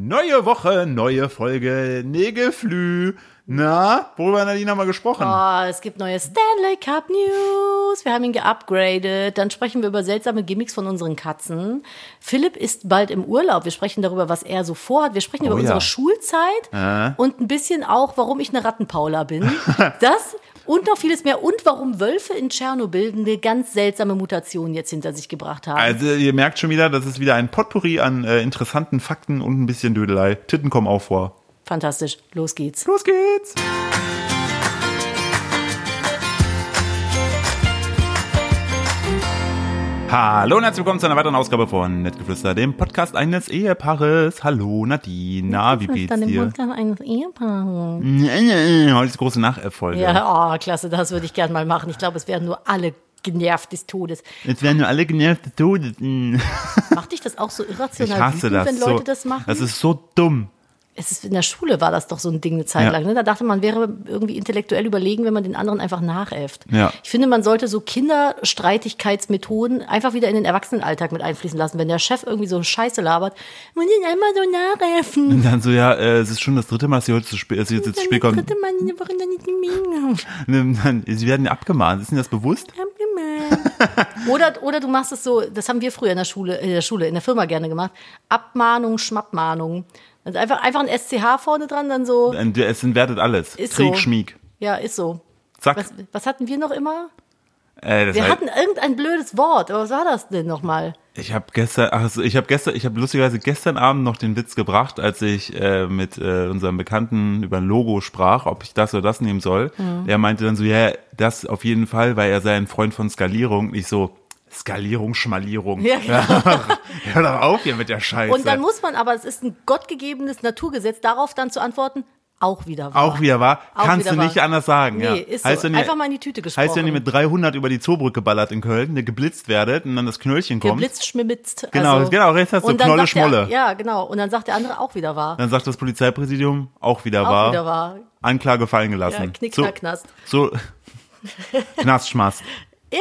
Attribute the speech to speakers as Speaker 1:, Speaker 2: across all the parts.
Speaker 1: Neue Woche, neue Folge, Nägelflü. Na, worüber Nadine haben wir gesprochen?
Speaker 2: Oh, es gibt neue Stanley Cup News. Wir haben ihn geupgradet. Dann sprechen wir über seltsame Gimmicks von unseren Katzen. Philipp ist bald im Urlaub. Wir sprechen darüber, was er so vorhat. Wir sprechen über
Speaker 1: Oh ja.
Speaker 2: unsere Schulzeit und ein bisschen auch, warum ich eine Rattenpaula bin. Das und noch vieles mehr. Und warum Wölfe in Tschernobyl eine ganz seltsame Mutation jetzt hinter sich gebracht haben.
Speaker 1: Also ihr merkt schon wieder, das ist wieder ein Potpourri an äh, interessanten Fakten und ein bisschen Dödelei. Titten kommen auch vor.
Speaker 2: Fantastisch. Los geht's.
Speaker 1: Los geht's! Hallo und herzlich willkommen zu einer weiteren Ausgabe von Nettgeflüster, dem Podcast eines Ehepaares. Hallo Nadine, na, wie geht's
Speaker 2: Dann im
Speaker 1: dir?
Speaker 2: Mund eines Ehepaares.
Speaker 1: Heute ist die große Nacherfolge.
Speaker 2: Ja, oh, klasse, das würde ich gern mal machen. Ich glaube, es werden nur alle genervt des Todes.
Speaker 1: Jetzt werden wir alle genervt des Todes.
Speaker 2: Macht dich das auch so
Speaker 1: Ich
Speaker 2: irrational
Speaker 1: hasse
Speaker 2: wütend,
Speaker 1: das.
Speaker 2: wenn Leute
Speaker 1: so,
Speaker 2: das machen?
Speaker 1: Das ist so dumm.
Speaker 2: es ist, in der Schule war das doch so ein Ding eine Zeit
Speaker 1: Ja.
Speaker 2: lang. Ne? Da dachte man, wäre irgendwie intellektuell überlegen, wenn man den anderen einfach nachäfft.
Speaker 1: Ja.
Speaker 2: Ich finde, man sollte so Kinderstreitigkeitsmethoden einfach wieder in den Erwachsenenalltag mit einfließen lassen. Wenn der Chef irgendwie so Scheiße labert, man den einmal so nachäffen.
Speaker 1: Und dann so, ja, äh, es ist schon das dritte Mal, dass sie heute zu spät, dass sie jetzt zu
Speaker 2: Dann
Speaker 1: spät kommen.
Speaker 2: dritte Mal in der Woche dann nicht die Menge.
Speaker 1: Und Dann, sie werden abgemahnt. Ist Ihnen das bewusst?
Speaker 2: oder, oder du machst es so, das haben wir früher in der Schule, in der Schule, in der Firma gerne gemacht. Abmahnung, Schmappmahnung. Also einfach, einfach ein SCH vorne dran, dann so.
Speaker 1: Und Es entwertet alles.
Speaker 2: Ist
Speaker 1: Krieg,
Speaker 2: so.
Speaker 1: Schmieg.
Speaker 2: Ja, ist so.
Speaker 1: Zack.
Speaker 2: Was, was hatten wir noch immer?
Speaker 1: Äh, das
Speaker 2: Wir
Speaker 1: heißt,
Speaker 2: hatten irgendein blödes Wort. Aber was war das denn nochmal?
Speaker 1: ich habe gestern, ach, so, ich habe gestern, ich habe lustigerweise gestern Abend noch den Witz gebracht, als ich äh, mit äh, unserem Bekannten über ein Logo sprach, ob ich das oder das nehmen soll.
Speaker 2: Mhm.
Speaker 1: Er meinte dann so, ja, das auf jeden Fall, weil er sei ein Freund von Skalierung. Ich so, Skalierung, Schmalierung.
Speaker 2: Ja, genau.
Speaker 1: Hör doch auf hier mit der Scheiße.
Speaker 2: Und dann muss man aber, es ist ein gottgegebenes Naturgesetz, darauf dann zu antworten, auch wieder wahr.
Speaker 1: auch wieder wahr,
Speaker 2: Auch
Speaker 1: kannst
Speaker 2: wieder
Speaker 1: du nicht
Speaker 2: wahr.
Speaker 1: anders sagen.
Speaker 2: Nee,
Speaker 1: ja.
Speaker 2: ist so.
Speaker 1: Heißt, wenn ihr-
Speaker 2: Einfach mal in die Tüte gesprochen.
Speaker 1: Heißt, wenn ihr mit 300 über die Zoobrücke ballert in Köln, ihr geblitzt werdet und dann das Knöllchen kommt,
Speaker 2: Geblitzt, schmimmitzt.
Speaker 1: Genau,
Speaker 2: also,
Speaker 1: genau, rechts hast du
Speaker 2: und dann
Speaker 1: Knolle,
Speaker 2: sagt der-
Speaker 1: Schmolle.
Speaker 2: Ja, genau. Und dann sagt der andere auch wieder wahr.
Speaker 1: dann sagt das Polizeipräsidium, auch wieder
Speaker 2: Auch
Speaker 1: wahr,
Speaker 2: wieder wahr.
Speaker 1: Anklage fallen gelassen.
Speaker 2: Ja, knick,
Speaker 1: so,
Speaker 2: knack, knast.
Speaker 1: So, Knastschmaß.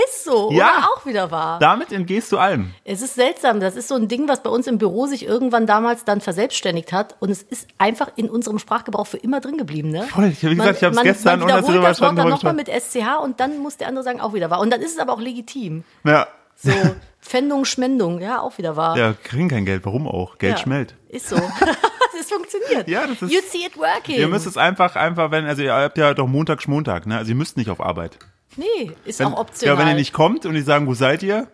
Speaker 2: Ist so.
Speaker 1: Ja.
Speaker 2: Oder auch wieder wahr.
Speaker 1: Damit entgehst du allem.
Speaker 2: Es ist seltsam. Das ist so ein Ding, was bei uns im Büro sich irgendwann damals dann verselbstständigt hat. Und es ist einfach in unserem Sprachgebrauch für immer drin geblieben. Ne?
Speaker 1: Voll, ich hab- wie
Speaker 2: Man-
Speaker 1: gesagt, ich hab's
Speaker 2: man-
Speaker 1: gestern
Speaker 2: man
Speaker 1: und hast
Speaker 2: wiederholt
Speaker 1: drüber
Speaker 2: das Wort
Speaker 1: schon
Speaker 2: dann
Speaker 1: drüber
Speaker 2: nochmal mit SCH und dann muss der andere sagen, auch wieder wahr. Und dann ist es aber auch legitim.
Speaker 1: Ja,
Speaker 2: So, Pfändung, Schmendung, ja, auch wieder wahr.
Speaker 1: ja kriegen kein Geld. Warum auch? Geld
Speaker 2: Ja,
Speaker 1: schmellt.
Speaker 2: Ist so. Es funktioniert.
Speaker 1: Ja, das ist-
Speaker 2: you see it working.
Speaker 1: Ihr müsst es einfach, einfach, wenn, also ihr habt ja doch Montag, Montag, ne? Also ihr müsst nicht auf Arbeit.
Speaker 2: nee, ist
Speaker 1: Wenn,
Speaker 2: auch optional.
Speaker 1: Ja, wenn ihr nicht kommt und die sagen, wo seid ihr?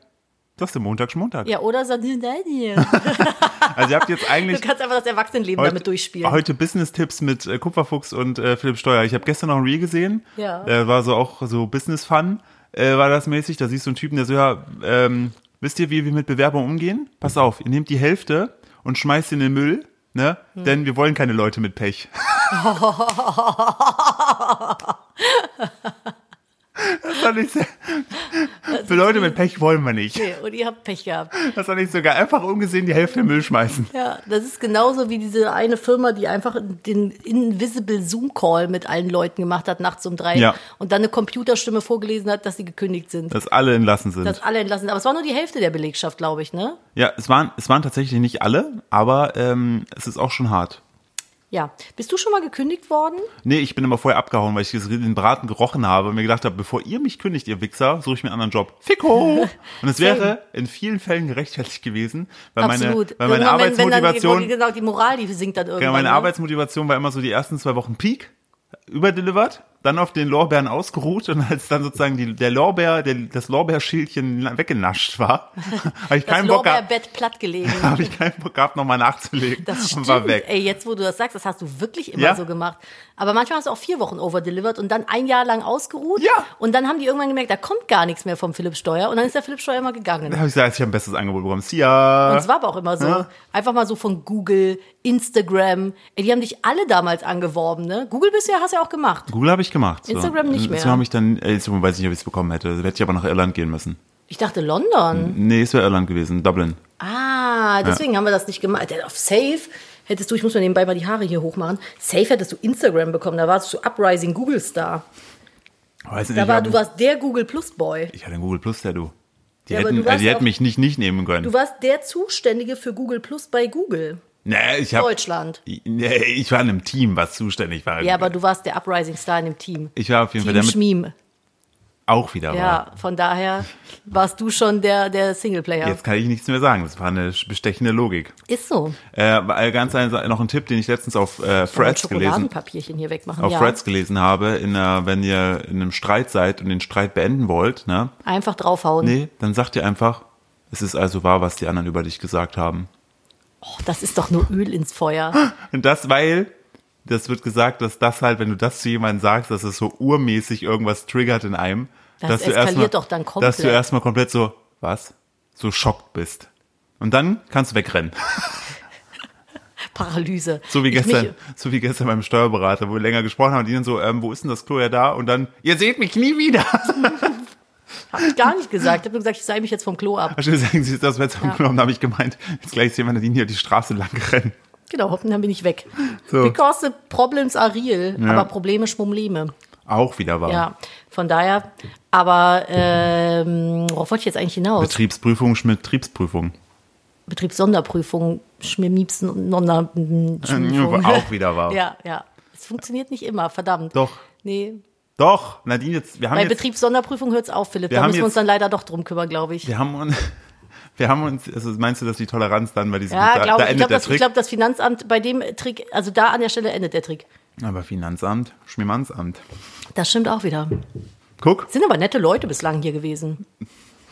Speaker 1: Das ist der Montag, Montag.
Speaker 2: Ja, oder so, nein, nein.
Speaker 1: Also ihr habt jetzt
Speaker 2: Du
Speaker 1: eigentlich
Speaker 2: kannst einfach das Erwachsenenleben damit durchspielen.
Speaker 1: Heute Business-Tipps mit äh, Kupferfuchs und äh, Philipp Steuer. Ich habe gestern noch ein Reel gesehen.
Speaker 2: Ja.
Speaker 1: Äh, war so auch so Business-Fun, äh, war das mäßig. Da siehst du einen Typen, der so, ja, ähm, wisst ihr, wie wir mit Bewerbung umgehen? Pass auf, ihr nehmt die Hälfte und schmeißt sie in den Müll, ne?
Speaker 2: Hm.
Speaker 1: Denn wir wollen keine Leute mit Pech. das fand ich sehr, für Leute mit Pech wollen wir nicht.
Speaker 2: Nee, und ihr habt Pech gehabt.
Speaker 1: Das fand ich sogar einfach ungesehen die Hälfte in den Müll schmeißen.
Speaker 2: Ja, das ist genauso wie diese eine Firma, die einfach den Invisible Zoom Call mit allen Leuten gemacht hat, nachts um drei.
Speaker 1: Ja.
Speaker 2: Und dann eine Computerstimme vorgelesen hat, dass sie gekündigt sind.
Speaker 1: Dass alle entlassen sind.
Speaker 2: Dass alle entlassen sind. Aber es war nur die Hälfte der Belegschaft, glaube ich, ne?
Speaker 1: Ja, es waren, es waren tatsächlich nicht alle, aber ähm, es ist auch schon hart.
Speaker 2: Ja. Bist du schon mal gekündigt worden?
Speaker 1: Nee, ich bin immer vorher abgehauen, weil ich den Braten gerochen habe und mir gedacht habe, bevor ihr mich kündigt, ihr Wichser, suche ich mir einen anderen Job. Ficko! Und es wäre in vielen Fällen gerechtfertigt gewesen, weil meine,
Speaker 2: Absolut.
Speaker 1: weil meine
Speaker 2: Irgendwann, wenn- wenn dann die-
Speaker 1: Arbeitsmotivation,
Speaker 2: genau, die Moral, die sinkt dann
Speaker 1: ja,
Speaker 2: irgendwann.
Speaker 1: meine
Speaker 2: ne?
Speaker 1: Arbeitsmotivation war immer so die ersten zwei Wochen Peak, überdelivered, dann auf den Lorbeeren ausgeruht und als dann sozusagen die, der Lorbeer, der, das Lorbeerschildchen weggenascht war, habe ich
Speaker 2: Das
Speaker 1: keinen Bock gehabt,
Speaker 2: Lorbeerbett plattgelegen.
Speaker 1: habe ich keinen Bock gehabt, nochmal nachzulegen
Speaker 2: Das
Speaker 1: und
Speaker 2: stimmt.
Speaker 1: war weg.
Speaker 2: Ey, jetzt wo du das sagst, das hast du wirklich immer
Speaker 1: Ja.
Speaker 2: so gemacht. Aber manchmal hast du auch vier Wochen overdelivered und dann ein Jahr lang ausgeruht.
Speaker 1: Ja.
Speaker 2: Und dann haben die irgendwann gemerkt, da kommt gar nichts mehr vom Philipp Steuer. Und dann ist der Philipp Steuer mal
Speaker 1: Da
Speaker 2: gegangen.
Speaker 1: habe ich gesagt, ich habe ein besseres Angebot bekommen. See ya.
Speaker 2: Und es war aber auch immer so.
Speaker 1: Ja.
Speaker 2: Einfach mal so von Google, Instagram. Ey, die haben dich alle damals angeworben, ne? Google bist du ja, hast du ja auch gemacht.
Speaker 1: Google habe ich gemacht. So.
Speaker 2: Instagram nicht mehr.
Speaker 1: Instagram habe ich dann, äh, Instagram weiß ich nicht, ob ich es bekommen hätte. Da hätte ich aber nach Irland gehen müssen.
Speaker 2: Ich dachte London.
Speaker 1: Nee, es wäre Irland gewesen, Dublin.
Speaker 2: Ah, deswegen haben wir das nicht gemacht. Denn Auf Safe hättest du, ich muss mir nebenbei mal die Haare hier hochmachen, Safe hättest du Instagram bekommen. Da warst du Uprising Google Star.
Speaker 1: Weiß nicht,
Speaker 2: Da
Speaker 1: ich
Speaker 2: war,
Speaker 1: hab-
Speaker 2: du warst der Google Plus Boy.
Speaker 1: ich hatte ein Google Plus Tattoo. Die
Speaker 2: Ja, aber
Speaker 1: hätten,
Speaker 2: du warst
Speaker 1: also die hätten
Speaker 2: auch-
Speaker 1: mich nicht nicht nehmen können.
Speaker 2: Du warst der Zuständige für Google Plus bei Google.
Speaker 1: Nee, ich habe
Speaker 2: Deutschland.
Speaker 1: nee, ich war in einem Team, was zuständig war.
Speaker 2: Ja, aber du warst der Uprising Star in dem Team.
Speaker 1: ich war auf jeden Fall
Speaker 2: Team
Speaker 1: damit
Speaker 2: Schmiem.
Speaker 1: auch wieder.
Speaker 2: Ja, von daher warst du schon der, der
Speaker 1: aber
Speaker 2: Singleplayer.
Speaker 1: Jetzt kann ich nichts mehr sagen. Das war eine bestechende Logik.
Speaker 2: Ist so.
Speaker 1: Äh, weil ganz ein, noch ein Tipp, den ich letztens auf äh,
Speaker 2: Ein
Speaker 1: Threads gelesen
Speaker 2: Schokoladenpapierchen hier wegmachen.
Speaker 1: auf
Speaker 2: ja.
Speaker 1: Threads gelesen habe, in einer, wenn ihr in einem Streit seid und den Streit beenden wollt, ne,
Speaker 2: Einfach draufhauen.
Speaker 1: nee, dann sagt ihr einfach, es ist also wahr, was die anderen über dich gesagt haben.
Speaker 2: Och, Oh, das ist doch nur Öl ins Feuer.
Speaker 1: Und das, weil, das wird gesagt, dass das halt, wenn du das zu jemandem sagst, dass es so urmäßig irgendwas triggert in einem,
Speaker 2: Das
Speaker 1: dass du
Speaker 2: eskaliert
Speaker 1: erstmal,
Speaker 2: doch dann
Speaker 1: dass du
Speaker 2: komplett.
Speaker 1: erstmal komplett so, was? So schockt bist. Und dann kannst du wegrennen.
Speaker 2: Paralyse.
Speaker 1: So wie
Speaker 2: Ich
Speaker 1: gestern,
Speaker 2: Mich,
Speaker 1: so wie gestern beim Steuerberater, wo wir länger gesprochen haben, die dann so, ähm, wo ist denn das Klo ja da? Und dann, ihr seht mich nie wieder.
Speaker 2: hab ich gar nicht gesagt. Ich habe gesagt, ich sei mich jetzt vom Klo ab.
Speaker 1: Wahrscheinlich sagen sie, das wird genommen, da habe ich gemeint, jetzt gleich ist jemand, der hier die Straße lang rennt.
Speaker 2: Genau, hoppen, dann bin ich weg.
Speaker 1: So.
Speaker 2: Because the problems are real.
Speaker 1: Ja.
Speaker 2: Aber Probleme schmumleme.
Speaker 1: Auch wieder wahr.
Speaker 2: Ja, von daher. Aber ähm, worauf wollte ich jetzt eigentlich hinaus?
Speaker 1: Betriebsprüfung, Schmidt, Betriebsprüfung.
Speaker 2: Betriebssonderprüfung, Schmiermiebsen, Nonner, Schmierprüfung.
Speaker 1: Auch wieder wahr.
Speaker 2: Ja, ja. Es funktioniert nicht immer, verdammt.
Speaker 1: Doch.
Speaker 2: Nee.
Speaker 1: Doch, Nadine, jetzt, wir haben
Speaker 2: Bei
Speaker 1: jetzt,
Speaker 2: Betriebssonderprüfung hört's auf, Philipp.
Speaker 1: Wir
Speaker 2: Da
Speaker 1: haben
Speaker 2: müssen
Speaker 1: jetzt-
Speaker 2: wir uns dann leider doch drum kümmern, glaube ich.
Speaker 1: wir haben uns, wir haben uns, also meinst du, dass die Toleranz dann bei diesem,
Speaker 2: Ja,
Speaker 1: da,
Speaker 2: glaube
Speaker 1: da
Speaker 2: ich. Ich
Speaker 1: endet
Speaker 2: glaube,
Speaker 1: der
Speaker 2: das, ich
Speaker 1: Trick?
Speaker 2: glaub, das Finanzamt bei dem Trick, also da an der Stelle endet der Trick.
Speaker 1: Aber Finanzamt, Schmiermannsamt.
Speaker 2: Das stimmt auch wieder.
Speaker 1: Guck,
Speaker 2: Sind aber nette Leute bislang hier gewesen.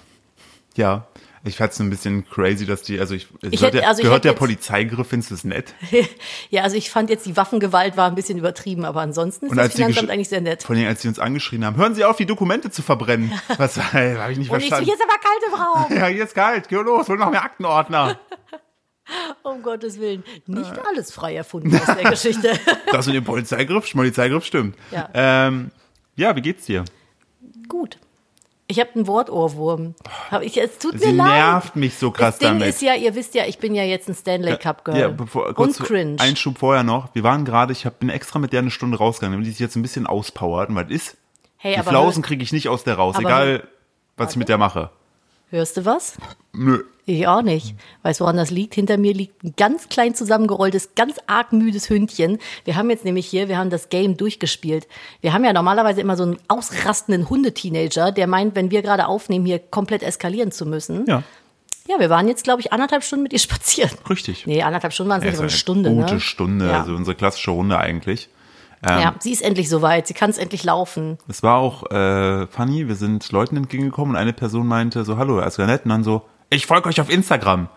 Speaker 1: ja. Ich fand's ein bisschen crazy, dass die, also ich, es
Speaker 2: Ich
Speaker 1: gehört,
Speaker 2: hätte-
Speaker 1: der-
Speaker 2: also ich
Speaker 1: gehört
Speaker 2: hätte
Speaker 1: der
Speaker 2: jetzt-
Speaker 1: Polizeigriff, findest du es nett?
Speaker 2: ja, also ich fand jetzt die Waffengewalt war ein bisschen übertrieben, aber ansonsten ist das
Speaker 1: die
Speaker 2: Finanzamt
Speaker 1: gesch-
Speaker 2: eigentlich sehr nett.
Speaker 1: Vor allem, als sie uns angeschrien haben, hören Sie auf, die Dokumente zu verbrennen. Was, habe ich nicht
Speaker 2: Und ich so,
Speaker 1: verstanden.
Speaker 2: jetzt aber kalt im Raum.
Speaker 1: Ja, hier ist kalt. Geh los, hol noch mehr Aktenordner.
Speaker 2: Um Gottes Willen. Nicht alles frei erfunden aus der Geschichte.
Speaker 1: Das mit dem Polizeigriff, Polizeigriff stimmt.
Speaker 2: Ja.
Speaker 1: Ähm, ja, wie geht's dir?
Speaker 2: Gut. Ich habe einen Wortohrwurm. Hab ich, es tut
Speaker 1: Sie
Speaker 2: mir leid.
Speaker 1: nervt mich so
Speaker 2: Das
Speaker 1: krass
Speaker 2: Ding
Speaker 1: damit.
Speaker 2: ist ja, ihr wisst ja, ich bin ja jetzt ein Stanley Cup Girl.
Speaker 1: Ja, bevor,
Speaker 2: Und
Speaker 1: kurz
Speaker 2: cringe.
Speaker 1: Ein Schub vorher noch. Wir waren gerade, ich hab, bin extra mit der eine Stunde rausgegangen, damit die sich jetzt ein bisschen auspowert. Und was ist?
Speaker 2: Hey,
Speaker 1: die
Speaker 2: aber
Speaker 1: Flausen kriege ich nicht aus der raus,
Speaker 2: aber-
Speaker 1: egal was ich mit der mache.
Speaker 2: hör, hörst du was?
Speaker 1: Nö.
Speaker 2: Ich auch nicht. Weißt du, woran das liegt? Hinter mir liegt ein ganz klein zusammengerolltes, ganz arg müdes Hündchen. Wir haben jetzt nämlich hier, wir haben das Game durchgespielt. Wir haben ja normalerweise immer so einen ausrastenden Hundeteenager, der meint, wenn wir gerade aufnehmen, hier komplett eskalieren zu müssen.
Speaker 1: Ja,
Speaker 2: Ja, wir waren jetzt, glaube ich, anderthalb Stunden mit ihr spazieren.
Speaker 1: richtig.
Speaker 2: Nee, anderthalb Stunden waren es nicht,
Speaker 1: Ja,
Speaker 2: so eine
Speaker 1: ist
Speaker 2: Stunde.
Speaker 1: Gute
Speaker 2: ne?
Speaker 1: Stunde,
Speaker 2: Ja.
Speaker 1: also unsere klassische Runde eigentlich. Ähm,
Speaker 2: ja, sie ist endlich soweit. Sie kann es endlich laufen.
Speaker 1: Es war auch äh, funny, wir sind Leuten entgegengekommen und eine Person meinte so, hallo, also nett, und dann so, ich folge euch auf Instagram.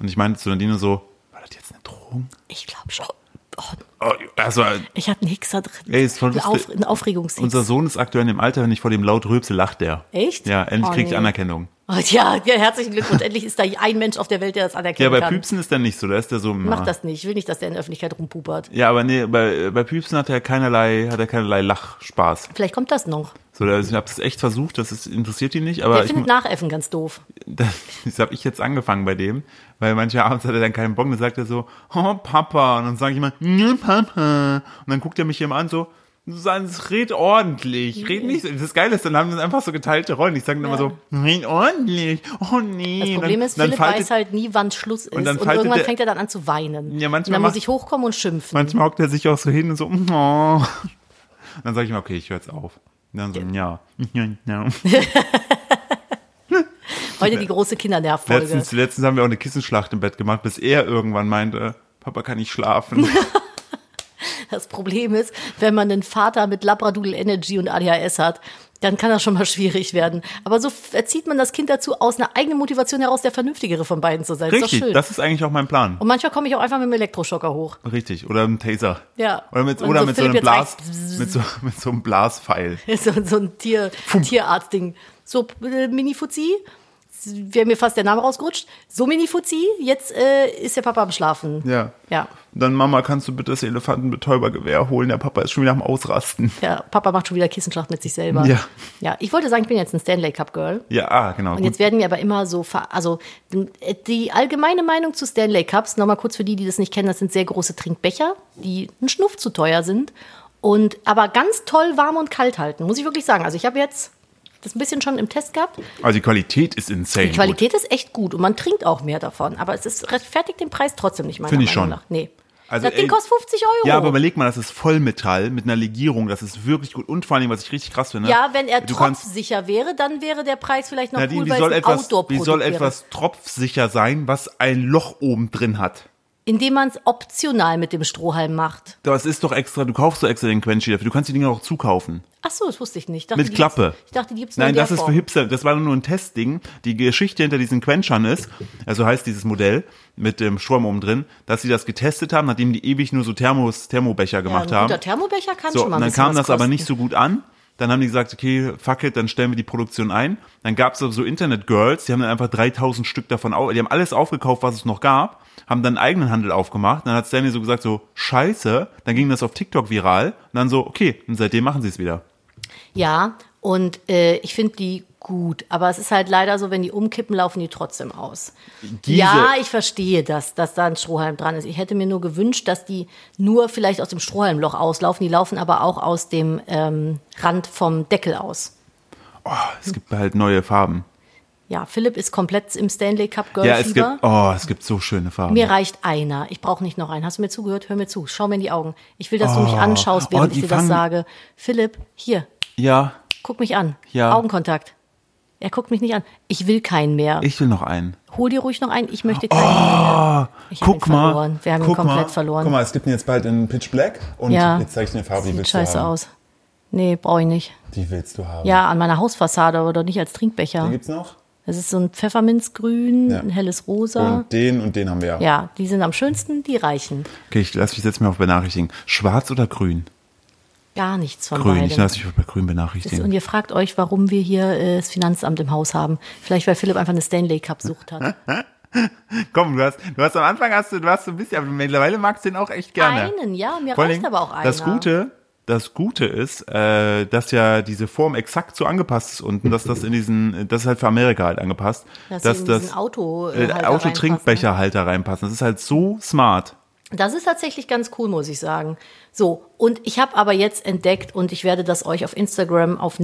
Speaker 1: Und ich meinte zu Nadine so, war das jetzt eine Drohung?
Speaker 2: Ich glaube schon. Oh,
Speaker 1: Oh, also,
Speaker 2: ich hatte einen Hexer drin.
Speaker 1: Ey, ist voll
Speaker 2: Ein
Speaker 1: lustig.
Speaker 2: Auf, ein Aufregungshix.
Speaker 1: unser Sohn ist aktuell in dem Alter, wenn ich vor dem laut rülpse, lacht der.
Speaker 2: Echt?
Speaker 1: Ja, endlich
Speaker 2: Oh,
Speaker 1: kriege ich
Speaker 2: nee.
Speaker 1: Anerkennung.
Speaker 2: Oh, ja, ja, herzlichen Glückwunsch. Endlich ist da ein Mensch auf der Welt, der das
Speaker 1: Ja,
Speaker 2: anerkennen
Speaker 1: bei Ah.
Speaker 2: kann.
Speaker 1: Püpsen ist der nicht so, da ist der so,
Speaker 2: Mach
Speaker 1: na.
Speaker 2: Oh das nicht. Ich will nicht, dass der in der Öffentlichkeit rumpupert.
Speaker 1: Ja, aber nee, bei, bei Püpsen hat er keinerlei, hat er keinerlei Lachspaß.
Speaker 2: Vielleicht kommt das noch.
Speaker 1: So, da- ich habe es echt versucht, das ist, interessiert ihn nicht, aber
Speaker 2: Der
Speaker 1: ich,
Speaker 2: findet Nachäffen ganz doof.
Speaker 1: das, das habe ich jetzt angefangen bei dem, weil manchmal abends hat er dann keinen Bock, dann sagt er so, oh Papa, und dann sage ich immer, ne Papa, und dann guckt er mich immer an so, Sans, red ordentlich, red nicht, so. das Geile ist, dann haben wir einfach so geteilte Rollen, ich sage dann immer so, red ordentlich, oh nee.
Speaker 2: Das
Speaker 1: Und
Speaker 2: Problem
Speaker 1: dann,
Speaker 2: ist,
Speaker 1: dann
Speaker 2: Philipp
Speaker 1: faltet-
Speaker 2: weiß halt nie, wann Schluss ist. Und,
Speaker 1: dann faltet
Speaker 2: irgendwann
Speaker 1: der-
Speaker 2: fängt er dann an zu weinen.
Speaker 1: Ja, manchmal
Speaker 2: und dann muss
Speaker 1: macht-
Speaker 2: ich hochkommen und schimpfen.
Speaker 1: Manchmal hockt er sich auch so hin und so, oh. Und dann sage ich immer, okay, ich höre jetzt auf. Und dann so, ja, ja, ja.
Speaker 2: Heute die große Kindernervfolge.
Speaker 1: Letztens, letztens haben wir auch eine Kissenschlacht im Bett gemacht, bis er irgendwann meinte, Papa kann nicht schlafen.
Speaker 2: Das Problem ist, wenn man einen Vater mit Labradoodle Energy und ADHS hat, dann kann das schon mal schwierig werden. Aber so f- erzieht man das Kind dazu, aus einer eigenen Motivation heraus der vernünftigere von beiden zu sein. ist doch
Speaker 1: Richtig,
Speaker 2: schön.
Speaker 1: das ist eigentlich auch mein Plan.
Speaker 2: und manchmal komme ich auch einfach mit dem Elektroschocker hoch.
Speaker 1: Richtig, oder mit einem Taser.
Speaker 2: Ja.
Speaker 1: Oder mit,
Speaker 2: Und
Speaker 1: oder
Speaker 2: so
Speaker 1: mit so
Speaker 2: Philipp
Speaker 1: einem Blas,
Speaker 2: jetzt reicht's.
Speaker 1: mit so, mit so einem Blaspfeil.
Speaker 2: So, so ein Tier, Tierarztding. So äh, Mini-Fuzzi, wäre mir fast der Name rausgerutscht. So Mini-Fuzzi, jetzt äh, ist der Papa am Schlafen.
Speaker 1: Ja.
Speaker 2: Ja.
Speaker 1: Dann Mama, kannst du bitte das Elefantenbetäubergewehr holen? Der Papa ist schon wieder am Ausrasten.
Speaker 2: Ja, Papa macht schon wieder Kissenschlacht mit sich selber.
Speaker 1: Ja.
Speaker 2: ja, ich wollte sagen, ich bin jetzt ein Stanley Cup Girl.
Speaker 1: Ja, ah, genau.
Speaker 2: Und
Speaker 1: Gut.
Speaker 2: jetzt werden mir aber immer so, ver also die allgemeine Meinung zu Stanley Cups, nochmal kurz für die, die das nicht kennen, das sind sehr große Trinkbecher, die einen Schnuff zu teuer sind und aber ganz toll warm und kalt halten, muss ich wirklich sagen. Also ich habe jetzt das ein bisschen schon im Test gehabt.
Speaker 1: Also die Qualität ist insane.
Speaker 2: Die Qualität ist echt gut und man trinkt auch mehr davon, aber es ist rechtfertigt den Preis trotzdem nicht, meiner
Speaker 1: Finde ich
Speaker 2: Meinung
Speaker 1: schon.
Speaker 2: nach. Nee.
Speaker 1: Also,
Speaker 2: das Ding
Speaker 1: ey,
Speaker 2: kostet 50 Euro.
Speaker 1: Ja, aber überleg mal, das ist Vollmetall mit einer Legierung. Das ist wirklich gut. Und vor allem, was ich richtig krass finde.
Speaker 2: Ja, wenn er
Speaker 1: du kannst-
Speaker 2: tropfsicher wäre, dann wäre der Preis vielleicht noch
Speaker 1: Nadine,
Speaker 2: cool,
Speaker 1: wie
Speaker 2: weil
Speaker 1: soll,
Speaker 2: es ein
Speaker 1: etwas, wie
Speaker 2: Outdoor-Produkt
Speaker 1: soll
Speaker 2: wäre.
Speaker 1: etwas tropfsicher sein, was ein Loch oben drin hat?
Speaker 2: Indem man es optional mit dem Strohhalm macht.
Speaker 1: Das ist doch extra, du kaufst doch extra den Quenchi dafür. Du kannst die Dinger auch zukaufen.
Speaker 2: Ach so, das wusste ich nicht. Ich dachte,
Speaker 1: Mit
Speaker 2: die
Speaker 1: Klappe.
Speaker 2: Gibt's, ich dachte, die gibt es
Speaker 1: Nein, das ist für
Speaker 2: Form.
Speaker 1: Hipster. Das war nur ein Testding. Die Geschichte hinter diesen Quenchern ist, also heißt dieses Modell mit dem Schwamm oben drin, dass sie das getestet haben, nachdem die ewig nur so Thermos, Thermobecher
Speaker 2: ja,
Speaker 1: gemacht
Speaker 2: ein guter
Speaker 1: haben.
Speaker 2: Thermobecher kann
Speaker 1: So,
Speaker 2: schon mal
Speaker 1: und
Speaker 2: ein
Speaker 1: dann
Speaker 2: bisschen
Speaker 1: kam
Speaker 2: was
Speaker 1: das aber
Speaker 2: kosten.
Speaker 1: nicht so gut an. Dann haben die gesagt, okay, fuck it, dann stellen wir die Produktion ein. Dann gab es so Internet-Girls, die haben dann einfach 3000 Stück davon, auf, die haben alles aufgekauft, was es noch gab, haben dann einen eigenen Handel aufgemacht. Dann hat Stanley so gesagt, so, scheiße. Dann ging das auf TikTok viral. Und dann so, okay, und seitdem machen sie es wieder.
Speaker 2: Ja, und äh, ich finde die gut, aber es ist halt leider so, wenn die umkippen, laufen die trotzdem aus.
Speaker 1: Diese-
Speaker 2: ja, ich verstehe das, dass da ein Strohhalm dran ist. Ich hätte mir nur gewünscht, dass die nur vielleicht aus dem Strohhalmloch auslaufen, die laufen aber auch aus dem ähm, Rand vom Deckel aus.
Speaker 1: Oh, es gibt halt neue Farben.
Speaker 2: Ja, Philipp ist komplett im Stanley Cup Girl
Speaker 1: Ja, es
Speaker 2: Fieber.
Speaker 1: gibt, oh, es gibt so schöne Farben.
Speaker 2: Mir reicht einer. Ich brauche nicht noch einen. Hast du mir zugehört? Hör mir zu. Schau mir in die Augen. Ich will, dass du mich anschaust, während
Speaker 1: oh, die
Speaker 2: ich dir das
Speaker 1: fangen-
Speaker 2: sage. Philipp, hier,
Speaker 1: ja,
Speaker 2: guck mich an.
Speaker 1: Ja.
Speaker 2: Augenkontakt. Er guckt mich nicht an. Ich will keinen mehr.
Speaker 1: ich Oh. will noch einen.
Speaker 2: Hol dir ruhig noch einen. Ich möchte keinen mehr. Ich hab
Speaker 1: Guck
Speaker 2: ihn
Speaker 1: mal.
Speaker 2: verloren. Wir haben ihn
Speaker 1: guck
Speaker 2: komplett
Speaker 1: mal,
Speaker 2: verloren.
Speaker 1: Guck mal, es gibt ihn jetzt bald in Pitch Black und
Speaker 2: Ja.
Speaker 1: jetzt zeige ich dir eine Farbe, die
Speaker 2: Sieht
Speaker 1: willst du haben.
Speaker 2: scheiße aus. Nee, brauche ich nicht.
Speaker 1: Die willst du haben.
Speaker 2: Ja, an meiner Hausfassade, aber doch nicht als
Speaker 3: Den
Speaker 2: Trinkbecher.
Speaker 3: gibt's noch?
Speaker 2: Es ist so ein Pfefferminzgrün,
Speaker 3: Ja.
Speaker 2: ein helles Rosa.
Speaker 3: Und den und den haben wir ja.
Speaker 2: Ja, die sind am schönsten, die reichen.
Speaker 1: Okay, ich lass mich jetzt mal auf benachrichtigen. Schwarz oder grün?
Speaker 2: Gar nichts von
Speaker 1: Grün.
Speaker 2: beidem.
Speaker 1: Ich lasse mich auf bei grün
Speaker 2: Ist, und
Speaker 1: benachrichtigen.
Speaker 2: ihr fragt euch, warum wir hier äh, das Finanzamt im Haus haben. Vielleicht, weil Philipp einfach eine Stanley Cup sucht hat.
Speaker 1: Komm, du hast, du hast am Anfang hast du, du hast so ein bisschen, aber mittlerweile magst du den auch echt gerne.
Speaker 2: Einen, ja, mir
Speaker 1: Vor allen
Speaker 2: reicht
Speaker 1: Dingen,
Speaker 2: aber auch einer.
Speaker 1: Das Gute, das Gute ist, äh, dass ja diese Form exakt so angepasst ist unten, dass das in diesen, das ist halt für Amerika halt angepasst,
Speaker 2: Dass
Speaker 1: dass,
Speaker 2: sie in
Speaker 1: das
Speaker 2: diesen Auto, äh,
Speaker 1: äh,
Speaker 2: Halter
Speaker 1: Autotrinkbecherhalter reinpassen. Das ist halt so smart.
Speaker 2: Das ist tatsächlich ganz cool, muss ich sagen. So, und ich habe aber jetzt entdeckt und ich werde das euch auf Instagram auf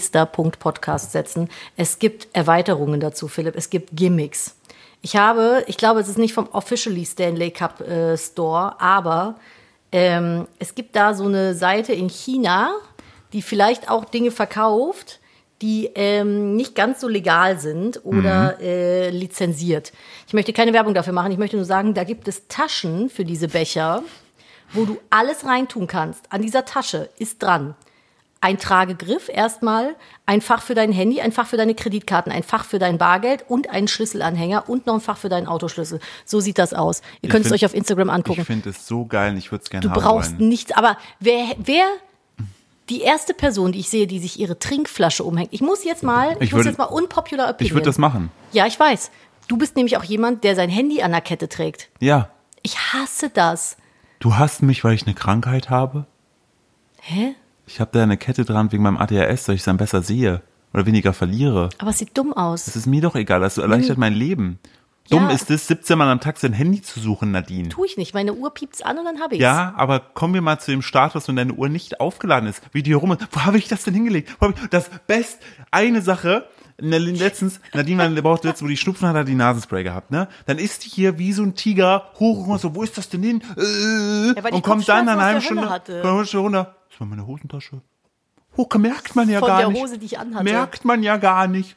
Speaker 2: netgefluester.podcast setzen. Es gibt Erweiterungen dazu, Philipp. Es gibt Gimmicks. Ich habe, ich glaube, es ist nicht vom Officially Stanley Cup äh, Store, aber ähm, es gibt da so eine Seite in China, die vielleicht auch Dinge verkauft, die ähm, nicht ganz so legal sind
Speaker 1: Mhm.
Speaker 2: oder äh, lizenziert. Ich möchte keine Werbung dafür machen. Ich möchte nur sagen, da gibt es Taschen für diese Becher, wo du alles reintun kannst. An dieser Tasche ist dran ein Tragegriff erstmal, ein Fach für dein Handy, ein Fach für deine Kreditkarten, ein Fach für dein Bargeld und einen Schlüsselanhänger und noch ein Fach für deinen Autoschlüssel. So sieht das aus. Ihr könnt es
Speaker 1: find-
Speaker 2: euch auf Instagram
Speaker 1: Ich
Speaker 2: angucken.
Speaker 1: finde es so geil und ich würde es gerne
Speaker 2: Du
Speaker 1: haben
Speaker 2: brauchst
Speaker 1: wollen.
Speaker 2: nichts. Aber wer, wer, die erste Person, die ich sehe, die sich ihre Trinkflasche umhängt, ich muss jetzt mal, ich,
Speaker 1: Ich
Speaker 2: muss
Speaker 1: würde-
Speaker 2: jetzt mal unpopular opinion.
Speaker 1: Ich würde das machen.
Speaker 2: Ja, ich weiß. Du bist nämlich auch jemand, der sein Handy an der Kette trägt.
Speaker 1: Ja.
Speaker 2: Ich hasse das.
Speaker 1: Du hasst mich, weil ich eine Krankheit habe?
Speaker 2: Hä?
Speaker 1: Ich habe da eine Kette dran wegen meinem ADHS, dass ich es dann besser sehe oder weniger verliere.
Speaker 2: Aber es sieht dumm aus.
Speaker 1: Es ist mir doch egal, das erleichtert mein Leben. Dumm
Speaker 2: Mhm. Ja.
Speaker 1: ist es, 17 Mal am Tag sein Handy zu suchen, Nadine.
Speaker 2: Tue ich nicht. Meine Uhr piept's an und dann habe ich's.
Speaker 1: Ja, aber kommen wir mal zu dem Status, wenn deine Uhr nicht aufgeladen ist, wie die hier rum ist. Wo habe ich das denn hingelegt? Wo habe ich das Best, eine Sache, Na- letztens, Nadine war braucht letztens, wo die Schnupfen hat, hat die Nasenspray gehabt, ne? Dann ist die hier wie so ein Tiger hoch und so, wo ist das denn hin? Äh,
Speaker 2: Ja, weil die
Speaker 1: und kommt dann
Speaker 2: Kopfschmerzen
Speaker 1: nach
Speaker 2: aus
Speaker 1: einer halben
Speaker 2: der Hölle
Speaker 1: Stunde,
Speaker 2: hatte.
Speaker 1: kommt eine halbe Stunde runter. Das war meine Hosentasche. Oh, merkt man ja
Speaker 2: Von
Speaker 1: gar
Speaker 2: der
Speaker 1: nicht.
Speaker 2: Hose, die ich anhatte.
Speaker 1: Merkt man ja gar nicht.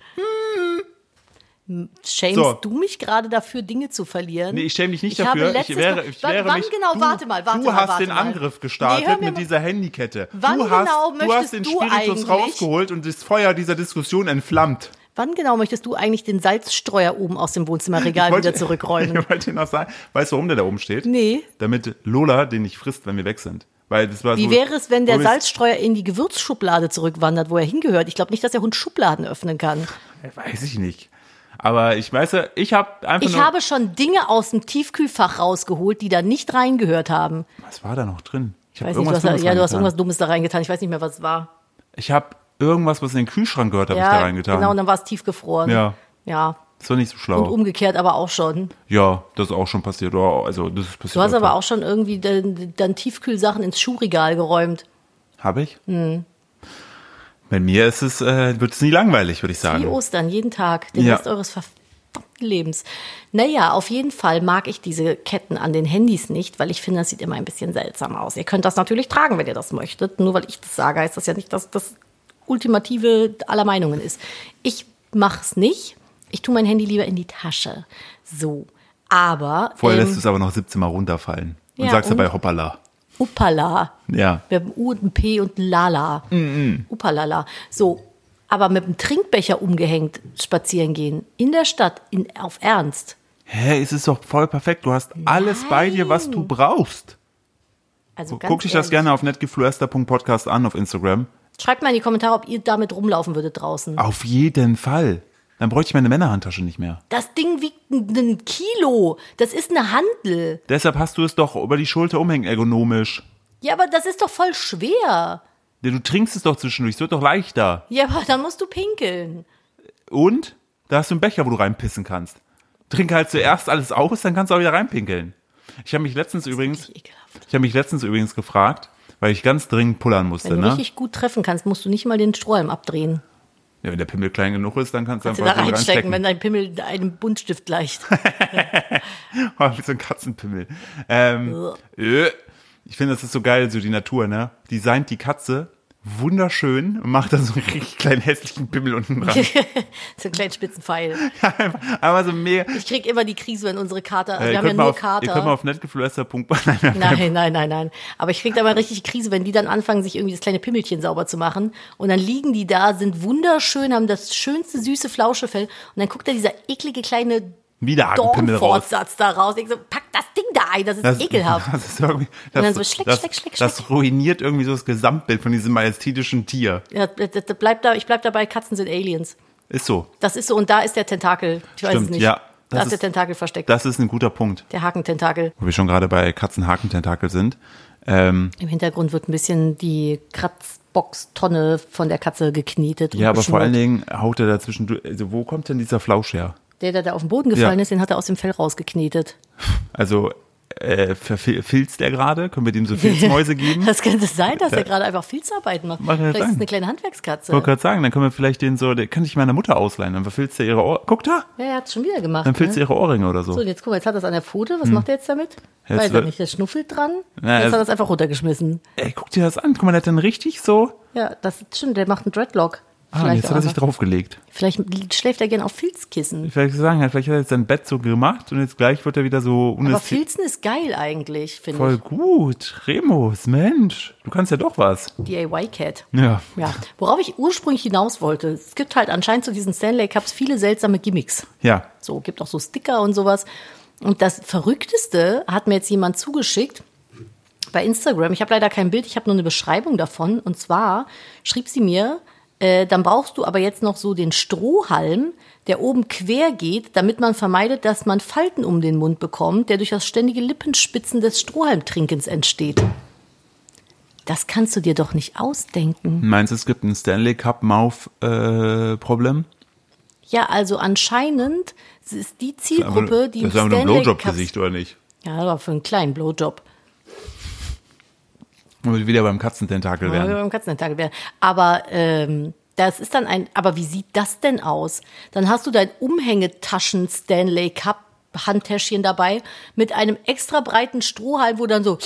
Speaker 2: Shamest
Speaker 1: So.
Speaker 2: du mich gerade dafür, Dinge zu verlieren?
Speaker 1: Nee, ich schäme dich nicht
Speaker 2: Hm? ich
Speaker 1: dafür.
Speaker 2: Habe letztes
Speaker 1: ich wäre,
Speaker 2: Mal-
Speaker 1: ich
Speaker 2: wann,
Speaker 1: wäre
Speaker 2: wann
Speaker 1: mich,
Speaker 2: genau,
Speaker 1: du,
Speaker 2: warte mal, warte
Speaker 1: du
Speaker 2: mal.
Speaker 1: hast
Speaker 2: warte
Speaker 1: den
Speaker 2: mal.
Speaker 1: Angriff gestartet
Speaker 2: nee, hör mir
Speaker 1: mit
Speaker 2: mal-
Speaker 1: dieser Handykette.
Speaker 2: Wann
Speaker 1: du hast,
Speaker 2: genau
Speaker 1: du
Speaker 2: möchtest
Speaker 1: hast den
Speaker 2: du
Speaker 1: Spiritus
Speaker 2: eigentlich-
Speaker 1: rausgeholt und das Feuer dieser Diskussion entflammt.
Speaker 2: Wann genau möchtest du eigentlich den Salzstreuer oben aus dem Wohnzimmerregal
Speaker 1: Ich wollte-
Speaker 2: wieder zurückräumen?
Speaker 1: Ich wollte dir noch sagen, weißt du, warum der da oben steht?
Speaker 2: Nee.
Speaker 1: Damit Lola den nicht frisst, wenn wir weg sind. Weil das war
Speaker 2: Wie
Speaker 1: so,
Speaker 2: wäre es, wenn der
Speaker 1: Warum ist-
Speaker 2: Salzstreuer in die Gewürzschublade zurückwandert, wo er hingehört? Ich glaube nicht, dass der Hund Schubladen öffnen kann.
Speaker 1: Weiß ich nicht. Aber ich weiß ja, ich habe einfach
Speaker 2: Ich
Speaker 1: nur...
Speaker 2: habe schon Dinge aus dem Tiefkühlfach rausgeholt, die da nicht reingehört haben.
Speaker 1: was war da noch drin? Ich
Speaker 2: Ich
Speaker 1: habe
Speaker 2: weiß nicht, du
Speaker 1: irgendwas,
Speaker 2: hast, da-
Speaker 1: Dummes
Speaker 2: ja, du hast
Speaker 1: reingetan.
Speaker 2: irgendwas Dummes da reingetan. Ich weiß nicht mehr, was es war.
Speaker 1: Ich habe irgendwas, was in den Kühlschrank gehört, habe
Speaker 2: ja,
Speaker 1: ich da reingetan.
Speaker 2: genau, und dann war es tiefgefroren.
Speaker 1: Ja. Oh.
Speaker 2: Ja.
Speaker 1: das war nicht so schlau.
Speaker 2: Und umgekehrt aber auch schon.
Speaker 1: Ja, das ist auch schon passiert. Ja, Also, das ist passiert.
Speaker 2: Du hast aber auch schon irgendwie dann, dann Tiefkühlsachen ins Schuhregal geräumt.
Speaker 1: Habe ich? Bei mir ist es, äh, wird es nie langweilig, würde ich sagen.
Speaker 2: Wie Ostern, jeden Tag, den
Speaker 1: Ja.
Speaker 2: Rest eures verdammten Lebens. Naja, auf jeden Fall mag ich diese Ketten an den Handys nicht, weil ich finde, das sieht immer ein bisschen seltsam aus. Ihr könnt das natürlich tragen, wenn ihr das möchtet. Nur weil ich das sage, heißt das ja nicht, dass das ultimative aller Meinungen ist. Ich mach's nicht. Ich tue mein Handy lieber in die Tasche. So. Aber.
Speaker 1: Vorher
Speaker 2: ähm,
Speaker 1: lässt du es aber noch 17 Mal runterfallen. Und
Speaker 2: Ja,
Speaker 1: sagst
Speaker 2: und?
Speaker 1: dabei Hoppala.
Speaker 2: Uppala.
Speaker 1: Ja.
Speaker 2: Wir haben U und ein P und ein Lala.
Speaker 1: Mhm.
Speaker 2: Upalala. So, aber mit dem Trinkbecher umgehängt spazieren gehen. In der Stadt, in, auf Ernst.
Speaker 1: Hä, es ist doch voll perfekt. Du hast alles bei dir, was du brauchst.
Speaker 2: Also ganz
Speaker 1: Guck dich das
Speaker 2: ehrlich.
Speaker 1: gerne auf netgefluester.podcast an Ah. auf Instagram.
Speaker 2: Schreibt mal in die Kommentare, ob ihr damit rumlaufen würdet draußen.
Speaker 1: Auf jeden Fall. Dann bräuchte ich meine Männerhandtasche nicht mehr.
Speaker 2: Das Ding wiegt ein- ein Kilo. Das ist eine Handel.
Speaker 1: Deshalb hast du es doch über die Schulter umhängen, ergonomisch.
Speaker 2: Ja, aber das ist doch voll schwer.
Speaker 1: Ja, Du trinkst es doch zwischendurch, es wird doch leichter.
Speaker 2: Ja, aber dann musst du pinkeln.
Speaker 1: Und da hast du einen Becher, wo du reinpissen kannst. Trink halt zuerst alles aus, dann kannst du auch wieder reinpinkeln. Ich habe mich letztens übrigens,
Speaker 2: Richtig ekelhaft.
Speaker 1: ich habe mich letztens übrigens gefragt, weil ich ganz dringend pullern musste,
Speaker 2: Wenn
Speaker 1: ne?
Speaker 2: du richtig gut treffen kannst, musst du nicht mal den Strohhalm abdrehen.
Speaker 1: Ja, wenn der Pimmel klein genug ist, dann kannst du
Speaker 2: Kannst du
Speaker 1: einfach
Speaker 2: da
Speaker 1: so
Speaker 2: reinstecken, wenn dein Pimmel einem Buntstift gleicht.
Speaker 1: Oh, wie so ein Katzenpimmel. Ähm, äh, ich finde, das ist so geil, so die Natur, ne? Designt die Katze wunderschön und macht da so einen richtig kleinen hässlichen Pimmel unten dran.
Speaker 2: so einen kleinen spitzen Pfeil.
Speaker 1: Aber so mega.
Speaker 2: Ich krieg immer die Krise, wenn unsere Kater, also
Speaker 1: Äh,
Speaker 2: wir haben ja
Speaker 1: mal
Speaker 2: nur
Speaker 1: auf, ihr könnt mal
Speaker 2: Kater.
Speaker 1: auf netgeflüster.com. Nein, nein, nein.
Speaker 2: Nein, nein, nein, nein. Aber ich krieg da mal richtig Krise, wenn die dann anfangen, sich irgendwie das kleine Pimmelchen sauber zu machen. Und dann liegen die da, sind wunderschön, haben das schönste, süße Flauschefell. Und dann guckt da dieser eklige kleine
Speaker 1: Wieder Hakenpimmel raus.
Speaker 2: Dornfortsatz da raus. Ich so, pack das Ding da ein, das ist ekelhaft.
Speaker 1: Das ist irgendwie, das,
Speaker 2: dann so schleck,
Speaker 1: das,
Speaker 2: schleck, schleck,
Speaker 1: das ruiniert irgendwie so das Gesamtbild von diesem majestätischen Tier.
Speaker 2: Ja, das- das- das bleibt da, ich bleib dabei, Katzen sind Aliens.
Speaker 1: Ist so.
Speaker 2: Das ist so, und da ist der Tentakel. Ich weiß es
Speaker 1: Stimmt,
Speaker 2: nicht.
Speaker 1: ja.
Speaker 2: da
Speaker 1: Das
Speaker 2: ist der
Speaker 1: ist-
Speaker 2: Tentakel versteckt.
Speaker 1: Das ist ein guter Punkt.
Speaker 2: der Hakententakel.
Speaker 1: Wo wir schon gerade bei Katzenhakententakel sind. Ähm,
Speaker 2: Im Hintergrund wird ein bisschen die Kratzbox-Tonne von der Katze geknetet. und
Speaker 1: ja, aber vor
Speaker 2: geschnurrt.
Speaker 1: allen Dingen haut er dazwischen. durch- Also, wo kommt denn dieser Flausch her?
Speaker 2: Der, der da auf den Boden gefallen
Speaker 1: Ja.
Speaker 2: ist, den hat er aus dem Fell rausgeknetet.
Speaker 1: Also äh, verfil- filzt er gerade? Können wir dem so Filzmäuse geben? Ich
Speaker 2: Das könnte sein, dass er gerade einfach Filzarbeiten macht.
Speaker 1: Mag ja
Speaker 2: Vielleicht ist
Speaker 1: sein.
Speaker 2: es eine kleine Handwerkskatze.
Speaker 1: wollte gerade sagen, dann können wir vielleicht den so, der kann ich meiner Mutter ausleihen, dann verfilzt er ihre Ohr. Guck da,
Speaker 2: Ja, er hat es schon wieder gemacht.
Speaker 1: dann filzt
Speaker 2: ne?
Speaker 1: er ihre Ohrringe oder so.
Speaker 2: So, und jetzt guck mal, jetzt hat er es an der Pfote. Was macht er jetzt damit?
Speaker 1: Jetzt
Speaker 2: Weiß er
Speaker 1: wird-
Speaker 2: nicht, der schnuffelt dran.
Speaker 1: Na,
Speaker 2: jetzt
Speaker 1: also-
Speaker 2: hat er es einfach runtergeschmissen.
Speaker 1: Ey, guck dir das an. Guck mal, der hat dann richtig so.
Speaker 2: Ja, das ist schon, der macht einen Dreadlock.
Speaker 1: Ah, und jetzt
Speaker 2: auch
Speaker 1: hat er sich
Speaker 2: einfach.
Speaker 1: draufgelegt.
Speaker 2: Vielleicht schläft er gern auf Filzkissen.
Speaker 1: Vielleicht sagen, vielleicht hat er jetzt sein Bett so gemacht und jetzt gleich wird er wieder so
Speaker 2: Aber
Speaker 1: unästhetisch.
Speaker 2: Filzen ist geil eigentlich, finde
Speaker 1: Voll
Speaker 2: ich.
Speaker 1: gut. Remus, Mensch. Du kannst ja doch was.
Speaker 2: DIY-Cat.
Speaker 1: Ja.
Speaker 2: Ja, worauf ich ursprünglich hinaus wollte, es gibt halt anscheinend zu diesen Stanley Cups viele seltsame Gimmicks.
Speaker 1: Ja.
Speaker 2: So, gibt auch so Sticker und sowas. Und das Verrückteste hat mir jetzt jemand zugeschickt bei Instagram. Ich habe leider kein Bild, ich habe nur eine Beschreibung davon. Und zwar schrieb sie mir, äh, dann brauchst du aber jetzt noch so den Strohhalm, der oben quer geht, damit man vermeidet, dass man Falten um den Mund bekommt, der durch das ständige Lippenspitzen des Strohhalmtrinkens entsteht. Das kannst du dir doch nicht ausdenken.
Speaker 1: Meinst du, es gibt ein Stanley Cup äh, Mouth-Problem?
Speaker 2: Ja, also anscheinend ist die Zielgruppe, die im
Speaker 1: das ist einfach nur ein
Speaker 2: Stanley Cup.
Speaker 1: Blowjob-Gesicht, oder nicht?
Speaker 2: Ja, aber für einen kleinen Blowjob.
Speaker 1: Womit wir wieder beim Katzententakel
Speaker 2: Wenn wir
Speaker 1: werden.
Speaker 2: beim Katzentag wären. Aber ähm, das ist dann ein. Aber wie sieht das denn aus? Dann hast du dein Umhängetaschen Stanley Cup Handtäschchen dabei mit einem extra breiten Strohhalm, wo du dann so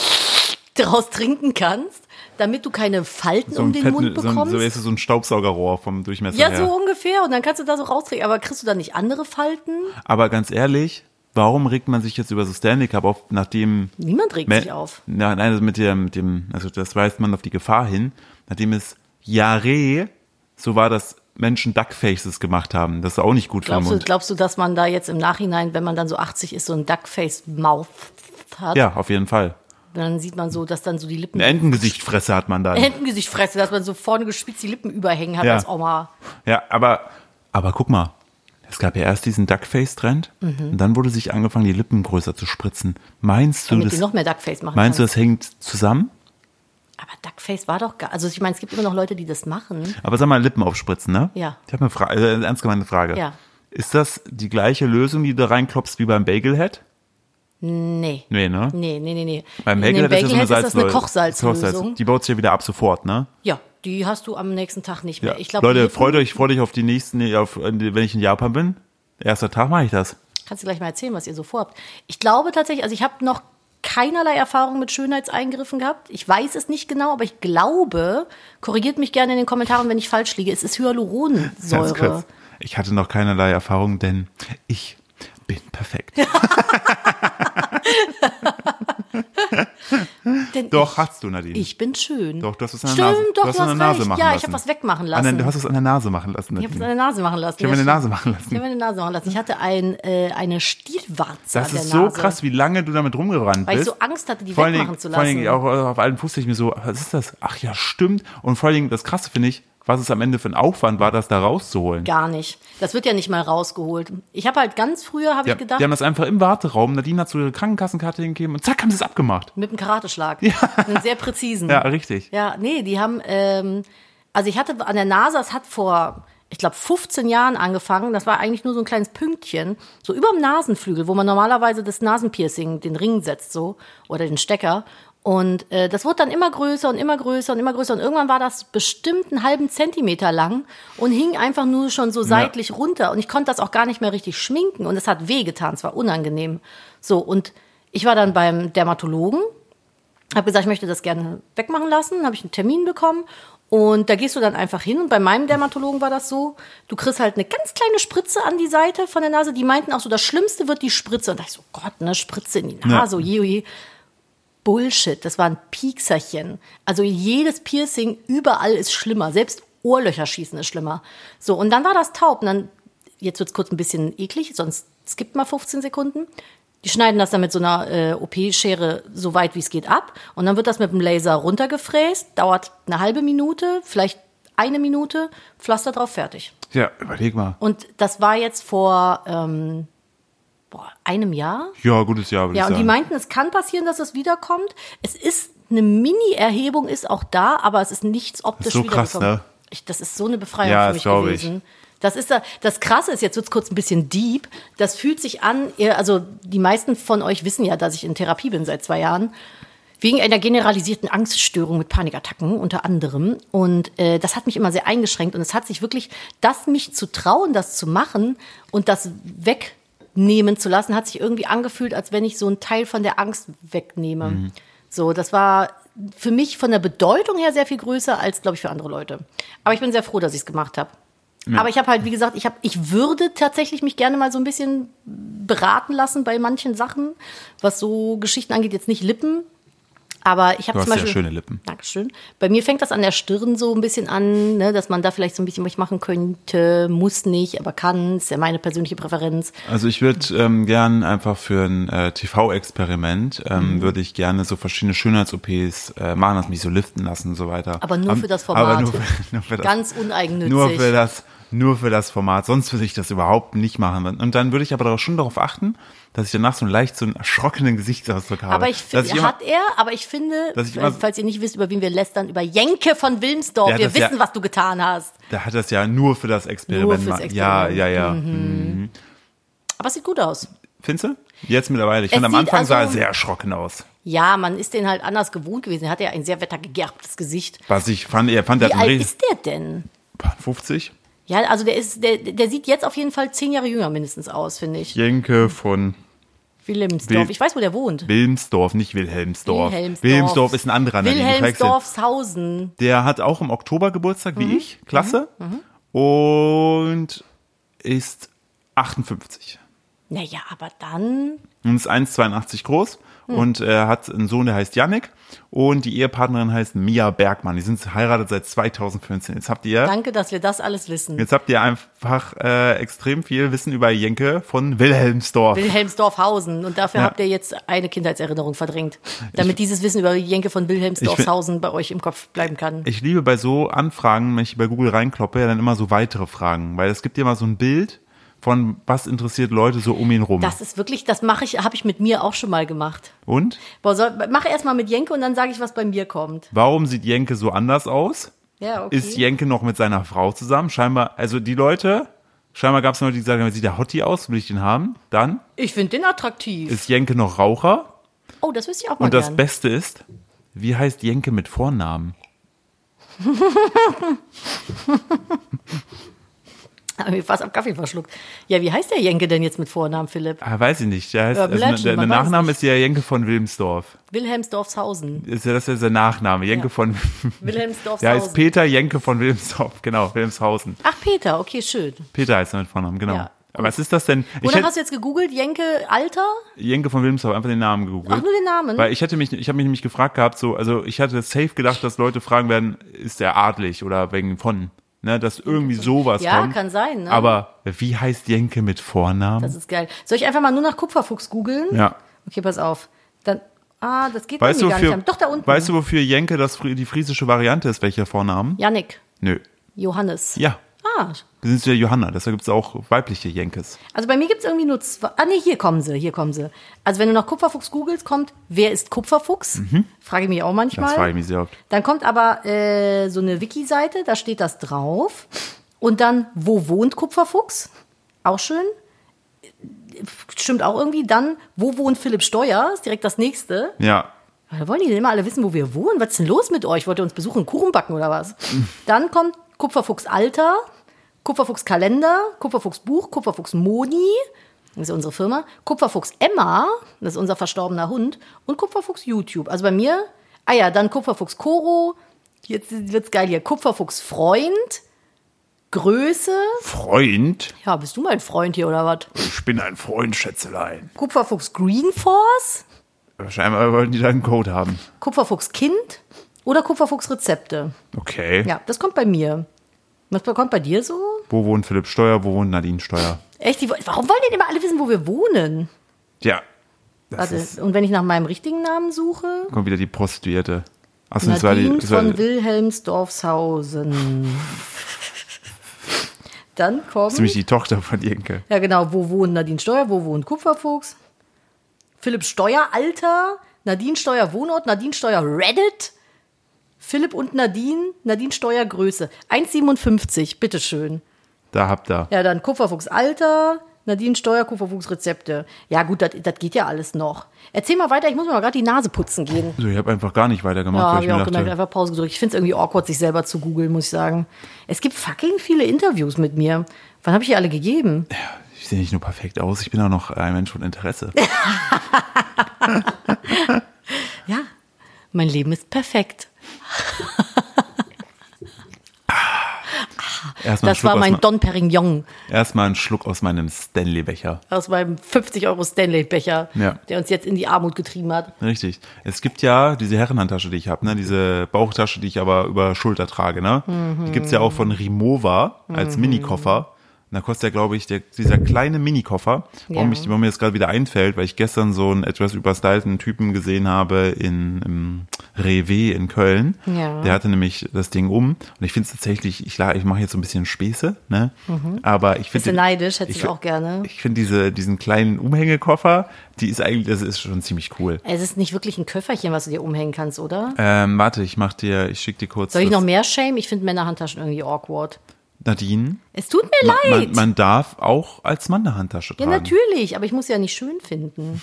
Speaker 2: draus trinken kannst, damit du keine Falten um
Speaker 1: ein
Speaker 2: den
Speaker 1: fetten-
Speaker 2: Mund
Speaker 1: so, ein,
Speaker 2: bekommst.
Speaker 1: so, weißt du, so ein Staubsaugerrohr vom Durchmesser
Speaker 2: ja,
Speaker 1: her.
Speaker 2: so ungefähr. Und dann kannst du da so rauskriegen. Aber kriegst du da nicht andere Falten?
Speaker 1: Aber ganz ehrlich, warum regt man sich jetzt über so Stanley Cup auf, nachdem
Speaker 2: Niemand regt
Speaker 1: Me-
Speaker 2: sich auf.
Speaker 1: Ja, nein, also mit dem, mit dem, also das weist man auf die Gefahr hin, nachdem es Jahre so war, dass Menschen Duckfaces gemacht haben. Das ist auch nicht gut für den
Speaker 2: Glaubst du,
Speaker 1: Mund.
Speaker 2: glaubst du, dass man da jetzt im Nachhinein, wenn man dann so 80 ist, so ein Duckface-Mouth hat?
Speaker 1: Ja, auf jeden Fall.
Speaker 2: Dann sieht man so, dass dann so die Lippen.
Speaker 1: Eine Entengesichtfresse hat man da.
Speaker 2: Hentengesicht fressen, dass man so vorne gespitzt die Lippen überhängen hat
Speaker 1: Ja.
Speaker 2: als Oma.
Speaker 1: Ja, aber, aber guck mal. Es gab ja erst diesen Duckface-Trend
Speaker 2: Mhm.
Speaker 1: und dann wurde sich angefangen, die Lippen größer zu spritzen. Meinst du,
Speaker 2: Damit die
Speaker 1: das,
Speaker 2: noch mehr Duckface machen
Speaker 1: meinst du,
Speaker 2: kann.
Speaker 1: das hängt zusammen?
Speaker 2: Aber Duckface war doch gar. Also ich meine, es gibt immer noch Leute, die das machen.
Speaker 1: Aber sag mal, Lippen aufspritzen, ne?
Speaker 2: Ja.
Speaker 1: Ich habe eine Frage, äh, eine ernst gemeinte Frage.
Speaker 2: Ja.
Speaker 1: Ist das die gleiche Lösung, die du da reinklopfst wie beim Bagelhead?
Speaker 2: Nee.
Speaker 1: Nee, ne?
Speaker 2: Nee, nee, nee, nee.
Speaker 1: Beim Bagel,
Speaker 2: In
Speaker 1: das ist ja so
Speaker 2: dem Bagelhead
Speaker 1: eine,
Speaker 2: ist das eine
Speaker 1: Salzlöl-
Speaker 2: Kochsalzlösung.
Speaker 1: Die baut sich ja wieder ab sofort, ne?
Speaker 2: Ja, die hast du am nächsten Tag nicht mehr.
Speaker 1: Ja.
Speaker 2: Ich glaube,
Speaker 1: Leute,
Speaker 2: die-
Speaker 1: freut euch, freut euch auf die nächsten, nee, auf, wenn ich in Japan bin. Erster Tag mache ich das.
Speaker 2: Kannst du gleich mal erzählen, was ihr so vorhabt. Ich glaube tatsächlich, also ich habe noch keinerlei Erfahrung mit Schönheitseingriffen gehabt. Ich weiß es nicht genau, aber ich glaube, korrigiert mich gerne in den Kommentaren, wenn ich falsch liege. Es ist
Speaker 1: Ganz kurz.
Speaker 2: Hyaluronsäure.
Speaker 1: Ich hatte noch keinerlei Erfahrung, denn ich bin perfekt.
Speaker 2: Denn
Speaker 1: Doch, hast du, Nadine.
Speaker 2: Ich, ich bin schön.
Speaker 1: Doch, du hast es an
Speaker 2: Stimmt,
Speaker 1: der Nase,
Speaker 2: doch,
Speaker 1: du hast es an der Nase
Speaker 2: recht.
Speaker 1: machen
Speaker 2: Ja,
Speaker 1: lassen.
Speaker 2: ich habe was wegmachen
Speaker 1: An
Speaker 2: lassen.
Speaker 1: der, du hast es an der Nase machen lassen,
Speaker 2: ich habe es an
Speaker 1: Nadine.
Speaker 2: der Nase machen lassen.
Speaker 1: Ich habe
Speaker 2: ja,
Speaker 1: meine Nase
Speaker 2: stimmt.
Speaker 1: machen
Speaker 2: Ich habe
Speaker 1: lassen.
Speaker 2: meine Nase machen lassen. Ich hatte ein, äh, eine Stielwarze
Speaker 1: Das
Speaker 2: an der
Speaker 1: ist so
Speaker 2: Nase.
Speaker 1: krass, wie lange du damit rumgerannt
Speaker 2: Weil ich
Speaker 1: bist.
Speaker 2: so Angst hatte, die
Speaker 1: vor allen
Speaker 2: wegmachen
Speaker 1: Dingen,
Speaker 2: zu
Speaker 1: Vor allen Dingen
Speaker 2: lassen.
Speaker 1: auch äh, auf allen Fuß dachte ich mir so, was ist das? Ach ja, stimmt. Und vor allen Dingen, das Krasse finde ich, was es am Ende für ein Aufwand war, das da rauszuholen.
Speaker 2: Gar nicht. Das wird ja nicht mal rausgeholt. Ich habe halt ganz früher, habe
Speaker 1: Die,
Speaker 2: ich gedacht,
Speaker 1: die haben das einfach im Warteraum. Nadine hat so ihre Krankenkassenkarte hingegeben und zack, haben sie es abgemacht.
Speaker 2: Mit einem Karateschlag. Ja. Einen sehr präzisen.
Speaker 1: Ja, richtig.
Speaker 2: Mhm. Ja, nee, die haben, ähm, also ich hatte an der NASA, es hat vor, ich glaube, 15 Jahren angefangen. Das war eigentlich nur so ein kleines Pünktchen, so überm Nasenflügel, wo man normalerweise das Nasenpiercing, den Ring setzt so oder den Stecker. Und äh, das wurde dann immer größer und immer größer und immer größer. Und irgendwann war das bestimmt einen halben Zentimeter lang und hing einfach nur schon so seitlich runter. Und ich konnte das auch gar nicht mehr richtig schminken. Und es hat wehgetan, es war unangenehm. So, und ich war dann beim Dermatologen habe gesagt, ich möchte das gerne wegmachen lassen, habe ich einen Termin bekommen und da gehst du dann einfach hin und bei meinem Dermatologen war das so, du kriegst halt eine ganz kleine Spritze an die Seite von der Nase, die meinten auch so, das Schlimmste wird die Spritze und da ich so, Gott, ne, Spritze in die
Speaker 1: Ja.
Speaker 2: Nase, oje, oje. Bullshit, das war ein Piekserchen. Also jedes Piercing überall ist schlimmer, selbst Ohrlöcher schießen ist schlimmer. So, und dann war das taub und dann, jetzt wird's kurz ein bisschen eklig, sonst skippt mal 15 Sekunden. Die schneiden das dann mit so einer äh, OP-Schere so weit wie es geht ab und dann wird das mit dem Laser runtergefräst, dauert eine halbe Minute, vielleicht eine Minute, Pflaster drauf, fertig.
Speaker 1: Ja, überleg mal.
Speaker 2: Und das war jetzt vor ähm, boah, einem Jahr,
Speaker 1: Ja, gutes Jahr, würde
Speaker 2: ja,
Speaker 1: ich
Speaker 2: und
Speaker 1: sagen.
Speaker 2: die meinten, es kann passieren, dass es wiederkommt. Es ist eine Mini-Erhebung, ist auch da, aber es ist nichts optisch
Speaker 1: so krass,
Speaker 2: wiedergekommen.
Speaker 1: ne?
Speaker 2: Ich, das ist so eine Befreiung
Speaker 1: Ja,
Speaker 2: für
Speaker 1: das
Speaker 2: mich
Speaker 1: glaub ich.
Speaker 2: gewesen. Das ist da- das Krasse ist, jetzt wird's kurz ein bisschen deep. Das fühlt sich an, ihr- also die meisten von euch wissen ja, dass ich in Therapie bin seit zwei Jahren. Wegen einer generalisierten Angststörung mit Panikattacken unter anderem. Und äh, das hat mich immer sehr eingeschränkt. Und es hat sich wirklich, das mich zu trauen, das zu machen und das wegnehmen zu lassen, hat sich irgendwie angefühlt, als wenn ich so einen Teil von der Angst wegnehme. So, das war für mich von der Bedeutung her sehr viel größer als, glaube ich, für andere Leute. Aber ich bin sehr froh, dass ich es gemacht habe. Aber ich habe halt, wie gesagt, ich, hab, ich würde tatsächlich mich gerne mal so ein bisschen beraten lassen bei manchen Sachen, was so Geschichten angeht. Jetzt nicht Lippen, aber ich habe
Speaker 1: du hast
Speaker 2: zum
Speaker 1: ja
Speaker 2: Beispiel.
Speaker 1: schöne Lippen.
Speaker 2: Dankeschön. Bei mir fängt das an der Stirn so ein bisschen an, ne, dass man da vielleicht so ein bisschen was machen könnte, muss nicht, aber kann. Ist ja meine persönliche Präferenz.
Speaker 1: Also ich würde ähm, gern einfach für ein äh, TV-Experiment
Speaker 2: Mhm.
Speaker 1: ähm, würde ich gerne so verschiedene Schönheits-OPs äh, machen, dass mich so liften lassen und so weiter.
Speaker 2: Aber nur für das Format.
Speaker 1: Aber nur für, nur für das,
Speaker 2: Ganz uneigennützig.
Speaker 1: nur für das, nur für das Format. Sonst würde ich das überhaupt nicht machen. Und dann würde ich aber darauf, schon darauf achten, dass ich danach so leicht so einen erschrockenen Gesichtsausdruck habe.
Speaker 2: Aber ich
Speaker 1: Dass
Speaker 2: finde,
Speaker 1: immer-
Speaker 2: hat er, aber ich finde, äh,
Speaker 1: Dass ich immer-
Speaker 2: falls ihr nicht wisst, über wen wir lästern, über Jenke von Wilmsdorf.
Speaker 1: Ja,
Speaker 2: wir
Speaker 1: das ja-
Speaker 2: wissen, was du getan hast.
Speaker 1: Der hat das ja nur für das Experiment.
Speaker 2: Nur fürs
Speaker 1: ma-
Speaker 2: Experiment. Mhm.
Speaker 1: Ja, ja, ja.
Speaker 2: Aber es sieht gut aus.
Speaker 1: Findest du? Jetzt mittlerweile. Ich
Speaker 2: Es
Speaker 1: fand am
Speaker 2: sieht
Speaker 1: Anfang sah er
Speaker 2: also-
Speaker 1: sehr erschrocken aus.
Speaker 2: Ja, man ist den halt anders gewohnt gewesen. Er hat ja ein sehr wettergegerbtes Gesicht.
Speaker 1: Was ich fand, er fand, er
Speaker 2: Wie
Speaker 1: hat einen
Speaker 2: alt
Speaker 1: richtig
Speaker 2: ist der denn?
Speaker 1: 50.
Speaker 2: Ja, also der ist, der, der sieht jetzt auf jeden Fall zehn Jahre jünger mindestens aus, finde ich.
Speaker 1: Jenke von
Speaker 2: Wilhelmsdorf.
Speaker 1: Wil-
Speaker 2: Ich weiß, wo der wohnt.
Speaker 1: Wilmsdorf, nicht Wilhelmsdorf.
Speaker 2: Wilhelmsdorf.
Speaker 1: Wilhelmsdorf ist ein anderer Nadine, du verwechselst.
Speaker 2: Wilhelmsdorfshausen.
Speaker 1: Der hat auch im Oktober Geburtstag
Speaker 2: Mhm.
Speaker 1: wie ich. Klasse. Und ist 58.
Speaker 2: Naja, aber dann.
Speaker 1: Und ist 1,82 groß.
Speaker 2: Mhm.
Speaker 1: Und er hat einen Sohn, der heißt Yannick. Und die Ehepartnerin heißt Mia Bergmann. Die sind verheiratet seit 2015. Jetzt habt ihr,
Speaker 2: Danke, dass wir das alles wissen.
Speaker 1: jetzt habt ihr einfach äh, extrem viel Wissen über Jenke von Wilhelmsdorf.
Speaker 2: Wilhelmsdorfhausen. Und dafür
Speaker 1: Ja.
Speaker 2: habt ihr jetzt eine Kindheitserinnerung verdrängt. Damit dieses Wissen über Jenke von Wilhelmsdorfshausen bei euch im Kopf bleiben kann.
Speaker 1: ich liebe bei so Anfragen, wenn ich bei Google reinkloppe, ja dann immer so weitere Fragen, weil es gibt ja immer so ein Bild von, was interessiert Leute so um ihn rum.
Speaker 2: Das ist wirklich, das mache ich, habe ich mit mir auch schon mal gemacht.
Speaker 1: Und
Speaker 2: Boah, soll, mach erst mal mit Jenke und dann sage ich, was bei mir kommt.
Speaker 1: warum sieht Jenke so anders aus?
Speaker 2: Ja, okay.
Speaker 1: Ist Jenke noch mit seiner Frau zusammen? Scheinbar, also die Leute Scheinbar gab es noch Leute, die gesagt haben, sieht der Hottie aus, will ich den haben? Dann
Speaker 2: Ich finde den attraktiv.
Speaker 1: ist Jenke noch Raucher.
Speaker 2: oh, das wüsste ich auch mal
Speaker 1: Und das
Speaker 2: gern.
Speaker 1: Beste ist, wie heißt Jenke mit Vornamen?
Speaker 2: Hab mir fast am Kaffee verschluckt. Ja, wie heißt der Jenke denn jetzt mit Vornamen, Philipp?
Speaker 1: Ah, weiß ich nicht. Der, heißt,
Speaker 2: Ja,
Speaker 1: also,
Speaker 2: Blödsinn,
Speaker 1: der, der
Speaker 2: man weiß
Speaker 1: Nachname
Speaker 2: nicht.
Speaker 1: ist ja Jenke von Wilmsdorf.
Speaker 2: Wilhelmsdorfshausen.
Speaker 1: Ist ja, das ist ja sein Nachname. Jenke von.
Speaker 2: Wilhelmsdorfshausen.
Speaker 1: Der heißt Peter Jenke von Wilmsdorf. Genau, Wilmshausen.
Speaker 2: Ach, Peter, okay, schön.
Speaker 1: Peter heißt er mit Vornamen, genau.
Speaker 2: Ja.
Speaker 1: Aber was ist das denn? Ich
Speaker 2: Wonach
Speaker 1: hätte
Speaker 2: hast du jetzt gegoogelt? Jenke, Alter?
Speaker 1: Jenke von Wilmsdorf einfach den Namen gegoogelt.
Speaker 2: Ach, nur den Namen?
Speaker 1: Weil ich hätte mich, ich habe mich nämlich gefragt gehabt, so, also ich hatte safe gedacht, dass Leute fragen werden, ist er adlig oder wegen von, ne, dass irgendwie sowas
Speaker 2: Ja,
Speaker 1: kommt.
Speaker 2: kann sein, ne?
Speaker 1: Aber wie heißt Jenke mit Vornamen?
Speaker 2: Das ist geil. Soll ich einfach mal nur nach Kupferfuchs googeln?
Speaker 1: Ja.
Speaker 2: Okay, pass auf. Dann, ah, das geht
Speaker 1: Weißt
Speaker 2: irgendwie
Speaker 1: du,
Speaker 2: gar
Speaker 1: wofür,
Speaker 2: nicht. an. Doch, da unten.
Speaker 1: weißt du, wofür Jenke das, fri- die friesische Variante ist, welcher Vornamen?
Speaker 2: Janik,
Speaker 1: Nö.
Speaker 2: Johannes.
Speaker 1: Ja.
Speaker 2: Ah,
Speaker 1: Wir sind ja Johanna, deshalb gibt's auch weibliche Jenkes.
Speaker 2: also bei mir gibt es irgendwie nur zwei. Ah, nee, hier kommen sie, hier kommen sie. Also wenn du nach Kupferfuchs googelst, kommt, wer ist Kupferfuchs? Frage ich mich auch manchmal.
Speaker 1: Mhm. Das frage ich mich sehr oft.
Speaker 2: Dann kommt aber äh, so eine Wiki-Seite, da steht das drauf. Und dann, wo wohnt Kupferfuchs? Auch schön. Äh, Stimmt auch irgendwie. Dann, wo wohnt Philipp Steuer? Ist direkt das nächste.
Speaker 1: Ja.
Speaker 2: Da wollen die denn immer alle wissen, wo wir wohnen? Was ist denn los mit euch? Wollt ihr uns besuchen, Kuchen backen oder was? Dann kommt Kupferfuchs Alter, Kupferfuchs Kalender, Kupferfuchs Buch, Kupferfuchs Moni, das ist unsere Firma, Kupferfuchs Emma, das ist unser verstorbener Hund, und Kupferfuchs YouTube. Also bei mir, ah ja, dann Kupferfuchs Koro, jetzt wird's geil hier, Kupferfuchs Freund, Größe,
Speaker 1: Freund?
Speaker 2: ja, bist du mein Freund hier oder was?
Speaker 1: Ich bin ein Freund, Schätzelein.
Speaker 2: Kupferfuchs Green Force,
Speaker 1: Scheinbar wollten die da einen Code haben.
Speaker 2: Kupferfuchs Kind oder Kupferfuchs Rezepte.
Speaker 1: Okay.
Speaker 2: Ja, das kommt bei mir. Was kommt bei dir so?
Speaker 1: Wo wohnt Philipp Steuer? Wo wohnt Nadine Steuer?
Speaker 2: Echt, die, warum wollen denn immer alle wissen, wo wir wohnen?
Speaker 1: Ja. Das ist,
Speaker 2: Warte, und wenn ich nach meinem richtigen Namen suche?
Speaker 1: kommt wieder die Prostituierte. Achso, das war die.
Speaker 2: Nadine
Speaker 1: Das war,
Speaker 2: von
Speaker 1: hast
Speaker 2: Wilhelmsdorfshausen. Dann kommt,
Speaker 1: du mich die Tochter von Jenke?
Speaker 2: ja genau, wo wohnt Nadine Steuer, wo wohnt Kupferfuchs? Philipp Steuer, Alter, Nadine Steuer, Wohnort, Nadine Steuer, Reddit, Philipp und Nadine, Nadine Steuer, Größe, 1,57, bitteschön.
Speaker 1: Da habt ihr.
Speaker 2: Ja, dann Kupferfuchs Alter, Nadine Steuer, Kupferfuchs Rezepte. Ja, gut, das das geht ja alles noch. Erzähl mal weiter, ich muss mir mal gerade die Nase putzen gehen.
Speaker 1: So, ich habe einfach gar nicht weitergemacht,
Speaker 2: Ja,
Speaker 1: weil
Speaker 2: habe
Speaker 1: ich
Speaker 2: ich
Speaker 1: mir
Speaker 2: auch
Speaker 1: dachte,
Speaker 2: gemerkt, einfach Pause gedrückt. Ich finde es irgendwie awkward, sich selber zu googeln, muss ich sagen. Es gibt fucking viele Interviews mit mir. Wann habe ich die alle gegeben?
Speaker 1: ich sehe nicht nur perfekt aus, ich bin auch noch ein Mensch von Interesse.
Speaker 2: Ja, mein Leben ist perfekt.
Speaker 1: Erstmal einen
Speaker 2: Das
Speaker 1: Schluck,
Speaker 2: war mein
Speaker 1: aus,
Speaker 2: Don Perignon
Speaker 1: mein, erstmal einen Schluck aus meinem Stanley-Becher.
Speaker 2: aus meinem 50-Euro-Stanley-Becher,
Speaker 1: Ja.
Speaker 2: der uns jetzt in die Armut getrieben hat.
Speaker 1: Richtig. Es gibt ja diese Herrenhandtasche, die ich habe, ne? diese Bauchtasche, die ich aber über Schulter trage. Ne? Die gibt's ja auch von Rimowa
Speaker 2: Mhm.
Speaker 1: als Minikoffer. Und da kostet ja, glaube ich, der, dieser kleine Minikoffer, warum,
Speaker 2: Ja.
Speaker 1: ich, warum mir das gerade wieder einfällt, weil ich gestern so einen etwas überstylten Typen gesehen habe in, im Rewe in Köln.
Speaker 2: Ja.
Speaker 1: Der hatte nämlich das Ding um. Und ich finde es tatsächlich, ich, la- ich mache jetzt so ein bisschen Späße, ne? aber ich
Speaker 2: Bist du
Speaker 1: finde...
Speaker 2: Mhm. neidisch? Hättest
Speaker 1: ich-
Speaker 2: du auch gerne.
Speaker 1: Ich finde diese, diesen kleinen Umhängekoffer, die ist eigentlich, das ist schon ziemlich cool.
Speaker 2: Es ist nicht wirklich ein Köfferchen, was du dir umhängen kannst, oder?
Speaker 1: Ähm, warte, ich mach dir, ich schick dir kurz.
Speaker 2: Soll ich
Speaker 1: das-
Speaker 2: noch mehr shame? Ich finde Männerhandtaschen irgendwie awkward.
Speaker 1: Nadine?
Speaker 2: Es tut mir leid.
Speaker 1: Man, man darf auch als Mann eine Handtasche
Speaker 2: ja,
Speaker 1: tragen.
Speaker 2: natürlich, aber ich muss sie ja nicht schön finden.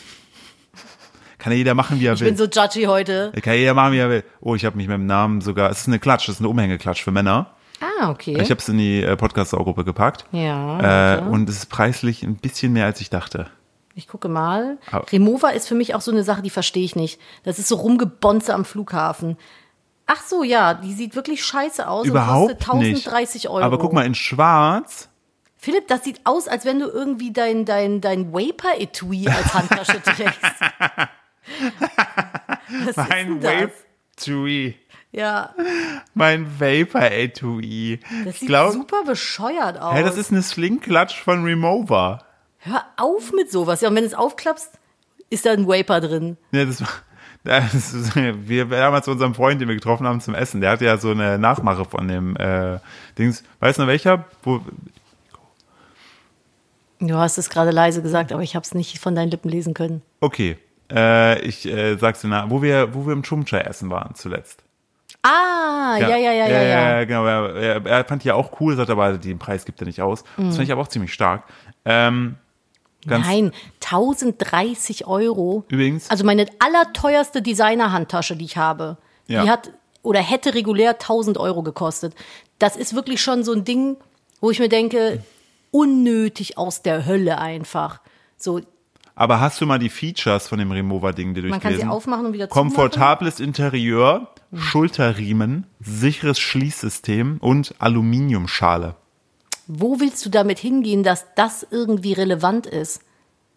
Speaker 1: Kann ja jeder machen, wie er
Speaker 2: Ich
Speaker 1: will.
Speaker 2: bin so judgy heute.
Speaker 1: Kann ja jeder machen, wie er will. Oh, ich habe mich mit dem Namen sogar. Es ist eine Klatsch, es ist eine Umhängeklatsch für Männer.
Speaker 2: Ah, okay.
Speaker 1: Ich habe es in die äh, Podcast-Saugruppe gepackt.
Speaker 2: Ja,
Speaker 1: Äh,
Speaker 2: warte.
Speaker 1: und es ist preislich ein bisschen mehr, als ich dachte.
Speaker 2: ich gucke mal.
Speaker 1: Aber-
Speaker 2: Remover ist für mich auch so eine Sache, die verstehe ich nicht. Das ist so rumgebonze am Flughafen. Ach so, ja, die sieht wirklich scheiße aus und
Speaker 1: Überhaupt
Speaker 2: kostet
Speaker 1: nicht.
Speaker 2: 1030 Euro.
Speaker 1: Aber guck mal, in Schwarz.
Speaker 2: Philipp, das sieht aus, als wenn du irgendwie dein, dein, dein Vapor-Etui als Handtasche trägst. Was ist denn das?
Speaker 1: Vape-Tui.
Speaker 2: Ja,
Speaker 1: Mein Vapor-Etui.
Speaker 2: das
Speaker 1: Ich
Speaker 2: sieht
Speaker 1: glaube,
Speaker 2: super bescheuert aus.
Speaker 1: das ist eine Sling-Klatsch von Remover.
Speaker 2: Hör auf mit sowas. Ja, und wenn du es aufklappst, ist da ein Vapor drin.
Speaker 1: Ja, das war. Das, wir damals zu unserem Freund, den wir getroffen haben zum Essen, der hatte ja so eine Nachmache von dem äh, Dings. Weißt du noch welcher? Wo,
Speaker 2: Du hast es gerade leise gesagt, aber ich habe es nicht von deinen Lippen lesen können.
Speaker 1: okay, äh, ich äh, sag's dir nach, wo wir, wo wir im Chumcha essen waren zuletzt.
Speaker 2: Ah, ja, ja, ja, ja, ja.
Speaker 1: genau. Er, er, er fand die ja auch cool, sagt aber, den Preis gibt er nicht aus. Das fand ich aber auch ziemlich stark. Ähm, ganz
Speaker 2: Mhm. Nein, 1030 Euro.
Speaker 1: Übrigens-
Speaker 2: Also meine allerteuerste Designer-Handtasche, die ich habe,
Speaker 1: Ja.
Speaker 2: die hat oder hätte regulär 1000 Euro gekostet. Das ist wirklich schon so ein Ding, wo ich mir denke, unnötig aus der Hölle einfach. So,
Speaker 1: Aber hast du mal die Features von dem Remover-Ding dir durchgelesen?
Speaker 2: man kann sie aufmachen und wieder
Speaker 1: Komfortables Interieur, Schulterriemen, sicheres Schließsystem und Aluminiumschale.
Speaker 2: zumachen. Wo willst du damit hingehen, dass das irgendwie relevant ist?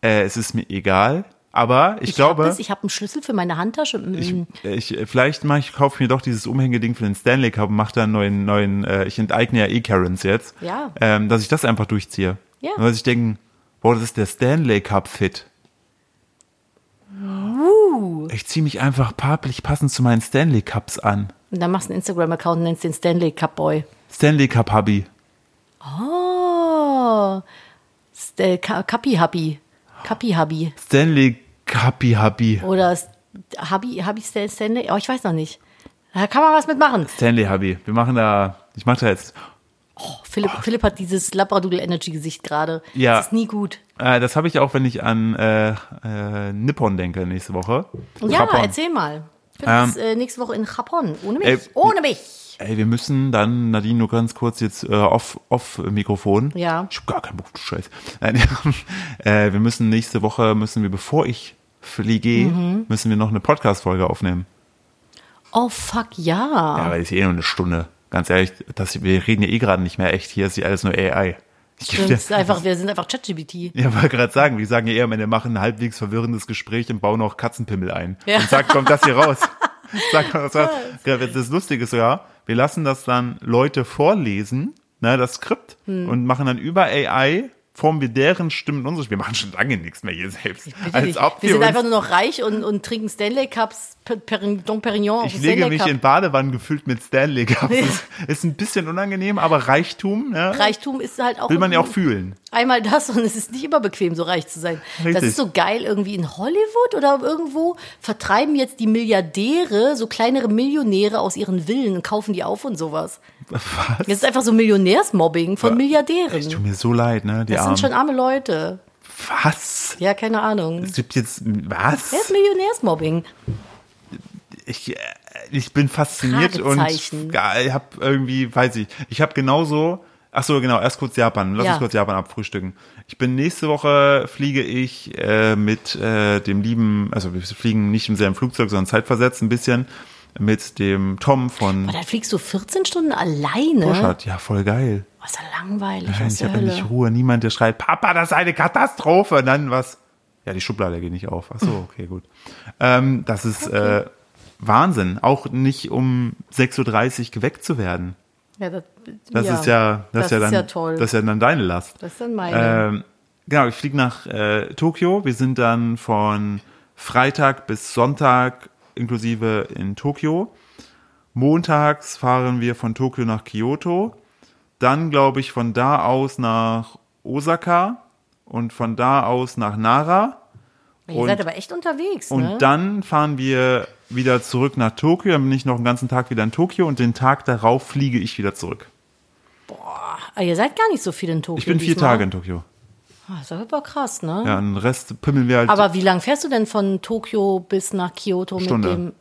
Speaker 1: Äh, es ist mir egal, aber ich, glaube,
Speaker 2: hab das, ich habe einen Schlüssel für meine Handtasche. Mm.
Speaker 1: ich, ich, äh, vielleicht mach ich, kaufe mir doch dieses Umhängeding für den Stanley Cup und mache da einen neuen, neuen äh, ich enteigne ja eh Karens jetzt,
Speaker 2: Ja.
Speaker 1: ähm, dass ich das einfach durchziehe.
Speaker 2: Ja.
Speaker 1: Und dass ich denke, boah, das ist der Stanley Cup Fit.
Speaker 2: Uh.
Speaker 1: Ich ziehe mich einfach farblich passend zu meinen Stanley Cups an.
Speaker 2: Und dann machst du einen Instagram-Account und nennst den Stanley Cup Boy.
Speaker 1: Stanley Cup Hubby.
Speaker 2: Oh, St- äh, Ka- Kappi Hubby. Kappi Hubby.
Speaker 1: Stanley Cuppy Hubby.
Speaker 2: Oder S- Hubby, Hubby Stan- Stanley. Oh, ich weiß noch nicht. Da kann man was mitmachen.
Speaker 1: Stanley Hubby. Wir machen da, ich mache da jetzt,
Speaker 2: Oh, Philipp, Philipp hat dieses Labradoodle Energy Gesicht gerade.
Speaker 1: Ja.
Speaker 2: Das ist nie gut.
Speaker 1: äh, das habe ich auch, wenn ich an äh, äh, Nippon denke nächste Woche.
Speaker 2: Ja,
Speaker 1: Japan.
Speaker 2: erzähl mal. Philipp
Speaker 1: Ähm. Äh,
Speaker 2: ist äh, nächste Woche in Japan. Ohne mich.
Speaker 1: Ey,
Speaker 2: Ohne mich.
Speaker 1: Ey, wir müssen dann, Nadine, nur ganz kurz jetzt äh, off, off Mikrofon.
Speaker 2: Ja.
Speaker 1: Ich habe gar keinen Bock, du Scheiß. Nein, äh, wir müssen nächste Woche, müssen wir, bevor ich fliege,
Speaker 2: Mhm.
Speaker 1: müssen wir noch eine Podcast-Folge aufnehmen.
Speaker 2: Oh, fuck, ja.
Speaker 1: Ja, weil es ist eh nur eine Stunde. Ganz ehrlich, das, wir reden ja eh gerade nicht mehr echt. Hier ist ja alles nur AI. Ich geb
Speaker 2: Stimmt,
Speaker 1: dir-
Speaker 2: es ist einfach, wir sind einfach ChatGPT.
Speaker 1: Ja, wollte gerade sagen, wir sagen ja eher, wir machen ein halbwegs verwirrendes Gespräch und bauen auch Katzenpimmel ein.
Speaker 2: Ja.
Speaker 1: Und sagt, kommt das hier raus. Sagt, kommt das raus. Ja, Das Lustige ist sogar, wir lassen das dann Leute vorlesen, ne, das Skript,
Speaker 2: Hm.
Speaker 1: und machen dann über AI, formen wir deren Stimmen unsere. Wir machen schon lange nichts mehr hier selbst. Als ob
Speaker 2: wir
Speaker 1: wir
Speaker 2: sind einfach
Speaker 1: uns,
Speaker 2: nur noch reich und, und trinken Stanley Cups, Per- Perin- Dom Perignon.
Speaker 1: ich
Speaker 2: auf
Speaker 1: lege
Speaker 2: Stanley
Speaker 1: mich
Speaker 2: Cup.
Speaker 1: in Badewannen gefüllt mit Stanley Cups. ist, ist ein bisschen unangenehm, aber Reichtum, ne,
Speaker 2: Reichtum ist halt auch.
Speaker 1: will man ja auch
Speaker 2: irgendwie-
Speaker 1: fühlen.
Speaker 2: einmal das und es ist nicht immer bequem, so reich zu sein. Das
Speaker 1: Richtig.
Speaker 2: ist so geil irgendwie in Hollywood oder irgendwo vertreiben jetzt die Milliardäre so kleinere Millionäre aus ihren Villen und kaufen die auf und sowas.
Speaker 1: Was?
Speaker 2: Das ist einfach so Millionärsmobbing von
Speaker 1: Ich tue
Speaker 2: Milliardären.
Speaker 1: mir so leid, ne, die
Speaker 2: Das
Speaker 1: Armen.
Speaker 2: sind schon arme Leute.
Speaker 1: Was?
Speaker 2: Ja, keine Ahnung.
Speaker 1: Es gibt jetzt, was?
Speaker 2: Das ist Millionärsmobbing.
Speaker 1: ich, äh, ich bin fasziniert und
Speaker 2: Fragezeichen.
Speaker 1: habe irgendwie, weiß ich, ich habe genauso, ach so, genau, erst kurz Japan, lass
Speaker 2: Ja.
Speaker 1: uns kurz Japan abfrühstücken. Ich bin nächste Woche, fliege ich äh, mit äh, dem lieben, also wir fliegen nicht im selben Flugzeug, sondern zeitversetzt ein bisschen, mit dem Tom von
Speaker 2: Und dann fliegst du 14 Stunden alleine. Oh,
Speaker 1: Burschard. Ja, voll geil.
Speaker 2: ist ja langweilig. aus
Speaker 1: halt. Ich
Speaker 2: der
Speaker 1: habe endlich
Speaker 2: Hölle.
Speaker 1: Ruhe, niemand, der schreit, Papa, das ist eine Katastrophe. Und dann was? Ja, die Schublade geht nicht auf. Ach so, okay, gut. Ähm, das ist äh, Wahnsinn. Auch nicht um 6.30 Uhr geweckt zu werden.
Speaker 2: Ja, das
Speaker 1: Das ist ja, das, ist ja dann,
Speaker 2: toll.
Speaker 1: das ist ja dann deine Last.
Speaker 2: Das ist dann meine.
Speaker 1: Ähm, genau, ich fliege nach äh, Tokio. Wir sind dann von Freitag bis Sonntag inklusive in Tokio. Montags fahren wir von Tokio nach Kyoto. Dann glaube ich von da aus nach Osaka und von da aus nach Nara.
Speaker 2: Ihr seid
Speaker 1: und-
Speaker 2: aber echt unterwegs.
Speaker 1: Und
Speaker 2: ne?
Speaker 1: dann fahren wir wieder zurück nach Tokio. Dann bin ich noch einen ganzen Tag wieder in Tokio und den Tag darauf fliege ich wieder zurück.
Speaker 2: Ah, ihr seid gar nicht so viel in Tokio.
Speaker 1: Ich bin vier
Speaker 2: diesmal.
Speaker 1: Tage in Tokio.
Speaker 2: Ah, ist doch aber krass, ne?
Speaker 1: Ja, den Rest pimmeln wir halt.
Speaker 2: Aber wie lang fährst du denn von Tokio bis nach Kyoto
Speaker 1: Stunde.
Speaker 2: mit dem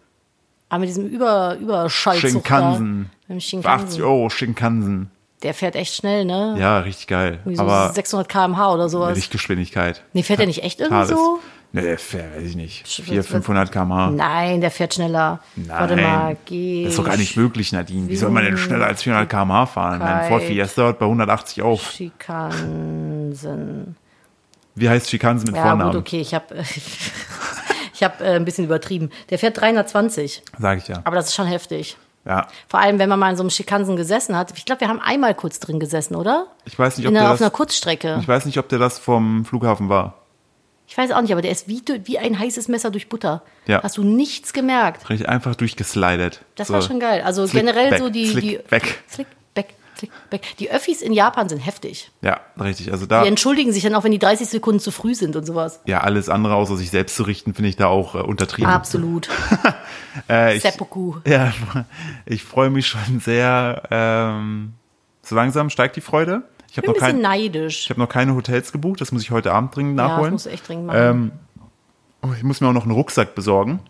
Speaker 2: ah, mit diesem Über Überschallzug
Speaker 1: Shinkansen.
Speaker 2: Da, mit dem
Speaker 1: Für 80
Speaker 2: Shinkansen.
Speaker 1: Euro Shinkansen.
Speaker 2: Der fährt echt schnell, ne?
Speaker 1: Ja, richtig geil.
Speaker 2: Irgendwie so
Speaker 1: Aber
Speaker 2: 600 km/h oder sowas.
Speaker 1: Lichtgeschwindigkeit.
Speaker 2: Nee, fährt der nicht echt irgendwie so?
Speaker 1: Ne, der fährt, weiß ich nicht.
Speaker 2: Sch-
Speaker 1: 400, 500 km/h.
Speaker 2: Nein, der fährt schneller. Warte mal, geh.
Speaker 1: Ah. Das ist doch gar nicht möglich, Nadine. Wie soll man denn schneller als 400 km/h fahren? Mein Ford
Speaker 2: Geschwindigkeit.
Speaker 1: Fiesta hört bei 180 auf.
Speaker 2: Shinkansen.
Speaker 1: Wie heißt Schikansen mit
Speaker 2: Ja,
Speaker 1: Vornamen?
Speaker 2: gut, okay, ich habe ich habe äh, ein bisschen übertrieben. Der fährt 320,
Speaker 1: Sag ich ja.
Speaker 2: aber das ist schon heftig.
Speaker 1: Ja.
Speaker 2: Vor allem, wenn man mal in so einem Schikansen gesessen hat. Ich glaube, wir haben einmal kurz drin gesessen, oder?
Speaker 1: Ich weiß nicht, ob
Speaker 2: In einer,
Speaker 1: der
Speaker 2: auf einer
Speaker 1: das,
Speaker 2: Kurzstrecke.
Speaker 1: ich weiß nicht, ob der das vom Flughafen war.
Speaker 2: Ich weiß auch nicht, aber der ist wie, du- wie ein heißes Messer durch Butter.
Speaker 1: Ja.
Speaker 2: Hast du nichts gemerkt.
Speaker 1: Richtig einfach durchgeslidet.
Speaker 2: Das
Speaker 1: So.
Speaker 2: war schon geil. Also
Speaker 1: Slick
Speaker 2: generell
Speaker 1: back,
Speaker 2: so die.
Speaker 1: slick
Speaker 2: die
Speaker 1: back.
Speaker 2: Slick, back, slick, back. Die Öffis in Japan sind heftig.
Speaker 1: Ja, richtig. Also
Speaker 2: Die
Speaker 1: da,
Speaker 2: entschuldigen sich dann auch, wenn die 30 Sekunden zu früh sind und sowas.
Speaker 1: ja, alles andere außer sich selbst zu richten, finde ich da auch äh, untertrieben.
Speaker 2: Absolut.
Speaker 1: Äh, ich,
Speaker 2: Seppuku.
Speaker 1: ja, ich freue mich schon sehr. Ähm, so langsam steigt die Freude. Ich habe
Speaker 2: Bin ein
Speaker 1: noch,
Speaker 2: bisschen
Speaker 1: kein,
Speaker 2: neidisch.
Speaker 1: ich hab noch keine Hotels gebucht. Das muss ich heute Abend dringend
Speaker 2: Ja, das
Speaker 1: nachholen.
Speaker 2: musst du echt dringend machen.
Speaker 1: ähm, oh, ich muss mir auch noch einen Rucksack besorgen.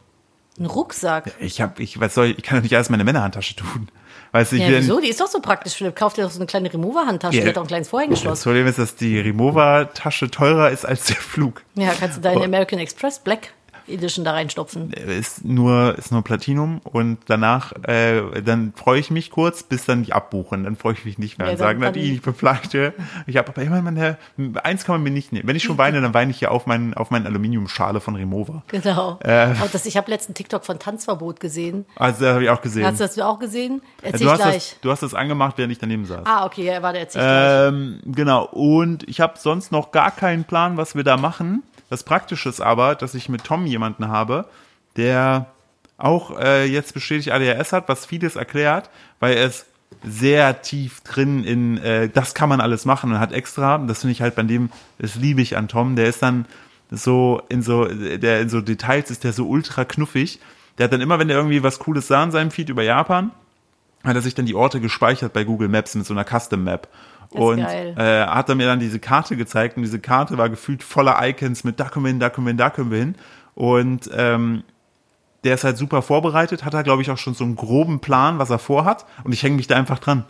Speaker 2: Ein Rucksack.
Speaker 1: Ich hab, ich, was soll ich, ich kann doch nicht alles in meine Männerhandtasche tun. Weißt du, ich
Speaker 2: Ja,
Speaker 1: will-
Speaker 2: wieso? Die ist doch so praktisch, Philipp. Kauf dir doch so eine kleine Remover-Handtasche.
Speaker 1: Ja.
Speaker 2: Die hat auch ein kleines
Speaker 1: Das
Speaker 2: Vorhängeschloss.
Speaker 1: Problem ist, dass die Remover-Tasche teurer ist als der Flug.
Speaker 2: Ja, kannst du deine
Speaker 1: Oh.
Speaker 2: American Express Black Edition da reinstopfen.
Speaker 1: Ist nur, ist nur Platinum und danach, äh, dann freue ich mich kurz, bis dann die abbuchen. Dann freue ich mich nicht mehr
Speaker 2: Ja,
Speaker 1: und
Speaker 2: dann-
Speaker 1: sagen, dann,
Speaker 2: dann-
Speaker 1: ich befleischte. Ich habe aber immer meine, eins kann man mir nicht nehmen. Wenn ich schon weine, dann weine ich hier auf meinen, auf meinen Aluminiumschale von Remover.
Speaker 2: Genau.
Speaker 1: Äh.
Speaker 2: Auch das, ich habe letzten TikTok von Tanzverbot gesehen.
Speaker 1: Also, das habe ich auch gesehen.
Speaker 2: Hast du das auch gesehen?
Speaker 1: du,
Speaker 2: Erzähl ich
Speaker 1: hast
Speaker 2: gleich.
Speaker 1: das, du hast das angemacht, während ich daneben saß.
Speaker 2: Ah, okay, ja, warte, erzähl ich gleich.
Speaker 1: Ähm, genau, und ich habe sonst noch gar keinen Plan, was wir da machen. Das Praktische ist aber, dass ich mit Tom jemanden habe, der auch äh, jetzt bestätigt ADHS hat, was vieles erklärt, weil er ist sehr tief drin in, äh, das kann man alles machen und hat extra, das finde ich halt bei dem, das liebe ich an Tom, der ist dann so in so, der in so Details ist der so ultra knuffig. Der hat dann immer, wenn er irgendwie was Cooles sah in seinem Feed über Japan, hat er sich dann die Orte gespeichert bei Google Maps mit so einer Custom Map.
Speaker 2: ist
Speaker 1: Und
Speaker 2: geil.
Speaker 1: äh, hat er mir dann diese Karte gezeigt und diese Karte war gefühlt voller Icons mit da können wir hin, da können wir hin, da können wir hin. Und ähm, der ist halt super vorbereitet, hat er, glaube ich, auch schon so einen groben Plan, was er vorhat. Und ich hänge mich da einfach dran.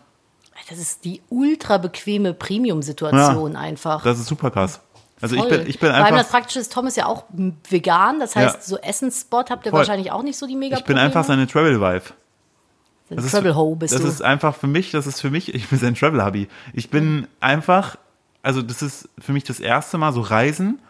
Speaker 2: Das ist die ultra bequeme Premium-Situation einfach.
Speaker 1: Das ist super krass. Also ich
Speaker 2: Voll.
Speaker 1: bin, ich bin
Speaker 2: Vor allem das
Speaker 1: einfach,
Speaker 2: Praktische ist, Tom ist ja auch vegan. Das heißt,
Speaker 1: Ja.
Speaker 2: so Essensspot habt ihr
Speaker 1: Voll.
Speaker 2: wahrscheinlich auch nicht so die mega
Speaker 1: ich bin einfach seine
Speaker 2: Probleme.
Speaker 1: Travel Wife.
Speaker 2: Ein Travel Ho bist
Speaker 1: das
Speaker 2: du.
Speaker 1: ist einfach für mich, das ist für mich, ich bin sein Travel Hobby. Ich bin einfach, also das ist für mich das erste Mal so Reisen,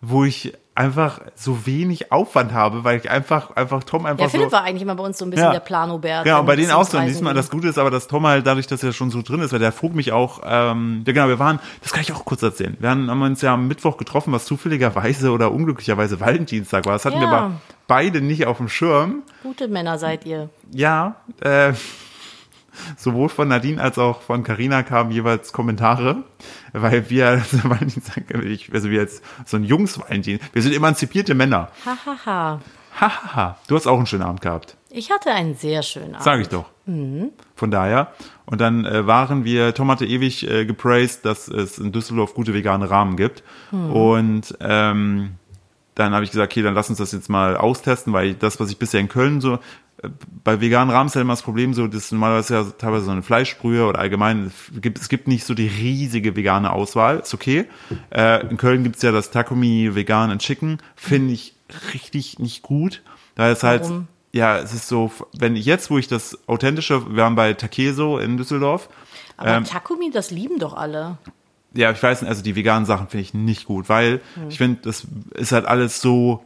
Speaker 1: wo ich einfach so wenig Aufwand habe, weil ich einfach, einfach Tom einfach
Speaker 2: ja, Philipp
Speaker 1: so.
Speaker 2: war eigentlich immer bei uns so ein bisschen
Speaker 1: Ja.
Speaker 2: der Planobert.
Speaker 1: Genau,
Speaker 2: wenn
Speaker 1: und bei
Speaker 2: es
Speaker 1: denen
Speaker 2: ums
Speaker 1: auch so. Und
Speaker 2: Reisen
Speaker 1: diesmal,
Speaker 2: ging.
Speaker 1: das Gute ist aber, dass Tom halt dadurch, dass er schon so drin ist, weil der frug mich auch, ähm, ja genau, wir waren, das kann ich auch kurz erzählen. Wir haben, haben uns ja am Mittwoch getroffen, was zufälligerweise oder unglücklicherweise Valentinstag war. Das hatten wir
Speaker 2: Ja.
Speaker 1: aber beide nicht auf dem Schirm.
Speaker 2: Gute Männer seid ihr.
Speaker 1: Ja, äh, sowohl von Nadine als auch von Carina kamen jeweils Kommentare, weil wir also Valentinstag, ich- also wir jetzt so ein Jungs-Valentin, wir sind emanzipierte Männer.
Speaker 2: Hahaha.
Speaker 1: Hahaha, du hast auch einen schönen Abend gehabt,
Speaker 2: Ich hatte einen sehr schönen Abend.
Speaker 1: sage ich doch. Von daher. Und dann äh, waren wir, Tom hatte ewig äh, gepraised, dass es in Düsseldorf gute vegane Rahmen gibt. Und ähm, dann habe ich gesagt, okay, dann lass uns das jetzt mal austesten, weil das, was ich bisher in Köln so äh, bei veganen Rahmen ist ja immer das Problem, so das ist normalerweise ja teilweise so eine Fleischbrühe oder allgemein es gibt es gibt nicht so die riesige vegane Auswahl, ist okay. Äh, in Köln gibt's ja das Takumi Vegan and Chicken, finde ich richtig nicht gut, da ist halt
Speaker 2: Warum?
Speaker 1: ja, es ist so, wenn ich jetzt, wo ich das authentische, wir waren bei Takeso in Düsseldorf,
Speaker 2: Aber
Speaker 1: ähm,
Speaker 2: Takumi, das lieben doch alle.
Speaker 1: ja, ich weiß nicht, also die veganen Sachen finde ich nicht gut, weil
Speaker 2: Hm.
Speaker 1: ich finde, das ist halt alles so,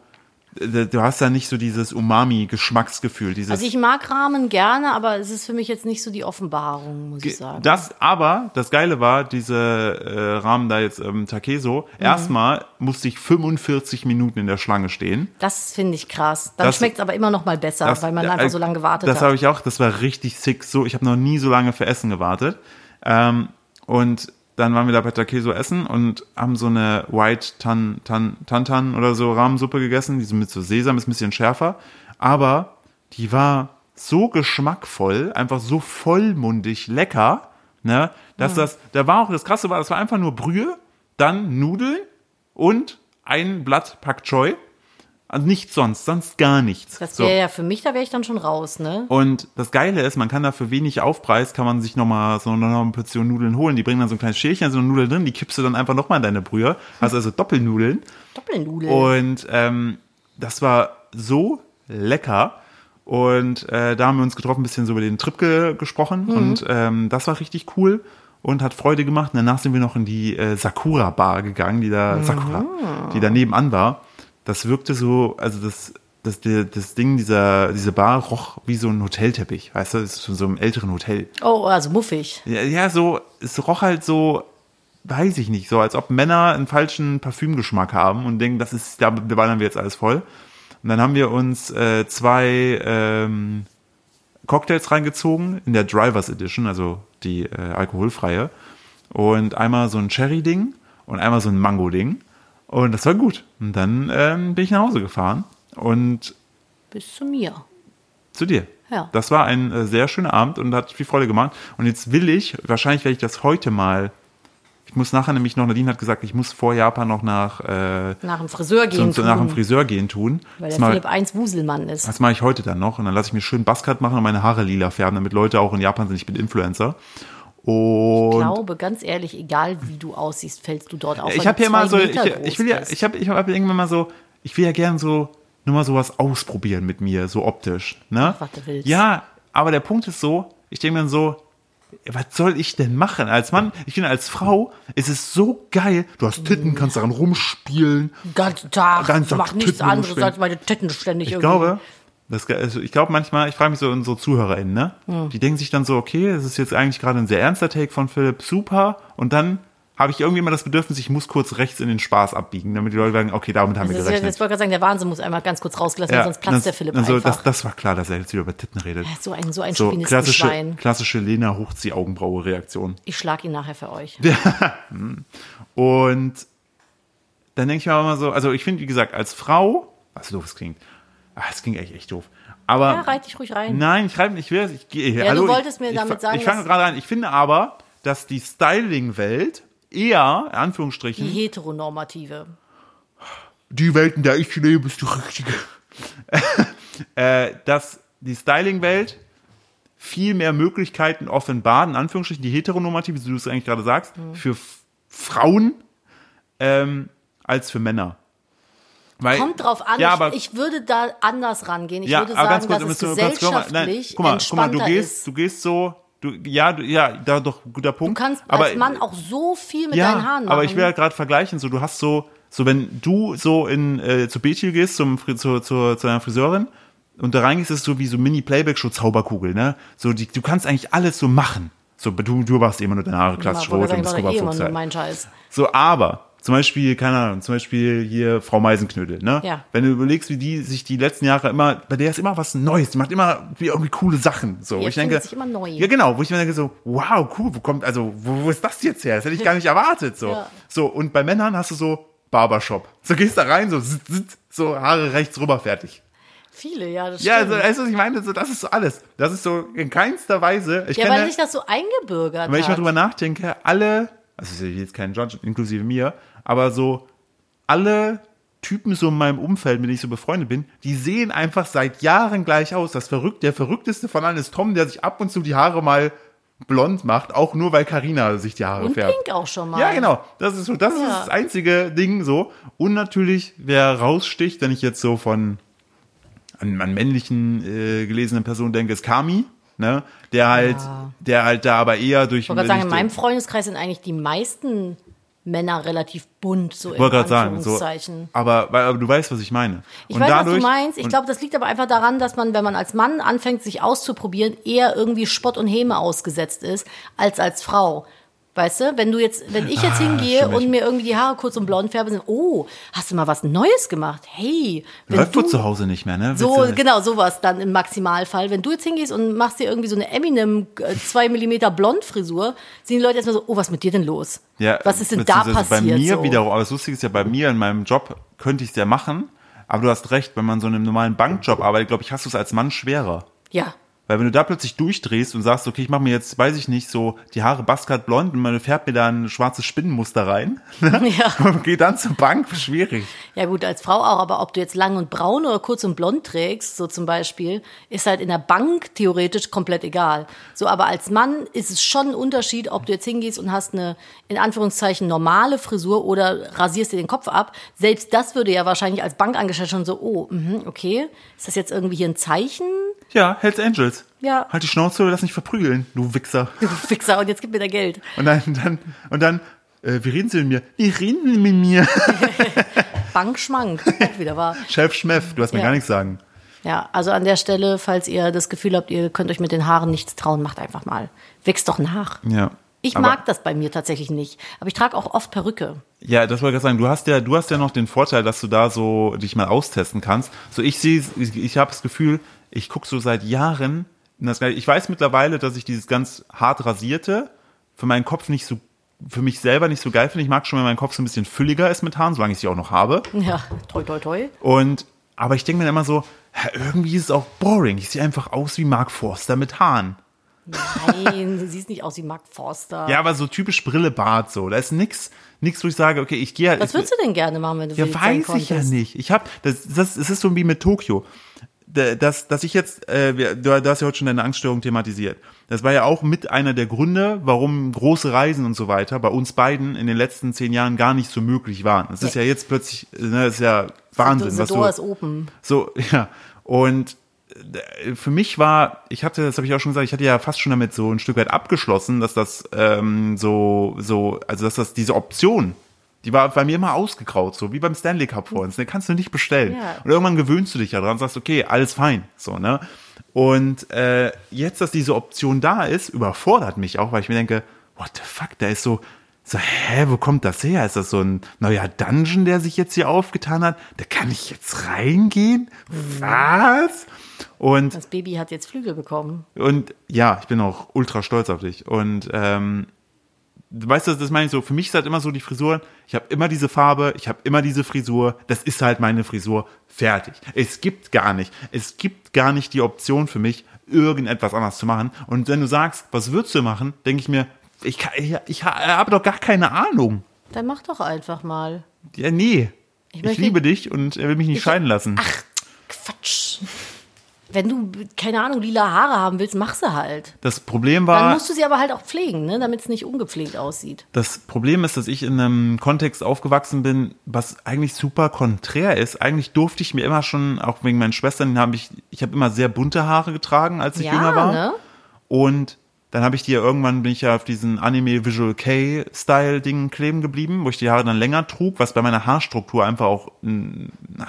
Speaker 1: äh, du hast da nicht so dieses Umami-Geschmacksgefühl, dieses.
Speaker 2: Also ich mag Ramen gerne, aber es ist für mich jetzt nicht so die Offenbarung, muss ich sagen.
Speaker 1: das, aber das Geile war, diese äh, Rahmen da jetzt ähm, Takeso,
Speaker 2: Mhm.
Speaker 1: erstmal musste ich 45 Minuten in der Schlange stehen.
Speaker 2: Das finde ich krass. Dann
Speaker 1: Das-
Speaker 2: schmeckt es aber immer noch mal besser,
Speaker 1: Das-
Speaker 2: weil man
Speaker 1: äh,
Speaker 2: einfach so lange gewartet
Speaker 1: Das
Speaker 2: hat.
Speaker 1: habe ich auch, das war richtig sick. So, ich habe noch nie so lange für Essen gewartet. Ähm, und dann waren wir da bei Takeso essen und haben so eine White Tan Tan Tantan oder so Rahmensuppe gegessen, diese mit so Sesam, ist ein bisschen schärfer, aber die war so geschmackvoll, einfach so vollmundig lecker, ne, dass das, da war auch das krasse war, das war einfach nur Brühe, dann Nudeln und ein Blatt Pak Choi. Also nichts sonst, sonst gar nichts.
Speaker 2: Das
Speaker 1: So.
Speaker 2: wäre ja für mich, da wäre ich dann schon raus, ne?
Speaker 1: Und das Geile ist, man kann dafür wenig Aufpreis, kann man sich nochmal so noch mal eine Portion Nudeln holen. Die bringen dann so ein kleines Schälchen, da sind noch Nudeln drin, die kippst du dann einfach nochmal in deine Brühe. Hast also Doppelnudeln.
Speaker 2: Doppelnudel.
Speaker 1: Und ähm, das war so lecker. Und äh, da haben wir uns getroffen, ein bisschen so über den Trip ge gesprochen. Und ähm, das war richtig cool und hat Freude gemacht. Und danach sind wir noch in die äh, Sakura Bar gegangen, die da Sakura, die da nebenan war. Das wirkte so, also das, das, der- das Ding, dieser, diese Bar roch wie so ein Hotelteppich. Weißt du, das ist von so einem älteren Hotel.
Speaker 2: Oh, also muffig.
Speaker 1: Ja, ja, so, es roch halt so, weiß ich nicht, so als ob Männer einen falschen Parfümgeschmack haben und denken, das ist, da ballern wir jetzt alles voll. Und dann haben wir uns äh, zwei ähm, Cocktails reingezogen in der Drivers Edition, also die äh, alkoholfreie. Und einmal so ein Cherry-Ding und einmal so ein Mango-Ding. Und das war gut. Und dann ähm, bin ich nach Hause gefahren. Und
Speaker 2: Bis zu mir.
Speaker 1: zu dir.
Speaker 2: Ja.
Speaker 1: Das war ein äh, sehr schöner Abend und hat viel Freude gemacht. Und jetzt will ich, wahrscheinlich werde ich das heute mal. Ich muss nachher nämlich noch, Nadine hat gesagt, ich muss vor Japan noch nach, äh,
Speaker 2: Nach dem Friseur gehen.
Speaker 1: zum,
Speaker 2: Zu,
Speaker 1: nach dem Friseur gehen tun.
Speaker 2: weil
Speaker 1: Das
Speaker 2: der
Speaker 1: mal-
Speaker 2: Philipp 1 Wuselmann ist.
Speaker 1: das mache ich heute dann noch und dann lasse ich mir schön Buzzcut machen und meine Haare lila färben, damit Leute auch in Japan sind. Ich bin Influencer.
Speaker 2: Ich
Speaker 1: Und
Speaker 2: glaube, ganz ehrlich, egal wie du aussiehst, fällst du dort auf.
Speaker 1: Ja,
Speaker 2: weil
Speaker 1: ich
Speaker 2: du
Speaker 1: habe hier
Speaker 2: zwei
Speaker 1: mal so, ich,
Speaker 2: Meter groß
Speaker 1: ich will ja,
Speaker 2: bist.
Speaker 1: ich habe ich hab irgendwann mal so, ich will ja gern so, nur mal sowas ausprobieren mit mir, so optisch, ne?
Speaker 2: Ach, was du willst.
Speaker 1: Ja, aber der Punkt ist so, ich denke mir dann so, was soll ich denn machen? Als Mann, ich finde, als Frau ist es so geil, du hast
Speaker 2: Mhm.
Speaker 1: Titten, kannst daran rumspielen.
Speaker 2: ganzen Tag,
Speaker 1: Ganzen
Speaker 2: ich
Speaker 1: Tag
Speaker 2: mach nichts
Speaker 1: Titten
Speaker 2: anderes
Speaker 1: rumschwingen.
Speaker 2: als meine Titten ständig
Speaker 1: Ich
Speaker 2: irgendwie.
Speaker 1: glaube, das, also ich glaube manchmal, ich frage mich so unsere ZuhörerInnen, ne? Die denken sich dann so, okay, es ist jetzt eigentlich gerade ein sehr ernster Take von Philipp, super. Und dann habe ich irgendwie immer das Bedürfnis, ich muss kurz rechts in den Spaß abbiegen, damit die Leute sagen, okay, damit haben wir
Speaker 2: Das ist, ja-
Speaker 1: gerechnet.
Speaker 2: jetzt wollte ich gerade sagen, der Wahnsinn muss einmal ganz kurz rausgelassen werden, sonst platzt
Speaker 1: das-
Speaker 2: der Philipp
Speaker 1: also
Speaker 2: einfach.
Speaker 1: Das, das war klar, dass er jetzt wieder über Titten redet.
Speaker 2: Er ist so ein, so ein
Speaker 1: So klassische,
Speaker 2: Chauvinistenschwein.
Speaker 1: klassische Lena Hochzieh-Augenbraue-Reaktion.
Speaker 2: Ich schlag ihn nachher für euch.
Speaker 1: Und dann denke ich mir auch immer so, also ich finde, wie gesagt, als Frau, was doof es klingt, ah, es klingt echt, echt doof. Aber
Speaker 2: Ja, reite dich ruhig rein.
Speaker 1: Nein, ich reibe nicht, ich will das. Ich gehe
Speaker 2: du
Speaker 1: Hallo,
Speaker 2: wolltest
Speaker 1: ich,
Speaker 2: mir
Speaker 1: ich,
Speaker 2: damit
Speaker 1: fa-
Speaker 2: sagen,
Speaker 1: Ich fange
Speaker 2: dass-
Speaker 1: gerade an. Ich finde aber, dass die Styling-Welt eher, in Anführungsstrichen,
Speaker 2: Die heteronormative.
Speaker 1: die Welt, in der ich lebe, ist die richtige. äh, dass die Styling-Welt viel mehr Möglichkeiten offenbart, in Anführungsstrichen die heteronormative, so wie du es eigentlich gerade sagst,
Speaker 2: Mhm.
Speaker 1: für F- Frauen ähm, als für Männer. Weil,
Speaker 2: Kommt drauf an,
Speaker 1: ja,
Speaker 2: ich-
Speaker 1: aber,
Speaker 2: ich würde da anders rangehen. Ich
Speaker 1: ja,
Speaker 2: würde
Speaker 1: aber
Speaker 2: sagen,
Speaker 1: ganz kurz,
Speaker 2: dass es
Speaker 1: wir müssen kurz- guck mal,
Speaker 2: gesellschaftlich
Speaker 1: guck mal, guck mal,
Speaker 2: entspannter
Speaker 1: du gehst,
Speaker 2: ist.
Speaker 1: du gehst so, du, ja, du, ja, da doch guter Punkt.
Speaker 2: Du kannst
Speaker 1: aber,
Speaker 2: als Mann auch so viel mit
Speaker 1: ja,
Speaker 2: deinen Haaren machen.
Speaker 1: aber ich will halt gerade vergleichen, so du hast so, so wenn du so in äh, zu Bethel gehst, zum Fri zu, zu, zu deiner Friseurin und da reingehst, ist es so wie so Mini-Playback-Show-Zauberkugel, ne? So, die, du kannst eigentlich alles so machen. So, du, du machst immer nur deine Haare
Speaker 2: Mal,
Speaker 1: klassisch
Speaker 2: wollte
Speaker 1: rot und
Speaker 2: sagen,
Speaker 1: bist
Speaker 2: ich mache eh immer
Speaker 1: Kummerfuchs
Speaker 2: nur
Speaker 1: halt.
Speaker 2: meinen Scheiß.
Speaker 1: So, aber zum Beispiel, keine Ahnung, zum Beispiel hier Frau Meisenknödel, ne?
Speaker 2: Ja.
Speaker 1: Wenn du überlegst, wie die sich die letzten Jahre immer, bei der ist immer was Neues, die macht immer wie irgendwie coole Sachen. So,
Speaker 2: Die
Speaker 1: wo ich denke,
Speaker 2: erfindet sich immer neu.
Speaker 1: ja genau, wo ich mir denke so, wow, cool, wo kommt, also wo, wo ist das jetzt her? Das hätte ich gar nicht erwartet. So,
Speaker 2: Ja.
Speaker 1: so und bei Männern hast du so Barbershop. So gehst da rein, so zzt, zzt, so Haare rechts rüber, fertig.
Speaker 2: Viele, ja, das
Speaker 1: Ja, also,
Speaker 2: stimmt.
Speaker 1: weißt du, was ich meine? So, das ist so alles. Das ist so in keinster Weise. Ich
Speaker 2: ja,
Speaker 1: kenne,
Speaker 2: weil sich das so eingebürgert
Speaker 1: wenn ich mal
Speaker 2: hat.
Speaker 1: drüber nachdenke, alle, also ich will jetzt keinen Judge, inklusive mir, aber so alle Typen so in meinem Umfeld, mit denen ich so befreundet bin, die sehen einfach seit Jahren gleich aus. Das verrückt, der verrückteste von allen ist Tom, der sich ab und zu die Haare mal blond macht, auch nur weil Karina sich die Haare
Speaker 2: Und
Speaker 1: färbt.
Speaker 2: Pink auch schon mal.
Speaker 1: Ja, genau. Das ist so, das
Speaker 2: Ja.
Speaker 1: ist das einzige Ding so. Und natürlich, wer raussticht, wenn ich jetzt so von an, an männlichen äh, gelesenen Personen denke, ist Kami, ne? Der halt,
Speaker 2: Ja.
Speaker 1: der halt da aber eher durch.
Speaker 2: Ich wollte gerade sagen, in
Speaker 1: durch-
Speaker 2: meinem Freundeskreis sind eigentlich die meisten Männer relativ bunt, so
Speaker 1: ich
Speaker 2: in
Speaker 1: wollte gerade sagen, so.
Speaker 2: Anführungszeichen.
Speaker 1: Aber, weil- aber du weißt, was ich meine.
Speaker 2: Ich weiß, was du
Speaker 1: dadurch-
Speaker 2: meinst. Ich
Speaker 1: und-
Speaker 2: glaube, das liegt aber einfach daran, dass man, wenn man als Mann anfängt, sich auszuprobieren, eher irgendwie Spott und Häme ausgesetzt ist, als als Frau. Weißt du, wenn du jetzt, wenn ich jetzt hingehe
Speaker 1: Ah, stimmt.
Speaker 2: und mir irgendwie die Haare kurz und blond färbe, sind, oh, hast du mal was Neues gemacht? Hey, wenn
Speaker 1: Läuft
Speaker 2: du
Speaker 1: wohl zu Hause nicht mehr, ne?
Speaker 2: so,
Speaker 1: Willst du-
Speaker 2: genau, sowas dann im Maximalfall. Wenn du jetzt hingehst und machst dir irgendwie so eine Eminem 2 mm Blond-Frisur, sehen die Leute erstmal so, oh, was ist mit dir denn los?
Speaker 1: Ja,
Speaker 2: was ist denn da
Speaker 1: beziehungsweise
Speaker 2: passiert?
Speaker 1: Bei mir
Speaker 2: so?
Speaker 1: wiederum, aber das Lustige ist ja, bei mir in meinem Job könnte ich es ja machen, aber du hast recht, wenn man so in einem normalen Bankjob arbeitet, glaube ich, hast du es als Mann schwerer.
Speaker 2: Ja.
Speaker 1: Weil wenn du da plötzlich durchdrehst und sagst, okay, ich mache mir jetzt, weiß ich nicht, so die Haare Baskat blond und man färbt mir da ein schwarzes Spinnenmuster rein, ne?
Speaker 2: ja.
Speaker 1: und geh dann zur Bank, schwierig.
Speaker 2: Ja gut, als Frau auch, aber ob du jetzt lang und braun oder kurz und blond trägst, so zum Beispiel, ist halt in der Bank theoretisch komplett egal. So, aber als Mann ist es schon ein Unterschied, ob du jetzt hingehst und hast eine, in Anführungszeichen, normale Frisur oder rasierst dir den Kopf ab. Selbst das würde ja wahrscheinlich als Bankangestellter schon so, oh, mhm, okay, ist das jetzt irgendwie hier ein Zeichen?
Speaker 1: Ja, Hells Angels.
Speaker 2: Ja.
Speaker 1: Halt die Schnauze oder lass mich verprügeln, du Wichser.
Speaker 2: Du Fixer, und jetzt gib mir da Geld.
Speaker 1: Und dann, dann, und dann, äh, wie reden sie mit mir? Wie reden sie mit mir?
Speaker 2: Bankschmank, auch wieder wahr.
Speaker 1: Chef Schmeff, du hast mir
Speaker 2: Ja.
Speaker 1: gar nichts sagen.
Speaker 2: Ja, also an der Stelle, falls ihr das Gefühl habt, ihr könnt euch mit den Haaren nichts trauen, macht einfach mal. Wächst doch nach.
Speaker 1: Ja.
Speaker 2: Ich
Speaker 1: Aber-
Speaker 2: mag das bei mir tatsächlich nicht. Aber ich trage auch oft Perücke.
Speaker 1: Ja, das wollte ich gerade sagen. Du hast ja, du hast ja noch den Vorteil, dass du da so dich mal austesten kannst. So ich sehe, ich, ich habe das Gefühl, ich guck so seit Jahren. in Das, Gleiche. ich weiß mittlerweile, dass ich dieses ganz hart rasierte für meinen Kopf nicht so, für mich selber nicht so geil finde. Ich mag schon, wenn mein Kopf so ein bisschen fülliger ist mit Haaren, solange ich sie auch noch habe.
Speaker 2: Ja, toi, toi, toi.
Speaker 1: Und aber ich denke mir dann immer so, ja, irgendwie ist es auch boring. Ich sehe einfach aus wie Mark Forster mit Haaren.
Speaker 2: Nein, du siehst nicht aus wie Mark Forster.
Speaker 1: Ja, aber so typisch Brille, Bart so. Da ist nix, nix, wo ich sage, okay, ich gehe.
Speaker 2: Was
Speaker 1: ich-
Speaker 2: würdest du denn gerne machen, wenn du
Speaker 1: Ja,
Speaker 2: Felix
Speaker 1: weiß
Speaker 2: sein
Speaker 1: ich ja
Speaker 2: konntest?
Speaker 1: nicht. Ich habe das, das, es ist so wie mit Tokio. Da- Dass, dass ich jetzt, äh, wir- du, du hast ja heute schon deine Angststörung thematisiert. Das war ja auch mit einer der Gründe, warum große Reisen und so weiter bei uns beiden in den letzten zehn Jahren gar nicht so möglich waren. Es ist ja
Speaker 2: Nee.
Speaker 1: jetzt plötzlich, äh, ne, das ist ja Wahnsinn,
Speaker 2: The,
Speaker 1: was
Speaker 2: the door
Speaker 1: du.
Speaker 2: is open.
Speaker 1: So, ja. Und äh, für mich war, ich hatte, das habe ich auch schon gesagt, ich hatte ja fast schon damit so ein Stück weit abgeschlossen, dass das ähm, so, so, also dass das diese Option, die war bei mir immer ausgekraut, so wie beim Stanley Cup vor uns, ne, kannst du nicht bestellen.
Speaker 2: Ja.
Speaker 1: Und irgendwann gewöhnst du dich ja dran und sagst, okay, alles fein, so, ne. Und äh, jetzt, dass diese Option da ist, überfordert mich auch, weil ich mir denke, what the fuck, da ist so, so, hä, wo kommt das her? Ist das so ein neuer Dungeon, der sich jetzt hier aufgetan hat? Da kann ich jetzt reingehen? Was? Und
Speaker 2: Das Baby hat jetzt Flügel bekommen.
Speaker 1: und ja, ich bin auch ultra stolz auf dich. Und ähm, du weißt du, das meine ich so, für mich ist halt immer so die Frisur, ich habe immer diese Farbe, ich habe immer diese Frisur, das ist halt meine Frisur, fertig. Es gibt gar nicht, es gibt gar nicht die Option für mich, irgendetwas anders zu machen. Und wenn du sagst, was würdest du machen, denke ich mir, ich, kann- ich, ich habe doch gar keine Ahnung.
Speaker 2: Dann mach doch einfach mal.
Speaker 1: Ja, nee.
Speaker 2: Ich
Speaker 1: Ich,
Speaker 2: möchte- Ah.
Speaker 1: liebe dich und er will mich nicht scheiden lassen.
Speaker 2: Ach, Quatsch. Wenn du, keine Ahnung, lila Haare haben willst, mach sie halt.
Speaker 1: Das Problem
Speaker 2: Dann
Speaker 1: war.
Speaker 2: musst du sie aber halt auch pflegen, ne? damit es nicht ungepflegt aussieht.
Speaker 1: Das Problem ist, dass ich in einem Kontext aufgewachsen bin, was eigentlich super konträr ist. Eigentlich durfte ich mir immer schon, auch wegen meinen Schwestern, habe ich, ich habe immer sehr bunte Haare getragen, als ich
Speaker 2: Ja,
Speaker 1: jünger war.
Speaker 2: ne?
Speaker 1: Und dann habe ich die ja irgendwann, bin ich ja auf diesen Anime Visual K-Style-Ding kleben geblieben, wo ich die Haare dann länger trug, was bei meiner Haarstruktur einfach auch mm, ah,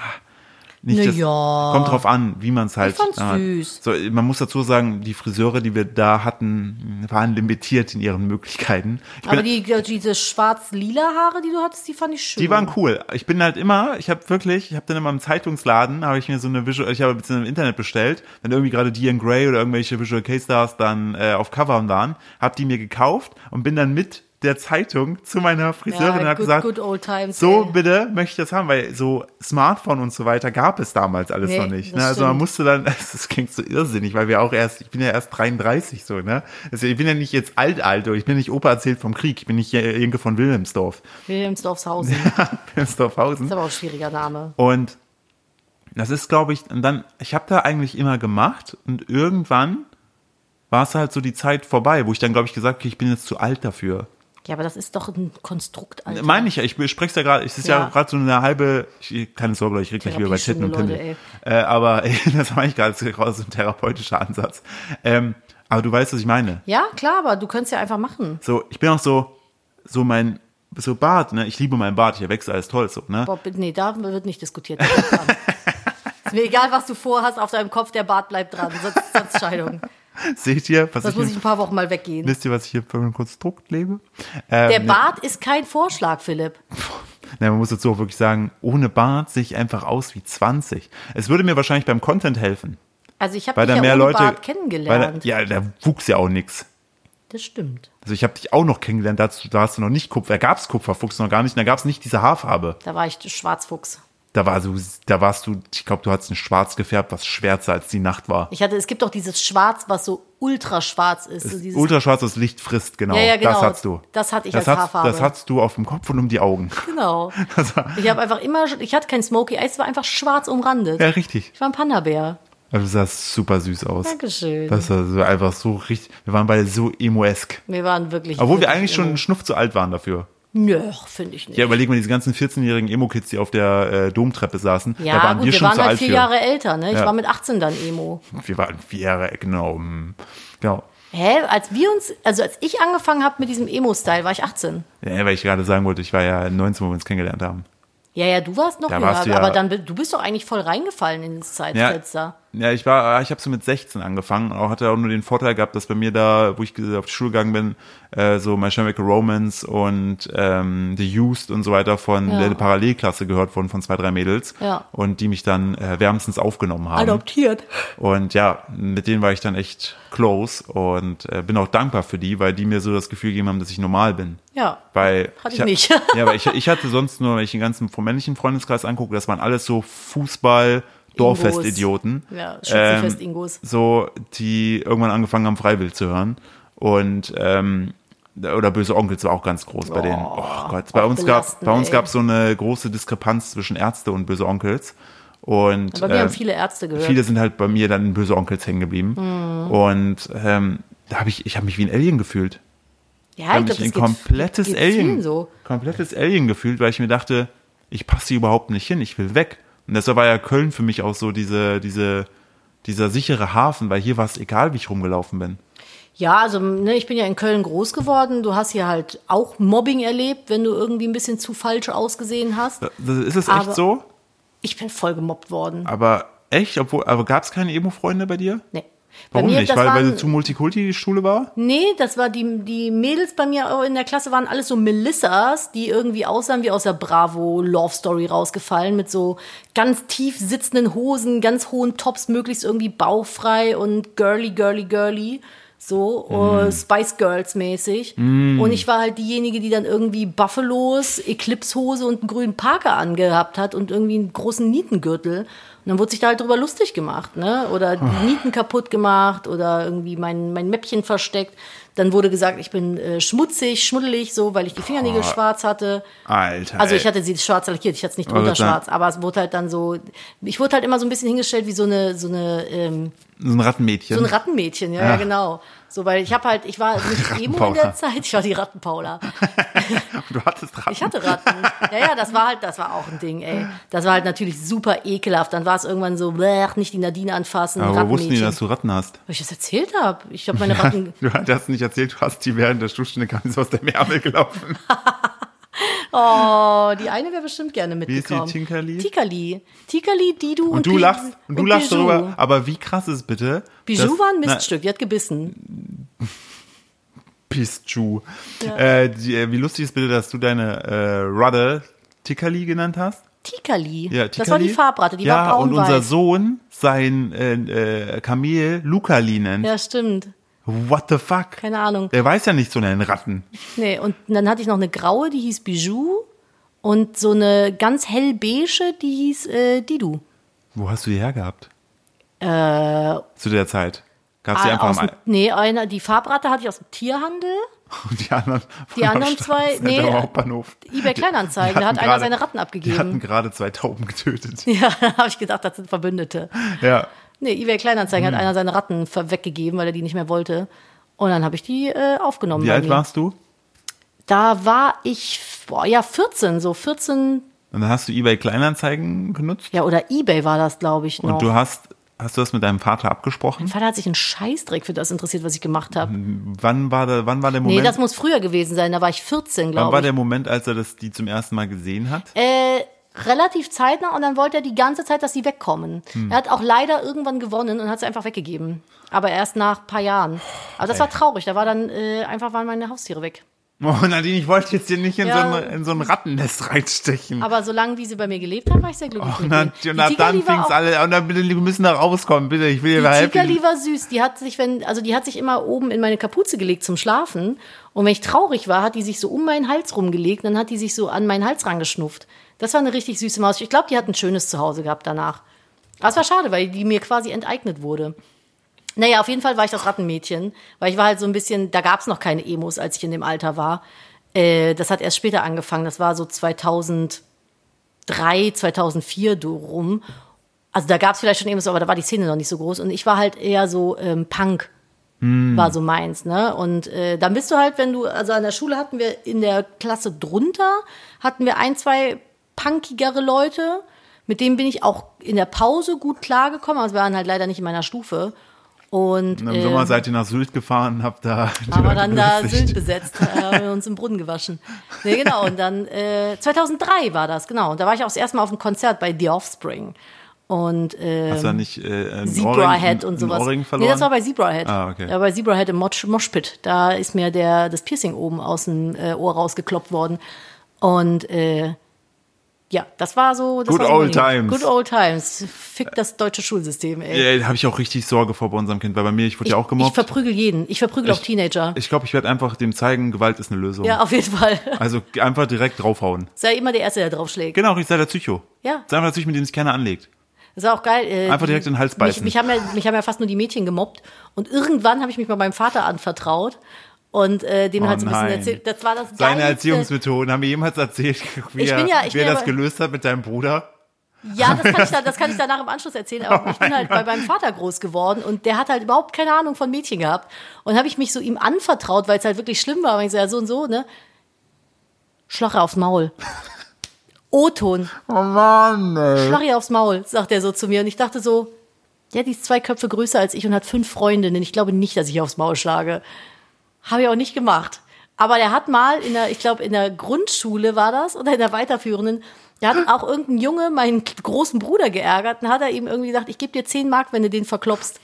Speaker 1: nicht
Speaker 2: Na
Speaker 1: das-
Speaker 2: ja.
Speaker 1: kommt drauf an, wie man es halt.
Speaker 2: fand's
Speaker 1: ah,
Speaker 2: süß.
Speaker 1: So, man muss dazu sagen, die Friseure, die wir da hatten, waren limitiert in ihren Möglichkeiten. Ich bin
Speaker 2: Aber die, äh, diese schwarz-lila Haare, die du hattest, die fand ich schön.
Speaker 1: die waren cool. Ich bin halt immer, ich habe wirklich, ich habe dann immer im Zeitungsladen, habe ich mir so eine Visual, ich habe ein bisschen im Internet bestellt, wenn irgendwie gerade Dean Gray oder irgendwelche Visual K-Stars dann äh, auf Cover waren, habe die mir gekauft und bin dann mit der Zeitung zu meiner Friseurin und
Speaker 2: Ja,
Speaker 1: habe
Speaker 2: good,
Speaker 1: gesagt,
Speaker 2: good old times.
Speaker 1: so
Speaker 2: ey.
Speaker 1: bitte möchte ich das haben, weil so Smartphone und so weiter gab es damals alles
Speaker 2: Nee,
Speaker 1: noch nicht.
Speaker 2: das
Speaker 1: Ne? Also man
Speaker 2: stimmt.
Speaker 1: musste dann, das klingt so irrsinnig, weil wir auch erst, ich bin ja erst 33 so, ne? Also ich bin ja nicht jetzt alt, alt, ich bin nicht Opa erzählt vom Krieg, ich bin nicht äh, Jenke von Wilhelmsdorf.
Speaker 2: Wilhelmsdorfshausen.
Speaker 1: Wilhelmsdorfhausen.
Speaker 2: ist aber auch ein schwieriger Name.
Speaker 1: Und das ist, glaube ich, und dann, ich habe da eigentlich immer gemacht und irgendwann war es halt so die Zeit vorbei, wo ich dann, glaube ich, gesagt habe, okay, ich bin jetzt zu alt dafür.
Speaker 2: Ja, aber das ist doch ein Konstrukt, Alter.
Speaker 1: Meine ich ja, ich spreche es ja gerade, es ist ja,
Speaker 2: Ja.
Speaker 1: gerade so eine halbe, ich, keine Sorge, Leute, ich rede gleich wieder über Titten und
Speaker 2: Therapiestunde,
Speaker 1: Pimmel. Äh, aber das meine ich gerade, das ist gerade so ein therapeutischer Ansatz. Ähm, aber du weißt, was ich meine.
Speaker 2: ja, klar, aber du könntest ja einfach machen.
Speaker 1: So, ich bin auch so, so mein, so Bart, ne, ich liebe meinen Bart, hier wächst alles toll, so, ne.
Speaker 2: Bob, nee, da wird nicht diskutiert. ist mir egal, was du vorhast, auf deinem Kopf, der Bart bleibt dran. Sonst, sonst Scheidung.
Speaker 1: Seht ihr, was
Speaker 2: Sonst
Speaker 1: ich,
Speaker 2: muss ich
Speaker 1: hier-
Speaker 2: ein paar Wochen mal weggehen.
Speaker 1: wisst ihr, was ich hier für ein Konstrukt lebe?
Speaker 2: Der Bart ist kein Vorschlag, Philipp.
Speaker 1: Na, man muss jetzt so wirklich sagen, ohne Bart sehe ich einfach aus wie 20. Es würde mir wahrscheinlich beim Content helfen,
Speaker 2: Also ich habe
Speaker 1: weil da
Speaker 2: dich ja
Speaker 1: mehr
Speaker 2: ohne
Speaker 1: Leute
Speaker 2: Bart
Speaker 1: Weil
Speaker 2: kennengelernt.
Speaker 1: da, ja, da wuchs ja auch nix.
Speaker 2: Das stimmt.
Speaker 1: Also ich habe dich auch noch kennengelernt, dazu da hast du noch nicht Kupfer, da gab's Kupferfuchs noch gar nicht, und da gab's nicht diese Haarfarbe.
Speaker 2: Da war ich Schwarzfuchs.
Speaker 1: Da war so, da warst du, ich glaube, du hattest ein Schwarz gefärbt, was schwärzer als die Nacht war.
Speaker 2: Ich hatte, es gibt doch dieses Schwarz, was so ultra schwarz ist. so Also dieses,
Speaker 1: Ultraschwarzes Licht frisst, genau.
Speaker 2: Ja, ja,
Speaker 1: Das
Speaker 2: genau.
Speaker 1: hattest du.
Speaker 2: Das hatte ich als
Speaker 1: hat's-
Speaker 2: Haarfarbe.
Speaker 1: Das hattest du auf dem Kopf und um die Augen. Also,
Speaker 2: genau.
Speaker 1: Das war,
Speaker 2: Ich habe einfach immer, ich hatte kein Smoky Eyes, es war einfach schwarz umrandet.
Speaker 1: ja, richtig.
Speaker 2: Ich war ein Panda-Bär.
Speaker 1: Also, du sahst super süß aus.
Speaker 2: Dankeschön.
Speaker 1: Das war so einfach so richtig, wir waren beide so emo-esk.
Speaker 2: wir waren wirklich.
Speaker 1: Obwohl wir
Speaker 2: wirklich
Speaker 1: eigentlich schon einen Schnuff zu alt waren dafür.
Speaker 2: Nö, finde ich nicht.
Speaker 1: Ja, überleg mal, diese ganzen 14-jährigen Emo-Kids, die auf der äh, Domtreppe saßen,
Speaker 2: Ja,
Speaker 1: da waren
Speaker 2: gut,
Speaker 1: wir
Speaker 2: wir,
Speaker 1: schon
Speaker 2: waren
Speaker 1: zu
Speaker 2: halt
Speaker 1: alt
Speaker 2: vier
Speaker 1: für.
Speaker 2: Jahre älter, ne? Ich
Speaker 1: Ja.
Speaker 2: war mit 18 dann Emo.
Speaker 1: Wir waren vier Jahre, genau. mm, Genau.
Speaker 2: Hä? Als wir uns, also als ich angefangen habe mit diesem Emo-Style, war ich 18.
Speaker 1: Ja, weil ich gerade sagen wollte, ich war ja 19, wo wir uns kennengelernt haben.
Speaker 2: Ja, ja, du warst noch
Speaker 1: Da
Speaker 2: jünger,
Speaker 1: warst du ja-
Speaker 2: aber dann bi- du bist doch eigentlich voll reingefallen in das
Speaker 1: Ja,
Speaker 2: Zeitfenster.
Speaker 1: ja ich war, ich habe so mit 16 angefangen und auch hatte auch nur den Vorteil gehabt, dass bei mir da, wo ich auf die Schule gegangen bin, äh, so My Chemical Romance und ähm, The Used und so weiter von
Speaker 2: Ja.
Speaker 1: der Parallelklasse gehört wurden von zwei, drei Mädels
Speaker 2: Ja.
Speaker 1: und die mich dann äh, wärmstens aufgenommen haben.
Speaker 2: Adoptiert.
Speaker 1: Und ja, mit denen war ich dann echt close und äh, bin auch dankbar für die, weil die mir so das Gefühl gegeben haben, dass ich normal bin.
Speaker 2: Ja.
Speaker 1: Weil
Speaker 2: Hatte ich
Speaker 1: ha-
Speaker 2: nicht.
Speaker 1: ja, aber ich, ich hatte sonst nur, wenn ich den ganzen männlichen Freundeskreis angucke, das waren alles so Fußball, Dorffest-Idioten.
Speaker 2: Ja, Schützenfest-Ingos.
Speaker 1: Ähm, so, die irgendwann angefangen haben, Freiwild zu hören. Und ähm, oder böse Onkels war auch ganz groß bei denen. Oh Gott, bei uns gab
Speaker 2: belastend,
Speaker 1: bei uns
Speaker 2: ey.
Speaker 1: gab so eine große Diskrepanz zwischen Ärzte und böse Onkels. Und
Speaker 2: Aber wir
Speaker 1: äh,
Speaker 2: haben viele Ärzte gehört. Hm.
Speaker 1: viele sind halt bei mir dann in böse Onkels hängen geblieben. Und ähm, da habe ich ich habe mich wie ein Alien gefühlt.
Speaker 2: ja,
Speaker 1: ich habe
Speaker 2: glaub,
Speaker 1: mich ein
Speaker 2: das geht-
Speaker 1: komplettes
Speaker 2: geht vielen
Speaker 1: Alien,
Speaker 2: So.
Speaker 1: komplettes Alien gefühlt, weil ich mir dachte, ich passe hier überhaupt nicht hin, ich will weg. Und deshalb war ja Köln für mich auch so diese, diese, dieser sichere Hafen, weil hier war es egal, wie ich rumgelaufen bin.
Speaker 2: Ja, also ne, ich bin ja in Köln groß geworden. Du hast hier halt auch Mobbing erlebt, wenn du irgendwie ein bisschen zu falsch ausgesehen hast.
Speaker 1: Ist es
Speaker 2: Aber-
Speaker 1: echt so?
Speaker 2: Ich bin voll gemobbt worden.
Speaker 1: Aber echt, obwohl, aber gab es keine Emo-Freunde bei dir?
Speaker 2: Nee.
Speaker 1: Warum
Speaker 2: bei mir,
Speaker 1: nicht?
Speaker 2: Das
Speaker 1: Weil,
Speaker 2: waren,
Speaker 1: weil du zu Multikulti die Schule war?
Speaker 2: nee, das war die, die Mädels bei mir in der Klasse waren alles so Melissas, die irgendwie aussahen wie aus der Bravo Love Story rausgefallen mit so ganz tief sitzenden Hosen, ganz hohen Tops, möglichst irgendwie bauchfrei und girly, girly, girly. So, äh, Spice Girls mäßig.
Speaker 1: Mm.
Speaker 2: Und ich war halt diejenige, die dann irgendwie Buffalos, Eclipse-Hose und einen grünen Parker angehabt hat und irgendwie einen großen Nietengürtel. Und dann wurde sich da halt drüber lustig gemacht, ne? Oder
Speaker 1: Ah.
Speaker 2: die Nieten kaputt gemacht oder irgendwie mein, mein Mäppchen versteckt. Dann wurde gesagt, ich bin äh, schmutzig, schmuddelig, so, weil ich die Fingernägel schwarz hatte.
Speaker 1: Oh. Alter.
Speaker 2: Also
Speaker 1: ey.
Speaker 2: ich hatte sie schwarz lackiert, ich hatte es nicht
Speaker 1: Aber
Speaker 2: drunter
Speaker 1: dann-
Speaker 2: schwarz, aber es wurde halt dann so, ich wurde halt immer so ein bisschen hingestellt wie so eine, so eine, ähm,
Speaker 1: so ein Rattenmädchen.
Speaker 2: so ein Rattenmädchen, ja, ja. genau. So, weil ich habe halt, ich war nicht Emo in
Speaker 1: Rattenpaula.
Speaker 2: der Zeit, ich war die Rattenpaula.
Speaker 1: du hattest Ratten.
Speaker 2: Ich hatte Ratten. Ja, ja, das war halt, das war auch ein Ding, ey. Das war halt natürlich super ekelhaft. Dann war es irgendwann so, bleh, nicht die Nadine anfassen,
Speaker 1: aber wussten die,
Speaker 2: Rattenmädchen.
Speaker 1: dass du Ratten hast?
Speaker 2: Weil ich das erzählt habe. Ich habe meine Ratten,
Speaker 1: Du hast nicht erzählt, du hast die während der Schulstunde ganz aus der Ärmel gelaufen.
Speaker 2: oh, die eine wäre bestimmt gerne
Speaker 1: ist die
Speaker 2: mitgekommen.
Speaker 1: Tinkali?
Speaker 2: Tikali. Tikali, die du und,
Speaker 1: Und du
Speaker 2: Pi-
Speaker 1: lachst, und du lachst
Speaker 2: Bijou.
Speaker 1: darüber. Aber wie krass ist bitte?
Speaker 2: Bijou
Speaker 1: dass-
Speaker 2: war ein
Speaker 1: na,
Speaker 2: Miststück, die hat gebissen.
Speaker 1: Pichu. Äh, die, äh, wie lustig ist bitte, dass du deine äh, Rudder Tikali genannt hast?
Speaker 2: Tikali.
Speaker 1: Ja,
Speaker 2: Das war die
Speaker 1: Tikali.
Speaker 2: Farbrate, die
Speaker 1: ja,
Speaker 2: war
Speaker 1: und unser
Speaker 2: braun-weiß.
Speaker 1: Sohn sein äh, äh, Kamel Lukali nennt.
Speaker 2: Ja, stimmt.
Speaker 1: What the fuck?
Speaker 2: Keine Ahnung.
Speaker 1: Der weiß ja nicht so einen Ratten.
Speaker 2: Nee, und dann hatte ich noch eine graue, die hieß Bijou. Und so eine ganz hellbeige, die hieß äh, Didu.
Speaker 1: Wo hast du die hergehabt? Äh, Zu der Zeit. Gab es die
Speaker 2: Ah,
Speaker 1: einfach
Speaker 2: aus
Speaker 1: am
Speaker 2: dem, nee, eine, die Farbratte hatte ich aus dem Tierhandel.
Speaker 1: Und die anderen,
Speaker 2: Die anderen zwei- nee,
Speaker 1: nee, Hauptbahnhof.
Speaker 2: eBay Kleinanzeigen, da hat einer seine Ratten
Speaker 1: Die hatten
Speaker 2: abgegeben.
Speaker 1: gerade zwei Tauben getötet.
Speaker 2: Ja, da habe ich gedacht, das sind Verbündete.
Speaker 1: Ja.
Speaker 2: Nee, eBay Kleinanzeigen
Speaker 1: Hm.
Speaker 2: hat einer seine Ratten ver- weggegeben, weil er die nicht mehr wollte. Und dann habe ich die äh, aufgenommen.
Speaker 1: Wie
Speaker 2: bei
Speaker 1: alt
Speaker 2: mir.
Speaker 1: warst du?
Speaker 2: Da war ich, boah, ja, 14, so 14,
Speaker 1: Und dann hast du eBay Kleinanzeigen genutzt
Speaker 2: ja, oder Ebay war das, glaube ich, noch.
Speaker 1: und du hast hast du das mit deinem Vater abgesprochen?
Speaker 2: mein Vater hat sich einen Scheißdreck für das interessiert, was ich gemacht habe.
Speaker 1: Wann war der wann war der
Speaker 2: Nee,
Speaker 1: Hm, Moment?
Speaker 2: das muss früher gewesen sein. Da war ich 14,
Speaker 1: wann war
Speaker 2: glaube ich.
Speaker 1: der Moment, als er das die zum ersten Mal gesehen hat?
Speaker 2: Äh, relativ zeitnah und dann wollte er die ganze Zeit, dass sie wegkommen. Er hat auch leider irgendwann gewonnen und hat sie einfach weggegeben. Aber erst nach ein paar Jahren. Aber das war traurig. Da war dann äh, einfach waren meine Haustiere weg.
Speaker 1: Oh, Nadine, ich wollte jetzt hier nicht in,
Speaker 2: Ja.
Speaker 1: so, ein, in so ein Rattennest reinstechen.
Speaker 2: Aber solange wie sie bei mir gelebt haben, war ich sehr glücklich.
Speaker 1: Och,
Speaker 2: mit
Speaker 1: na,
Speaker 2: denen.
Speaker 1: und ab
Speaker 2: die
Speaker 1: dann
Speaker 2: Tigerli war
Speaker 1: fing's
Speaker 2: auch-
Speaker 1: alle, und dann bitte, wir müssen da rauskommen, bitte, ich will dir
Speaker 2: Die
Speaker 1: helfen.
Speaker 2: Tigerli war süß. Die hat sich, wenn, also die hat sich immer oben in meine Kapuze gelegt zum Schlafen. Und wenn ich traurig war, hat die sich so um meinen Hals rumgelegt. Dann hat die sich so an meinen Hals rangeschnufft. Das war eine richtig süße Maus. Ich glaube, die hat ein schönes Zuhause gehabt danach. Aber es war schade, weil die mir quasi enteignet wurde. Naja, auf jeden Fall war ich das Rattenmädchen, weil ich war halt so ein bisschen, da gab es noch keine Emos, als ich in dem Alter war. Äh, das hat erst später angefangen, das war so 2003, 2004 do- rum. Also da gab es vielleicht schon Emos, aber da war die Szene noch nicht so groß und ich war halt eher so ähm, Punk. War so meins, ne? Und äh, dann bist du halt, wenn du, also an der Schule hatten wir in der Klasse drunter, hatten wir ein, zwei punkigere Leute. Mit denen bin ich auch in der Pause gut klargekommen, aber es waren halt leider nicht in meiner Stufe.
Speaker 1: Und
Speaker 2: Und,
Speaker 1: Im
Speaker 2: äh,
Speaker 1: Sommer seid ihr nach Sylt gefahren, habt da. die
Speaker 2: aber
Speaker 1: Leute
Speaker 2: dann da
Speaker 1: belustigt.
Speaker 2: Sylt besetzt, äh, haben wir uns im Brunnen gewaschen. Nee, genau. Und dann äh, 2003 war das, genau. Und da war ich auch das erste Mal auf einem Konzert bei The Offspring. Und äh,
Speaker 1: Hast du da nicht äh, einen Ohrring-
Speaker 2: Zebrahead und sowas.
Speaker 1: einen Ohrring verloren?
Speaker 2: Nee, das war bei Zebrahead.
Speaker 1: Ah, okay.
Speaker 2: Ja, bei Zebrahead im Mosh Moshpit. Da ist mir der, das Piercing oben aus dem äh, Ohr rausgekloppt worden. Und äh, ja, das war so. Das
Speaker 1: Good
Speaker 2: war so mein
Speaker 1: old
Speaker 2: Ding.
Speaker 1: times.
Speaker 2: Good old times. Fick das deutsche Schulsystem, ey.
Speaker 1: Ja, da habe ich auch richtig Sorge vor bei unserem Kind, weil bei mir, ich wurde ja auch
Speaker 2: ich
Speaker 1: gemobbt. Ich glaube,
Speaker 2: verprügel jeden. Ich verprügel auch
Speaker 1: Ich-
Speaker 2: Teenager.
Speaker 1: ich, glaub, ich werde einfach dem zeigen, Gewalt ist eine Lösung.
Speaker 2: ja, auf jeden Fall.
Speaker 1: Also einfach direkt draufhauen.
Speaker 2: Sei immer der Erste, der draufschlägt.
Speaker 1: Genau, ich sei der Psycho.
Speaker 2: Ja.
Speaker 1: Sei einfach der Psycho, mit dem sich keiner anlegt.
Speaker 2: Das war auch geil. Äh,
Speaker 1: Einfach direkt in den Hals beißen.
Speaker 2: Mich, mich, haben ja, mich haben ja fast nur die Mädchen gemobbt. Und irgendwann habe ich mich mal meinem Vater anvertraut und äh, dem
Speaker 1: Oh
Speaker 2: halt so ein bisschen
Speaker 1: nein.
Speaker 2: erzählt. Das war das
Speaker 1: Seine
Speaker 2: geilste-
Speaker 1: Erziehungsmethoden, haben wir jemals erzählt, wie
Speaker 2: Ich
Speaker 1: er,
Speaker 2: bin ja- ich
Speaker 1: wie er
Speaker 2: bin ja
Speaker 1: das
Speaker 2: bei-
Speaker 1: gelöst hat mit deinem Bruder?
Speaker 2: Ja, das kann, ich da, das kann ich danach im Anschluss erzählen, aber ich bin halt bei meinem Vater groß geworden und der hat halt überhaupt keine Ahnung von Mädchen gehabt. Und habe ich mich so ihm anvertraut, weil es halt wirklich schlimm war. Und ich so, ja, so und so, ne? Schlache aufs Maul. O-Ton.
Speaker 1: Oh Mann, ey.
Speaker 2: Schlache aufs Maul, sagt er so zu mir. Und ich dachte so, ja, die ist zwei Köpfe größer als ich und hat fünf Freundinnen. Ich glaube nicht, dass ich aufs Maul schlage. Habe ich auch nicht gemacht. Aber der hat mal in der, ich glaube, in der Grundschule war das oder in der weiterführenden, da hat auch irgendein Junge meinen großen Bruder geärgert und hat er ihm irgendwie gesagt, ich gebe dir 10 Mark, wenn du den verklopst.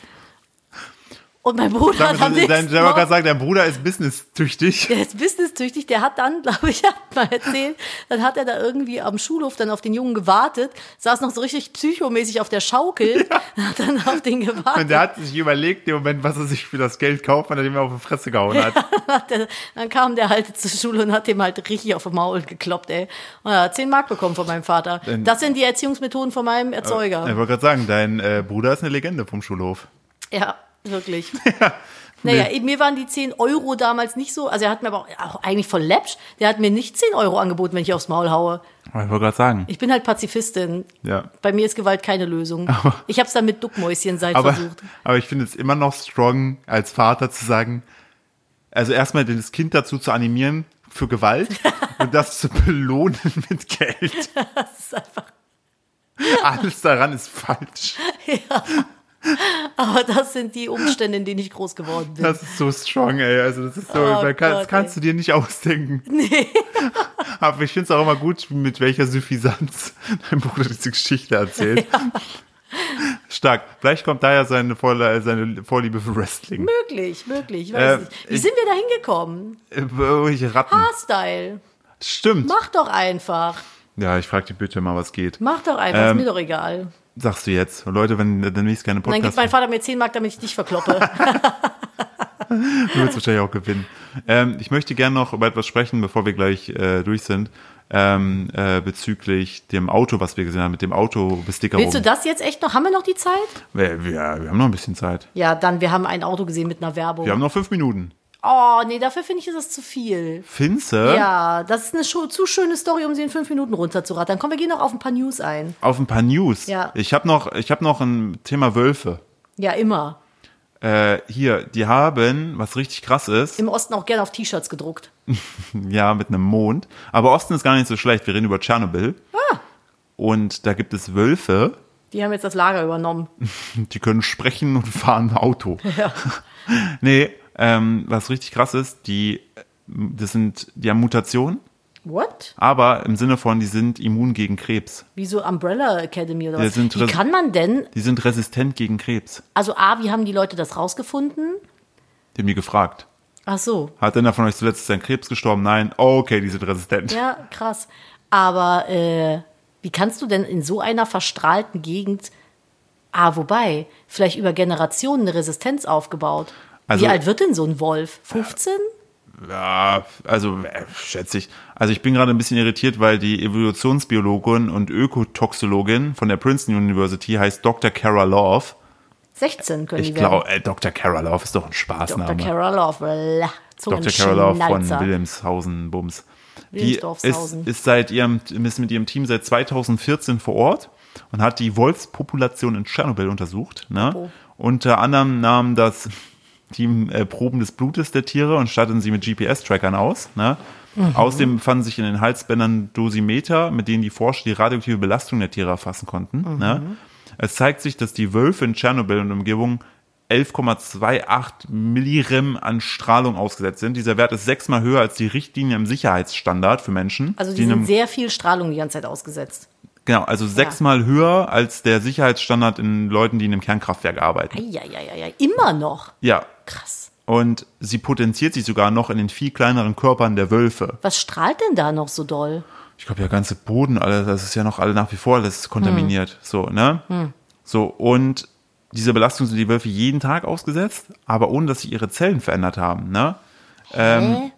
Speaker 2: Und mein Bruder
Speaker 1: Dein,
Speaker 2: hat am
Speaker 1: dein,
Speaker 2: nächsten
Speaker 1: dein, Jabba
Speaker 2: Morgen-
Speaker 1: kann sagen, dein Bruder ist businesstüchtig.
Speaker 2: der ist businesstüchtig, der hat dann, glaube ich, hat mal erzählt, dann hat er da irgendwie am Schulhof dann auf den Jungen gewartet, saß noch so richtig psychomäßig auf der Schaukel, hat dann auf den
Speaker 1: Und
Speaker 2: gewartet.
Speaker 1: der hat sich überlegt, im Moment, was er sich für das Geld kauft, weil er dem auf die Fresse gehauen hat.
Speaker 2: Hat der, dann kam der halt zur Schule und hat dem halt richtig auf den Maul gekloppt, ey. Und er hat 10 Mark bekommen von meinem Vater.
Speaker 1: Dann-
Speaker 2: Das sind die Erziehungsmethoden von meinem
Speaker 1: Ich
Speaker 2: Erzeuger.
Speaker 1: wollte gerade sagen, dein äh, Bruder ist eine Legende vom Schulhof.
Speaker 2: Ja, wirklich. Naja, eben, mir waren die 10 Euro damals nicht so, also er hat mir aber auch, auch eigentlich voll läppsch, der hat mir nicht 10 Euro angeboten, wenn ich aufs Maul haue.
Speaker 1: Aber Ich wollte gerade sagen.
Speaker 2: Ich bin halt Pazifistin.
Speaker 1: Ja.
Speaker 2: Bei mir ist Gewalt keine Lösung. ich habe es dann mit Duckmäuschen seit
Speaker 1: Aber,
Speaker 2: versucht.
Speaker 1: aber ich finde es immer noch strong, als Vater zu sagen, also erstmal das Kind dazu zu animieren für Gewalt und das zu belohnen mit Geld.
Speaker 2: Das ist einfach.
Speaker 1: Alles daran ist falsch.
Speaker 2: Aber das sind die Umstände, in denen ich groß geworden bin.
Speaker 1: Das ist so strong, ey. Also das ist so,
Speaker 2: Oh
Speaker 1: man kann, das
Speaker 2: Gott,
Speaker 1: kannst du dir nicht ausdenken. Nee. Aber ich finde es auch immer gut, mit welcher Suffisanz dein Bruder diese Geschichte erzählt. Stark. Vielleicht kommt daher seine, Vorle seine Vorliebe für Wrestling.
Speaker 2: Möglich, möglich, ich weiß
Speaker 1: Äh,
Speaker 2: nicht. Wie
Speaker 1: ich-
Speaker 2: sind wir da hingekommen?
Speaker 1: Äh, Irgendwelche Ratten.
Speaker 2: Haarstyle.
Speaker 1: Stimmt.
Speaker 2: Mach doch einfach.
Speaker 1: Ja, ich frage dich bitte mal, was geht.
Speaker 2: Mach doch einfach,
Speaker 1: Ähm,
Speaker 2: ist mir doch egal.
Speaker 1: Sagst du jetzt. Und Leute, wenn äh, demnächst keine
Speaker 2: Und dann gibt
Speaker 1: Podcasts
Speaker 2: mein Vater mir 10 Mark, damit ich dich verkloppe.
Speaker 1: Du wirst wahrscheinlich auch gewinnen. Ähm, ich möchte gerne noch über etwas sprechen, bevor wir gleich äh, durch sind. Ähm, äh, bezüglich dem Auto, was wir gesehen haben, mit dem Autobesticker
Speaker 2: Willst du
Speaker 1: oben.
Speaker 2: das jetzt echt noch? Haben wir noch die Zeit?
Speaker 1: Wir, wir, wir haben noch ein bisschen Zeit.
Speaker 2: Ja, dann, wir haben ein Auto gesehen mit einer
Speaker 1: Wir haben
Speaker 2: Werbung.
Speaker 1: noch fünf Minuten.
Speaker 2: Oh, nee, dafür finde ich, ist das zu viel.
Speaker 1: Finze
Speaker 2: Ja, das ist eine scho- zu schöne Story, um sie in fünf Minuten runterzurattern. Komm, wir gehen noch auf ein paar News ein.
Speaker 1: auf ein paar News.
Speaker 2: Ja.
Speaker 1: Ich habe noch, ich hab noch ein Thema Wölfe.
Speaker 2: Ja, immer.
Speaker 1: Äh, hier, die haben, was richtig krass ist,
Speaker 2: Im Osten auch gerne auf T-Shirts gedruckt.
Speaker 1: ja, mit einem Mond. Aber Osten ist gar nicht so schlecht. Wir reden über Tschernobyl. Ah. Und da gibt es Wölfe,
Speaker 2: Die haben jetzt das Lager übernommen.
Speaker 1: die können sprechen und fahren ein Auto. Nee, ähm, was richtig krass ist, die, das sind, die haben Mutationen,
Speaker 2: What?
Speaker 1: aber im Sinne von, die sind immun gegen Krebs.
Speaker 2: Wieso Umbrella Academy oder
Speaker 1: Ja,
Speaker 2: was?
Speaker 1: sind
Speaker 2: Wie
Speaker 1: res-
Speaker 2: kann man denn,
Speaker 1: Die sind resistent gegen Krebs.
Speaker 2: also A, wie haben die Leute das rausgefunden?
Speaker 1: Die haben die gefragt.
Speaker 2: Ach so,
Speaker 1: Hat einer von euch zuletzt an Krebs gestorben? Nein. Oh, okay, die sind resistent.
Speaker 2: ja, krass. Aber äh, wie kannst du denn in so einer verstrahlten Gegend, ah, wobei, vielleicht über Generationen eine Resistenz aufgebaut?
Speaker 1: Also-
Speaker 2: wie alt wird denn so ein Wolf? 15?
Speaker 1: Ja, also äh, schätze ich. Also ich bin gerade ein bisschen irritiert, weil die Evolutionsbiologin und Ökotoxologin von der Princeton University heißt Dr. Kara Love.
Speaker 2: 16 können
Speaker 1: Ich
Speaker 2: die werden.
Speaker 1: glaube, äh, Dr. Kara Love ist doch ein Spaßname.
Speaker 2: Dr. Carol Love.
Speaker 1: Dr. Carola von Wilhelmshausen Bums. Die ist,
Speaker 2: Wilhelmsdorfshausen.
Speaker 1: ist, seit ihrem, ist mit ihrem Team seit 2014 vor Ort und hat die Wolfspopulation in Tschernobyl untersucht. Ne?
Speaker 2: Apropos.
Speaker 1: Unter anderem nahm das Team äh, Proben des Blutes der Tiere und statteten sie mit GPS-Trackern aus. Ne? Außerdem befanden sich in den Halsbändern Dosimeter, mit denen die Forscher die radioaktive Belastung der Tiere erfassen konnten. Ne? Es zeigt sich, dass die Wölfe in Tschernobyl und Umgebung 11,28 Millirem an Strahlung ausgesetzt sind. Dieser Wert ist sechsmal höher als die Richtlinie im Sicherheitsstandard für Menschen.
Speaker 2: Also
Speaker 1: die
Speaker 2: die
Speaker 1: in
Speaker 2: sind
Speaker 1: einem-
Speaker 2: sehr viel Strahlung die ganze Zeit ausgesetzt.
Speaker 1: genau, also sechsmal höher als der Sicherheitsstandard in Leuten, die in einem Kernkraftwerk arbeiten.
Speaker 2: Eieieiei, immer noch.
Speaker 1: Ja,
Speaker 2: Krass.
Speaker 1: und sie potenziert sich sogar noch in den viel kleineren Körpern der Wölfe.
Speaker 2: Was strahlt denn da noch so doll?
Speaker 1: Ich glaube, der ganze Boden, alles, das ist ja noch alle nach wie vor alles kontaminiert.
Speaker 2: Hm.
Speaker 1: So, ne? So, und diese Belastung sind die Wölfe jeden Tag ausgesetzt, aber ohne dass sich ihre Zellen verändert haben, ne?
Speaker 2: Ähm,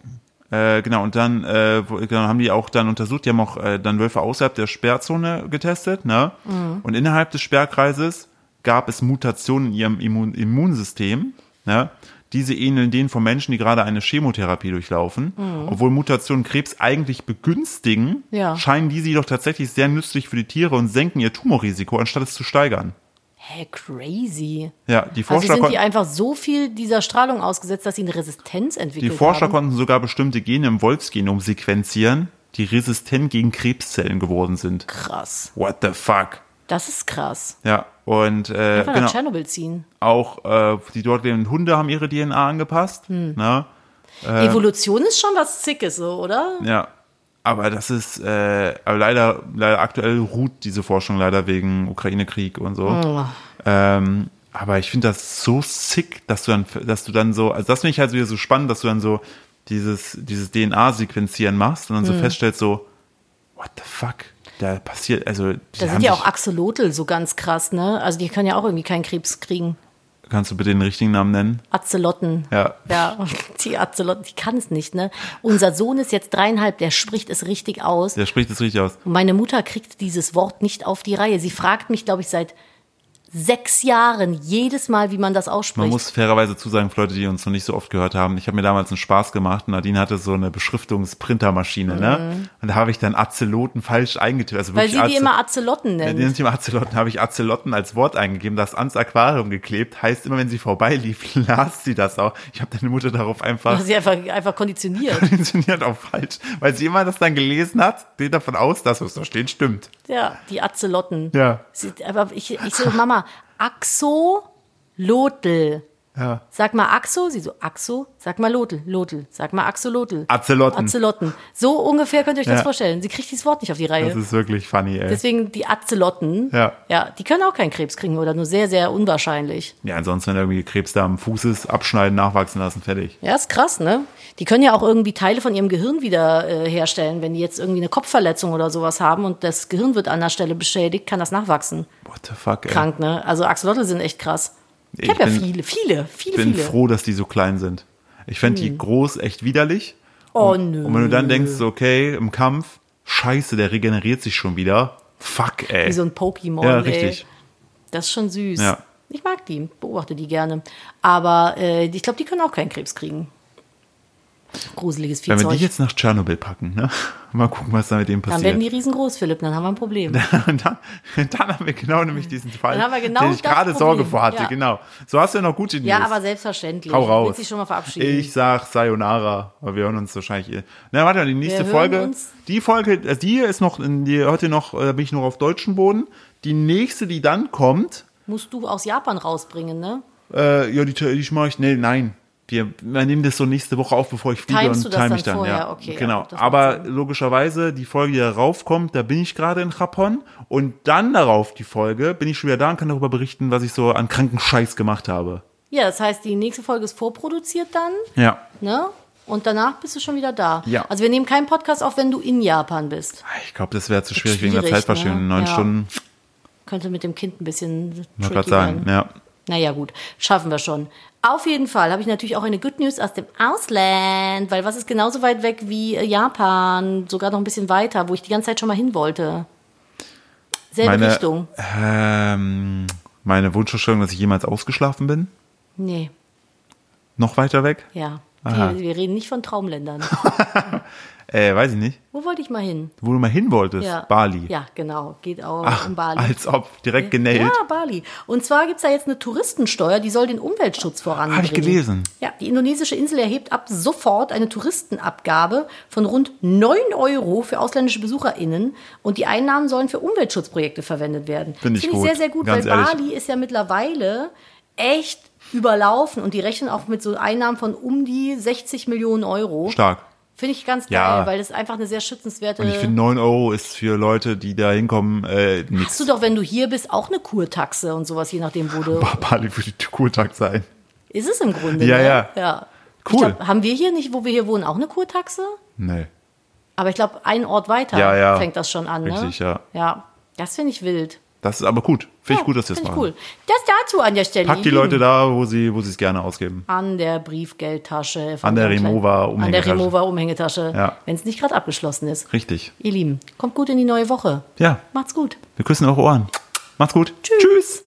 Speaker 1: Äh, genau, und dann äh, wo- genau, haben die auch dann untersucht, die haben auch äh, dann Wölfe außerhalb der Sperrzone getestet, ne?
Speaker 2: Mhm.
Speaker 1: Und innerhalb des Sperrkreises gab es Mutationen in ihrem Immun Immunsystem, ne? Diese ähneln denen von Menschen, die gerade eine Chemotherapie durchlaufen. Obwohl Mutationen Krebs eigentlich begünstigen,
Speaker 2: Mhm. Ja.
Speaker 1: scheinen diese jedoch tatsächlich sehr nützlich für die Tiere und senken ihr Tumorrisiko, anstatt es zu steigern.
Speaker 2: Hä, crazy.
Speaker 1: Ja, die
Speaker 2: Also
Speaker 1: Forscher
Speaker 2: sind
Speaker 1: konnten.
Speaker 2: die einfach so viel dieser Strahlung ausgesetzt, dass sie eine Resistenz entwickelt
Speaker 1: Die Forscher
Speaker 2: haben.
Speaker 1: konnten sogar bestimmte Gene im Wolfsgenom sequenzieren, die resistent gegen Krebszellen geworden sind.
Speaker 2: Krass.
Speaker 1: What the fuck?
Speaker 2: Das ist krass.
Speaker 1: Ja, und äh,
Speaker 2: Einfach
Speaker 1: genau,
Speaker 2: nach Tschernobyl ziehen.
Speaker 1: auch äh, die dort lebenden Hunde haben ihre DNA angepasst.
Speaker 2: Hm.
Speaker 1: Ne?
Speaker 2: Evolution ist schon was Zickes, so, oder?
Speaker 1: Ja. Aber das ist, äh, aber leider, leider aktuell ruht diese Forschung leider wegen Ukraine-Krieg und so.
Speaker 2: Oh.
Speaker 1: Ähm, aber ich finde das so sick, dass du dann, dass du dann so, also das finde ich halt wieder so spannend, dass du dann so dieses, dieses DNA-Sequenzieren machst und dann so
Speaker 2: Hm.
Speaker 1: feststellst, so, what the fuck? Da passiert, also, die
Speaker 2: Da sind ja auch Axolotl so ganz krass, ne? Also die können ja auch irgendwie keinen Krebs kriegen.
Speaker 1: kannst du bitte den richtigen Namen nennen?
Speaker 2: Azelotten.
Speaker 1: Ja.
Speaker 2: Ja, die Azelotten, die kann es nicht, ne? Unser Sohn ist jetzt dreieinhalb, der spricht es richtig aus.
Speaker 1: Der spricht es richtig aus.
Speaker 2: Und meine Mutter kriegt dieses Wort nicht auf die Reihe. Sie fragt mich, glaube ich, seit sechs Jahren jedes Mal, wie man das ausspricht.
Speaker 1: Man muss fairerweise zusagen, für Leute, die uns noch nicht so oft gehört haben, ich habe mir damals einen Spaß gemacht. Nadine hatte so eine Beschriftungsprintermaschine, ne? Und da habe ich dann Azeloten falsch eingetippt. Also
Speaker 2: Mhm. weil
Speaker 1: wirklich
Speaker 2: sie die
Speaker 1: Aze-
Speaker 2: immer Azelotten
Speaker 1: Ja,
Speaker 2: nennt.
Speaker 1: nennt sie immer Azelotten, habe ich Azelotten als Wort eingegeben, das ans Aquarium geklebt. Heißt, immer wenn sie vorbeilief, las sie das auch. Ich habe deine Mutter darauf einfach
Speaker 2: Also sie einfach, einfach konditioniert.
Speaker 1: konditioniert auf falsch. Weil sie immer das dann gelesen hat, geht davon aus, dass was da steht, stimmt.
Speaker 2: Ja, die Azelotten.
Speaker 1: Ja.
Speaker 2: Sie, aber ich, ich so, Mama, Axolotl.
Speaker 1: Ja.
Speaker 2: Sag mal Axo, sie so Axo, sag mal Lotl, Lotl, sag mal Axolotl.
Speaker 1: Azelotten.
Speaker 2: Azelotten. So ungefähr könnt ihr euch
Speaker 1: Ja.
Speaker 2: das vorstellen. Sie kriegt dieses Wort nicht auf die
Speaker 1: Das
Speaker 2: Reihe.
Speaker 1: ist wirklich funny, ey.
Speaker 2: Deswegen die Azelotten,
Speaker 1: Ja.
Speaker 2: ja, die können auch keinen Krebs kriegen oder nur sehr, sehr unwahrscheinlich.
Speaker 1: Ja, ansonsten, wenn irgendwie Krebs da am Fuß ist, abschneiden, nachwachsen lassen, fertig.
Speaker 2: Ja, ist krass, ne? Die können ja auch irgendwie Teile von ihrem Gehirn wieder äh, herstellen. Wenn die jetzt irgendwie eine Kopfverletzung oder sowas haben und das Gehirn wird an der Stelle beschädigt, kann das nachwachsen.
Speaker 1: What the fuck, ey.
Speaker 2: krank, ne? Also Axolotl sind echt krass. Ich,
Speaker 1: Ich
Speaker 2: hab habe ja
Speaker 1: bin-
Speaker 2: viele, viele, viele,
Speaker 1: Ich bin
Speaker 2: viele.
Speaker 1: froh, dass die so klein sind. Ich fände die groß echt widerlich.
Speaker 2: Oh
Speaker 1: und,
Speaker 2: nö.
Speaker 1: Und wenn du dann denkst, so, okay, im Kampf, scheiße, der regeneriert sich schon wieder. Fuck, ey.
Speaker 2: Wie so ein Pokémon.
Speaker 1: ja,
Speaker 2: Ey.
Speaker 1: richtig.
Speaker 2: Das ist schon süß.
Speaker 1: Ja.
Speaker 2: Ich mag die, beobachte die gerne. Aber äh, ich glaube, die können auch keinen Krebs kriegen. Gruseliges
Speaker 1: Wenn wir
Speaker 2: Viehzeug.
Speaker 1: die jetzt nach Tschernobyl packen, ne? Mal gucken, was da mit dem
Speaker 2: dann werden
Speaker 1: passiert.
Speaker 2: die riesengroß, Philipp, dann haben wir ein Problem.
Speaker 1: und dann, dann haben wir genau nämlich diesen Fall,
Speaker 2: Dann haben wir genau
Speaker 1: den ich
Speaker 2: das
Speaker 1: gerade
Speaker 2: Problem.
Speaker 1: Sorge vor hatte.
Speaker 2: Ja.
Speaker 1: Genau. So hast du ja noch gute News.
Speaker 2: ja, aber selbstverständlich.
Speaker 1: Hau
Speaker 2: Ich
Speaker 1: raus.
Speaker 2: will dich schon mal verabschieden.
Speaker 1: Ich sag Sayonara, aber wir hören uns wahrscheinlich. eh- Na, warte mal, die nächste
Speaker 2: hören
Speaker 1: Folge.
Speaker 2: uns-
Speaker 1: Die Folge, also die ist noch, in- die heute noch, äh, bin ich noch auf deutschem Boden. Die nächste, die dann kommt,
Speaker 2: Musst du aus Japan rausbringen, ne?
Speaker 1: äh, ja, die, die schmeiß ich, nee, nein. Wir, wir nehmen das so nächste Woche auf, bevor ich fliege
Speaker 2: Timest du
Speaker 1: und
Speaker 2: das
Speaker 1: time
Speaker 2: dann
Speaker 1: ich dann. ja.
Speaker 2: vorher? Okay, ja,
Speaker 1: genau.
Speaker 2: gut, das macht
Speaker 1: Aber logischerweise, die Folge, die da raufkommt, da bin ich gerade in Japon und dann darauf die Folge, bin ich schon wieder da und kann darüber berichten, was ich so an kranken Scheiß gemacht habe.
Speaker 2: Ja, das heißt, die nächste Folge ist vorproduziert dann,
Speaker 1: Ja.
Speaker 2: ne? Und danach bist du schon wieder da.
Speaker 1: Ja.
Speaker 2: Also wir nehmen keinen Podcast auf, wenn du in Japan bist.
Speaker 1: Ah, Ich glaube, das wäre zu schwierig, wegen der
Speaker 2: schwierig,
Speaker 1: Zeitverschiebung.
Speaker 2: ne?
Speaker 1: Neun
Speaker 2: Ja.
Speaker 1: Stunden,
Speaker 2: Könnte mit dem Kind ein bisschen
Speaker 1: muss
Speaker 2: tricky
Speaker 1: gerade sagen.
Speaker 2: sein.
Speaker 1: Ja.
Speaker 2: Naja, gut, schaffen wir schon. Auf jeden Fall habe ich natürlich auch eine Good News aus dem Ausland, weil was ist genauso weit weg wie äh, Japan, sogar noch ein bisschen weiter, wo ich die ganze Zeit schon mal hin wollte. Selbe
Speaker 1: meine,
Speaker 2: Richtung.
Speaker 1: Ähm, meine Wunschvorstellung, dass ich jemals ausgeschlafen bin,
Speaker 2: Nee,
Speaker 1: noch weiter weg?
Speaker 2: ja.
Speaker 1: Aha.
Speaker 2: Wir, wir reden nicht von Traumländern.
Speaker 1: Äh, weiß ich nicht.
Speaker 2: Wo wollte ich mal hin?
Speaker 1: Wo du mal hin wolltest,
Speaker 2: Ja.
Speaker 1: Bali.
Speaker 2: Ja, genau. Geht auch
Speaker 1: Ach,
Speaker 2: um Bali.
Speaker 1: Als ob, direkt genäht.
Speaker 2: Ja, Bali. Und zwar gibt's da jetzt eine Touristensteuer, die soll den Umweltschutz voranbringen.
Speaker 1: Hab ich gelesen.
Speaker 2: Ja, die indonesische Insel erhebt ab sofort eine Touristenabgabe von rund 9 Euro für ausländische BesucherInnen und die Einnahmen sollen für Umweltschutzprojekte verwendet werden.
Speaker 1: Find ich
Speaker 2: Finde ich
Speaker 1: gut,
Speaker 2: sehr, sehr gut,
Speaker 1: ganz
Speaker 2: weil
Speaker 1: ehrlich.
Speaker 2: Bali ist ja mittlerweile echt überlaufen und die rechnen auch mit so Einnahmen von um die 60 Millionen Euro.
Speaker 1: Stark.
Speaker 2: Finde ich ganz geil,
Speaker 1: Ja.
Speaker 2: weil das einfach eine sehr schützenswerte.
Speaker 1: Und ich finde, 9 Euro ist für Leute, die da hinkommen, äh, nichts.
Speaker 2: Hast du doch, wenn du hier bist, auch eine Kurtaxe und sowas, je nachdem, wo du.
Speaker 1: Boah, Bali würde Kurtag sein.
Speaker 2: Ist es im Grunde.
Speaker 1: Ja,
Speaker 2: ne?
Speaker 1: ja.
Speaker 2: ja. Ich
Speaker 1: Cool.
Speaker 2: Glaub, haben wir hier nicht, wo wir hier wohnen, auch eine Kurtaxe?
Speaker 1: Nee.
Speaker 2: Aber ich glaube, einen Ort weiter
Speaker 1: Ja, ja.
Speaker 2: fängt das schon an. Ne?
Speaker 1: Richtig, ja.
Speaker 2: Ja, das finde ich wild.
Speaker 1: Das ist aber gut. Finde ich
Speaker 2: Ja,
Speaker 1: gut, dass wir es
Speaker 2: find ich
Speaker 1: machen.
Speaker 2: Cool. Mhm. Das dazu an der Stelle.
Speaker 1: Pack die Leute da, wo sie wo sie es gerne ausgeben.
Speaker 2: An der Briefgeldtasche. von
Speaker 1: An der Remova-Umhängetasche.
Speaker 2: An der Remova-Umhängetasche.
Speaker 1: Ja.
Speaker 2: Wenn es nicht gerade abgeschlossen ist.
Speaker 1: Richtig.
Speaker 2: Ihr Lieben, kommt gut in die neue Woche.
Speaker 1: Ja,
Speaker 2: Macht's gut.
Speaker 1: wir küssen eure Ohren. Macht's gut. Tschüss.